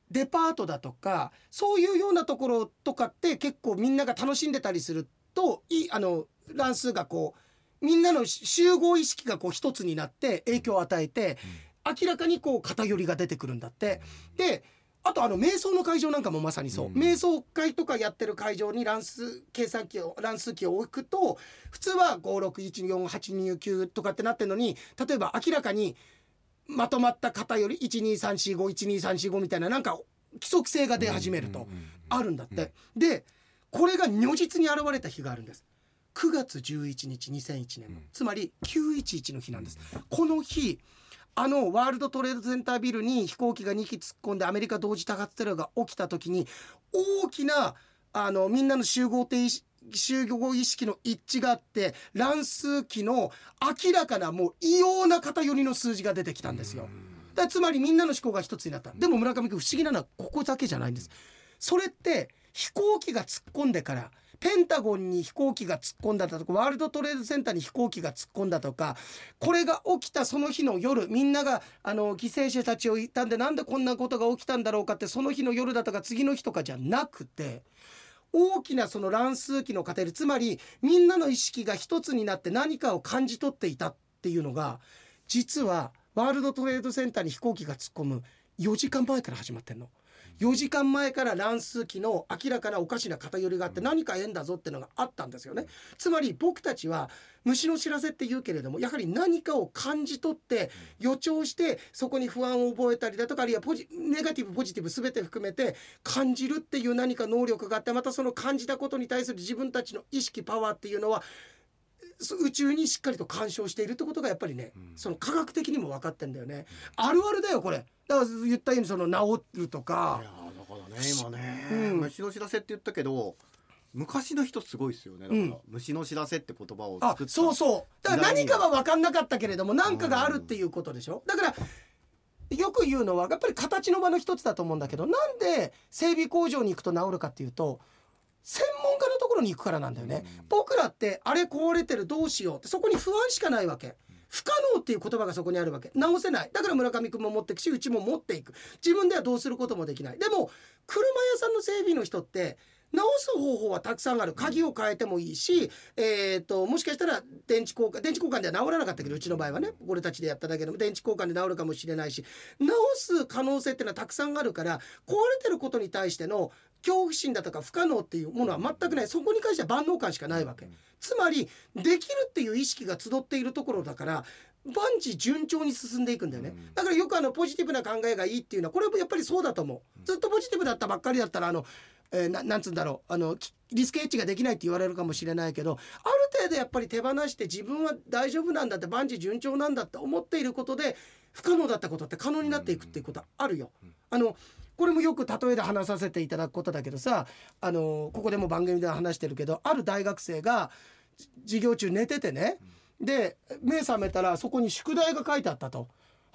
[SPEAKER 1] デパートだとかそういうようなところとかって結構みんなが楽しんでたりするといあの乱数がこうみんなの集合意識がこう一つになって影響を与えて、明らかにこう偏りが出てくるんだって。であとあの瞑想の会場なんかもまさにそう、
[SPEAKER 3] うん
[SPEAKER 1] 瞑想会とかやってる会場に乱数計算機を乱数機を置くと普通は5614829とかってなってるのに例えば明らかにまとまった方より1234512345みたいななんか規則性が出始めると、あるんだって、でこれが如実に現れた日があるんです9月11日2001年の、
[SPEAKER 3] うん
[SPEAKER 1] つまり911の日なんです、この日あのワールドトレードセンタービルに飛行機が2機突っ込んでアメリカ同時多発テロが起きた時に大きなあのみんなの集合定集合意識の一致があって乱数期の明らかなもう異様な偏りの数字が出てきたんですよ。だからつまりみんなの思考が一つになった。でも村上君不思議なのはここだけじゃないんです。それって飛行機が突っ込んでからペンタゴンに飛行機が突っ込んだだとかワールドトレードセンターに飛行機が突っ込んだとかこれが起きたその日の夜みんながあの犠牲者たちをいたんでなんでこんなことが起きたんだろうかってその日の夜だとか次の日とかじゃなくて。大きなその乱数期の過程でつまりみんなの意識が一つになって何かを感じ取っていたっていうのが実はワールドトレードセンターに飛行機が突っ込む4時間前から始まってんの。4時間前から乱数期の明らかなおかしな偏りがあって何か縁だぞってのがあったんですよねつまり僕たちは虫の知らせって言うけれどもやはり何かを感じ取って予兆してそこに不安を覚えたりだとかあるいはポジネガティブポジティブ全て含めて感じるっていう何か能力があってまたその感じたことに対する自分たちの意識パワーっていうのはそう宇宙にしっかりと干渉しているってことがやっぱりね、その科学的にも分かってんだよね、あるあるだよこれだから言ったようにその治るとか
[SPEAKER 2] いやーだからね今ね、
[SPEAKER 1] うん
[SPEAKER 2] 虫の知らせって言ったけど昔の人すごいですよねだから、
[SPEAKER 1] うん
[SPEAKER 2] 虫の知らせって言葉を
[SPEAKER 1] あ
[SPEAKER 2] 作った
[SPEAKER 1] そうそうだから
[SPEAKER 2] 時代
[SPEAKER 1] 何
[SPEAKER 2] に
[SPEAKER 1] かは分かんなかったけれども何かがあるっていうことでしょだからよく言うのはやっぱり形の場の一つだと思うんだけどなんで整備工場に行くと治るかっていうと専門家のところに行くからなんだよね、僕らってあれ壊れてるどうしようってそこに不安しかないわけ不可能っていう言葉がそこにあるわけ直せないだから村上君も持ってくしうちも持っていく自分ではどうすることもできないでも車屋さんの整備の人って直す方法はたくさんある鍵を変えてもいいし、えー、ともしかしたら電池交換電池交換では治らなかったけどうちの場合はね俺たちでやっただけでも電池交換で治るかもしれないし直す可能性っていうのはたくさんあるから壊れてることに対しての恐怖心だとか不可能っていうものは全くないそこに関しては万能感しかないわけつまりできるっていう意識が集っているところだから万事順調に進んでいくんだよねだからよくあのポジティブな考えがいいっていうのはこれもやっぱりそうだと思うずっとポジティブだったばっかりだったらあの、えーななんつうんだろうあのきリスクエッジができないって言われるかもしれないけどある程度やっぱり手放して自分は大丈夫なんだって万事順調なんだって思っていることで不可能だったことって可能になっていくっていうことはあるよ。あのこれもよく例えで話させていただくことだけどさあのここでも番組では話してるけどある大学生がじ授業中寝ててね、で目覚めたらそこに宿題が書いてあったと。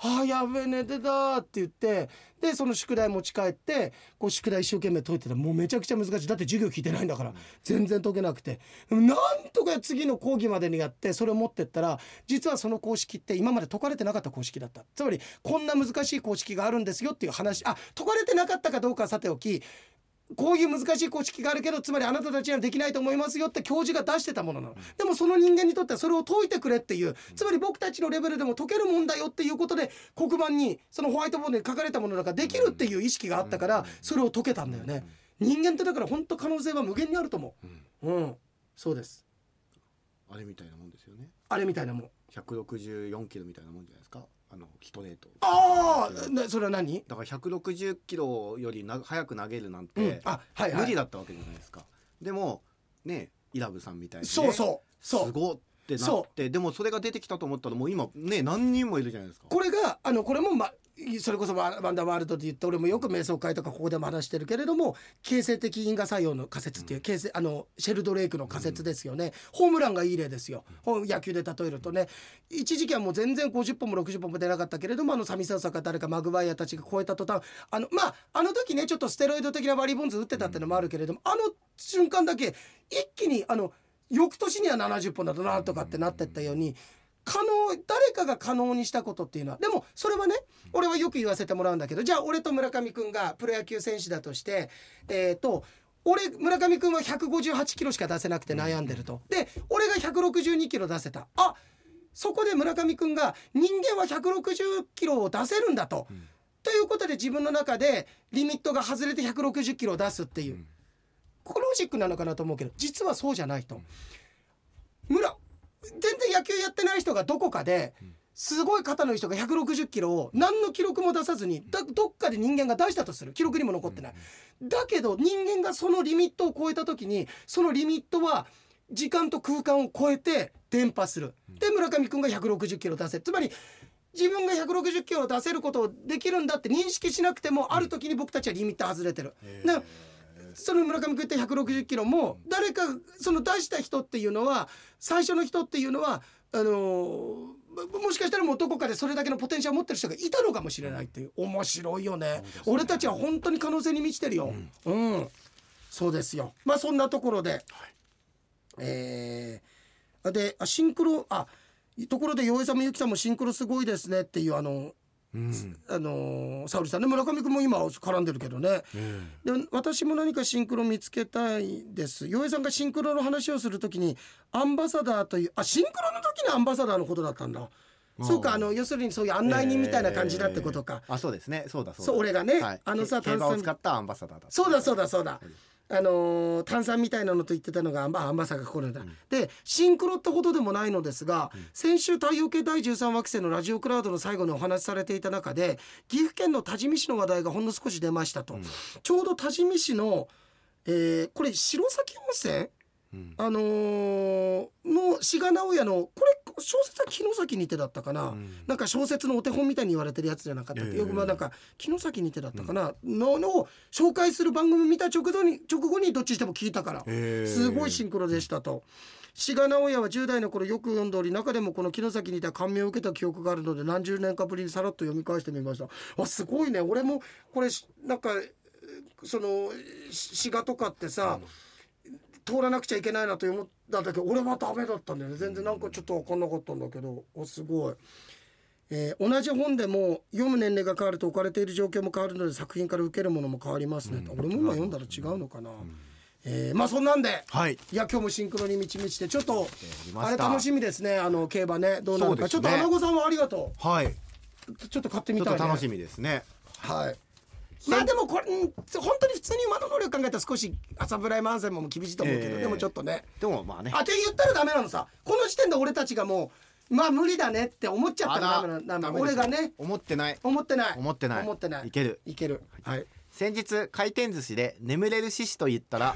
[SPEAKER 1] ああやべえ寝てたって言ってでその宿題持ち帰ってこう宿題一生懸命解いてたらもうめちゃくちゃ難しいだって授業聞いてないんだから全然解けなくてなんとか次の講義までにやってそれを持ってったら実はその公式って今まで解かれてなかった公式だったつまりこんな難しい公式があるんですよっていう話あ解かれてなかったかどうかはさておきこういう難しい公式があるけどつまりあなたたちにはできないと思いますよって教授が出してたものなの、でもその人間にとってはそれを解いてくれっていうつまり僕たちのレベルでも解けるもんだよっていうことで黒板にそのホワイトボードに書かれたものなんかできるっていう意識があったからそれを解けたんだよね人間ってだから本当可能性は無限にあると思ううんそうです
[SPEAKER 2] あれみたいなもんですよね
[SPEAKER 1] あれみたいなもん
[SPEAKER 2] 164キロみたいなもんじゃないですかあのストレート
[SPEAKER 1] ああなそれは何、
[SPEAKER 2] だから160キロよりな早く投げるなん
[SPEAKER 1] う
[SPEAKER 2] て、
[SPEAKER 1] ん、あはいはい
[SPEAKER 2] 無理だったわけじゃないですかでもねイラブさんみたいに、ね、
[SPEAKER 1] そうそうそう
[SPEAKER 2] すごってな
[SPEAKER 1] そ
[SPEAKER 2] ってでもそれが出てきたと思ったらもう今ね何人もいるじゃないですか
[SPEAKER 1] これがあのこれも、ま、それこそワワンダーワールドで言って俺もよく瞑想会とかここでも話してるけれども形成的因果作用の仮説っていう、形成あのシェルドレイクの仮説ですよね、ホームランがいい例ですよ、ほん野球で例えるとね一時期はもう全然50本も60本も出なかったけれどもあのサミサウサか誰かマグワイアたちが超えた途端あのまああの時ねちょっとステロイド的なバリーボンズ打ってたってのもあるけれども、あの瞬間だけ一気にあの翌年には70本だとなとかってなってったように可能誰かが可能にしたことっていうのはでもそれはね俺はよく言わせてもらうんだけどじゃあ俺と村上君がプロ野球選手だとしてえっ、と俺村上君は158キロしか出せなくて悩んでると。で俺が162キロ出せた。あそこで村上君が人間は160キロを出せるんだと。ということで自分の中でリミットが外れて160キロを出すっていう、
[SPEAKER 3] うん
[SPEAKER 1] このロジックなのかなと思うけど実はそうじゃないと。村全然野球やってない人がどこかで
[SPEAKER 3] ん
[SPEAKER 1] すごい肩のいい人が160キロを何の記録も出さずにだどっかで人間が出したとする記録にも残ってない。だけど人間がそのリミットを超えた時にそのリミットは時間と空間を超えて伝播する。で村上君が160キロ出せつまり自分が160キロを出せることをできるんだって認識しなくてもある時に僕たちはリミット外れてる。だからその村上君って160キロも誰かその出した人っていうのは最初の人っていうのはあのーももしかしたらもうどこかでそれだけのポテンシャルを持ってる人がいたのかもしれないっていう面白いよね俺たちは本当に可能性に満ちてるよ、うんそうですよまあそんなところで、えーあであシンクロあところで洋江さんもゆきさんもシンクロすごいですねっていうあの
[SPEAKER 3] うん
[SPEAKER 1] あのー、沙織さんね村上君も今絡んでるけどね、で私も何かシンクロ見つけたいです洋江さんがシンクロの話をするときにアンバサダーというあシンクロの時のアンバサダーのことだったんだそうかあの要するにそういう案内人みたいな感じだってことか、
[SPEAKER 2] あそうですねそうだそうだ
[SPEAKER 1] そう俺がね、あのさ
[SPEAKER 2] 競
[SPEAKER 1] 炭
[SPEAKER 2] 馬を
[SPEAKER 1] 酸
[SPEAKER 2] 使ったアンバサダーだ
[SPEAKER 1] そうだそうだそうだ。あのー炭酸みたいなのと言ってたのが、まあ、アンバサがこれだ、でシンクロってほどでもないのですが、先週太陽系第13惑星のラジオクラウドの最後にお話しされていた中で岐阜県の多治見市の話題がほんの少し出ましたと、ちょうど多治見市の、えーこれ城崎温泉、
[SPEAKER 3] うん
[SPEAKER 1] あのーの志賀直哉のこれ小説は城崎にてだったかな、なんか小説のお手本みたいに言われてるやつじゃなかったっけ、
[SPEAKER 3] ええ
[SPEAKER 1] よくまあなんか城崎にてだったかな、ののを紹介する番組見た直後に直後にどっちにしても聞いたから、
[SPEAKER 3] えー
[SPEAKER 1] すごいシンクロでしたと。志賀直哉は10代の頃よく読んでおり中でもこの城崎にて感銘を受けた記憶があるので何十年かぶりにさらっと読み返してみましたあすごいね俺もこれしなんかそのし志賀とかってさ、通らなくちゃいけないなと思ったんだけど俺はダメだったんだよね全然なんかちょっと分かんなかったんだけどおすごい、えー同じ本でも読む年齢が変わると置かれている状況も変わるので作品から受けるものも変わりますね、と俺も今読んだら違うのかな、えーまあそんなんで、
[SPEAKER 3] はい
[SPEAKER 1] いや今日もシンクロに満ち満ちてちょっと
[SPEAKER 3] りま
[SPEAKER 1] あ
[SPEAKER 3] し
[SPEAKER 1] れ
[SPEAKER 3] た
[SPEAKER 1] 楽しみですねあの競馬ねどうなるか、
[SPEAKER 3] そうですね
[SPEAKER 1] ちょっと穴子さんはありがと
[SPEAKER 3] はい。
[SPEAKER 1] うちょっと買って
[SPEAKER 3] ち
[SPEAKER 1] み
[SPEAKER 3] ょった
[SPEAKER 1] い、
[SPEAKER 3] と
[SPEAKER 1] ね、
[SPEAKER 3] 楽しみですね。
[SPEAKER 1] はい。まあでもこれうん本当に普通に馬の能力考えたら少し朝ブライマンセンも厳しいと思うけど、
[SPEAKER 3] ええ
[SPEAKER 1] でもちょっとね。
[SPEAKER 2] でもまあね
[SPEAKER 1] あって言ったらダメなのさこの時点で俺たちがもうまあ無理だねって思っちゃったらダメなのダメなの
[SPEAKER 2] ダメ
[SPEAKER 1] 俺
[SPEAKER 2] ですよ
[SPEAKER 1] がね
[SPEAKER 2] 思ってない
[SPEAKER 1] 思ってない
[SPEAKER 2] 思ってない
[SPEAKER 1] 思ってない
[SPEAKER 2] いける
[SPEAKER 1] いけるはい
[SPEAKER 2] 先日回転寿司で眠れる獅子と言っ
[SPEAKER 1] [LAUGHS]
[SPEAKER 2] たら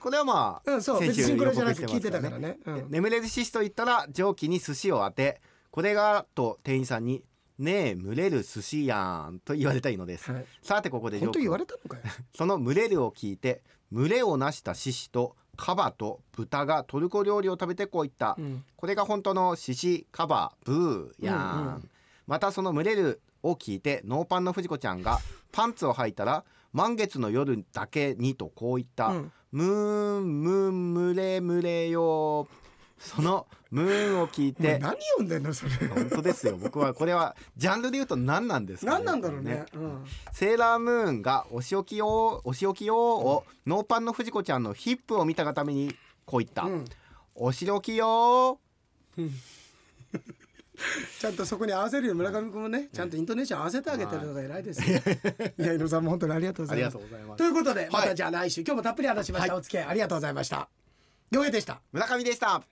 [SPEAKER 2] これはまあ
[SPEAKER 1] うんそう
[SPEAKER 2] 先
[SPEAKER 1] 別
[SPEAKER 2] 週
[SPEAKER 1] にシンクロ
[SPEAKER 2] 予
[SPEAKER 1] じゃな
[SPEAKER 2] 告
[SPEAKER 1] く
[SPEAKER 2] して
[SPEAKER 1] 聞
[SPEAKER 2] ます
[SPEAKER 1] いてたからね
[SPEAKER 2] で
[SPEAKER 1] うん
[SPEAKER 2] 眠れる獅子と言ったら蒸気に寿司を当てこれがと店員さんに「ねえ蒸れる寿司やん」と言われたいのです、
[SPEAKER 1] はい
[SPEAKER 2] さてここで
[SPEAKER 1] 本
[SPEAKER 2] 蒸
[SPEAKER 1] 当
[SPEAKER 2] 気
[SPEAKER 1] 言わ
[SPEAKER 2] を
[SPEAKER 1] れたのかよ
[SPEAKER 2] その群れるを聞いて群れをなした獅子とカバと豚がトルコ料理を食べてこう言った、
[SPEAKER 1] うん
[SPEAKER 2] これが本当の獅子カバブーやーん、
[SPEAKER 1] うんうん
[SPEAKER 2] またその群れるを聞いてノーパンの藤子ちゃんがパンツを履いたら満月の夜だけにとこう言った、
[SPEAKER 1] うん
[SPEAKER 2] ムーンムーン群れ群れよーそのムーンを聞い
[SPEAKER 1] お前
[SPEAKER 2] て
[SPEAKER 1] 何読んでんのそれ
[SPEAKER 2] 本当ですよ僕はこれはジャンルで言うと何なんですか、
[SPEAKER 1] 何なんだろうねうん
[SPEAKER 2] セーラームーンがお仕置きよお仕置きよをノーパンの藤子ちゃんのヒップを見たがためにこう言った、
[SPEAKER 1] うん
[SPEAKER 2] お仕置きよ
[SPEAKER 1] ちゃんとそこに合わせるよ村上君もねちゃんとイントネーション合わせてあげてるのが偉いですよいや井野さんも本当にありがとうございます
[SPEAKER 2] ありがとうございます
[SPEAKER 1] ということでまたじゃあ来週今日もたっぷり話しました
[SPEAKER 2] はい
[SPEAKER 1] お付き合いありがとうございました良平でした
[SPEAKER 2] 村上でした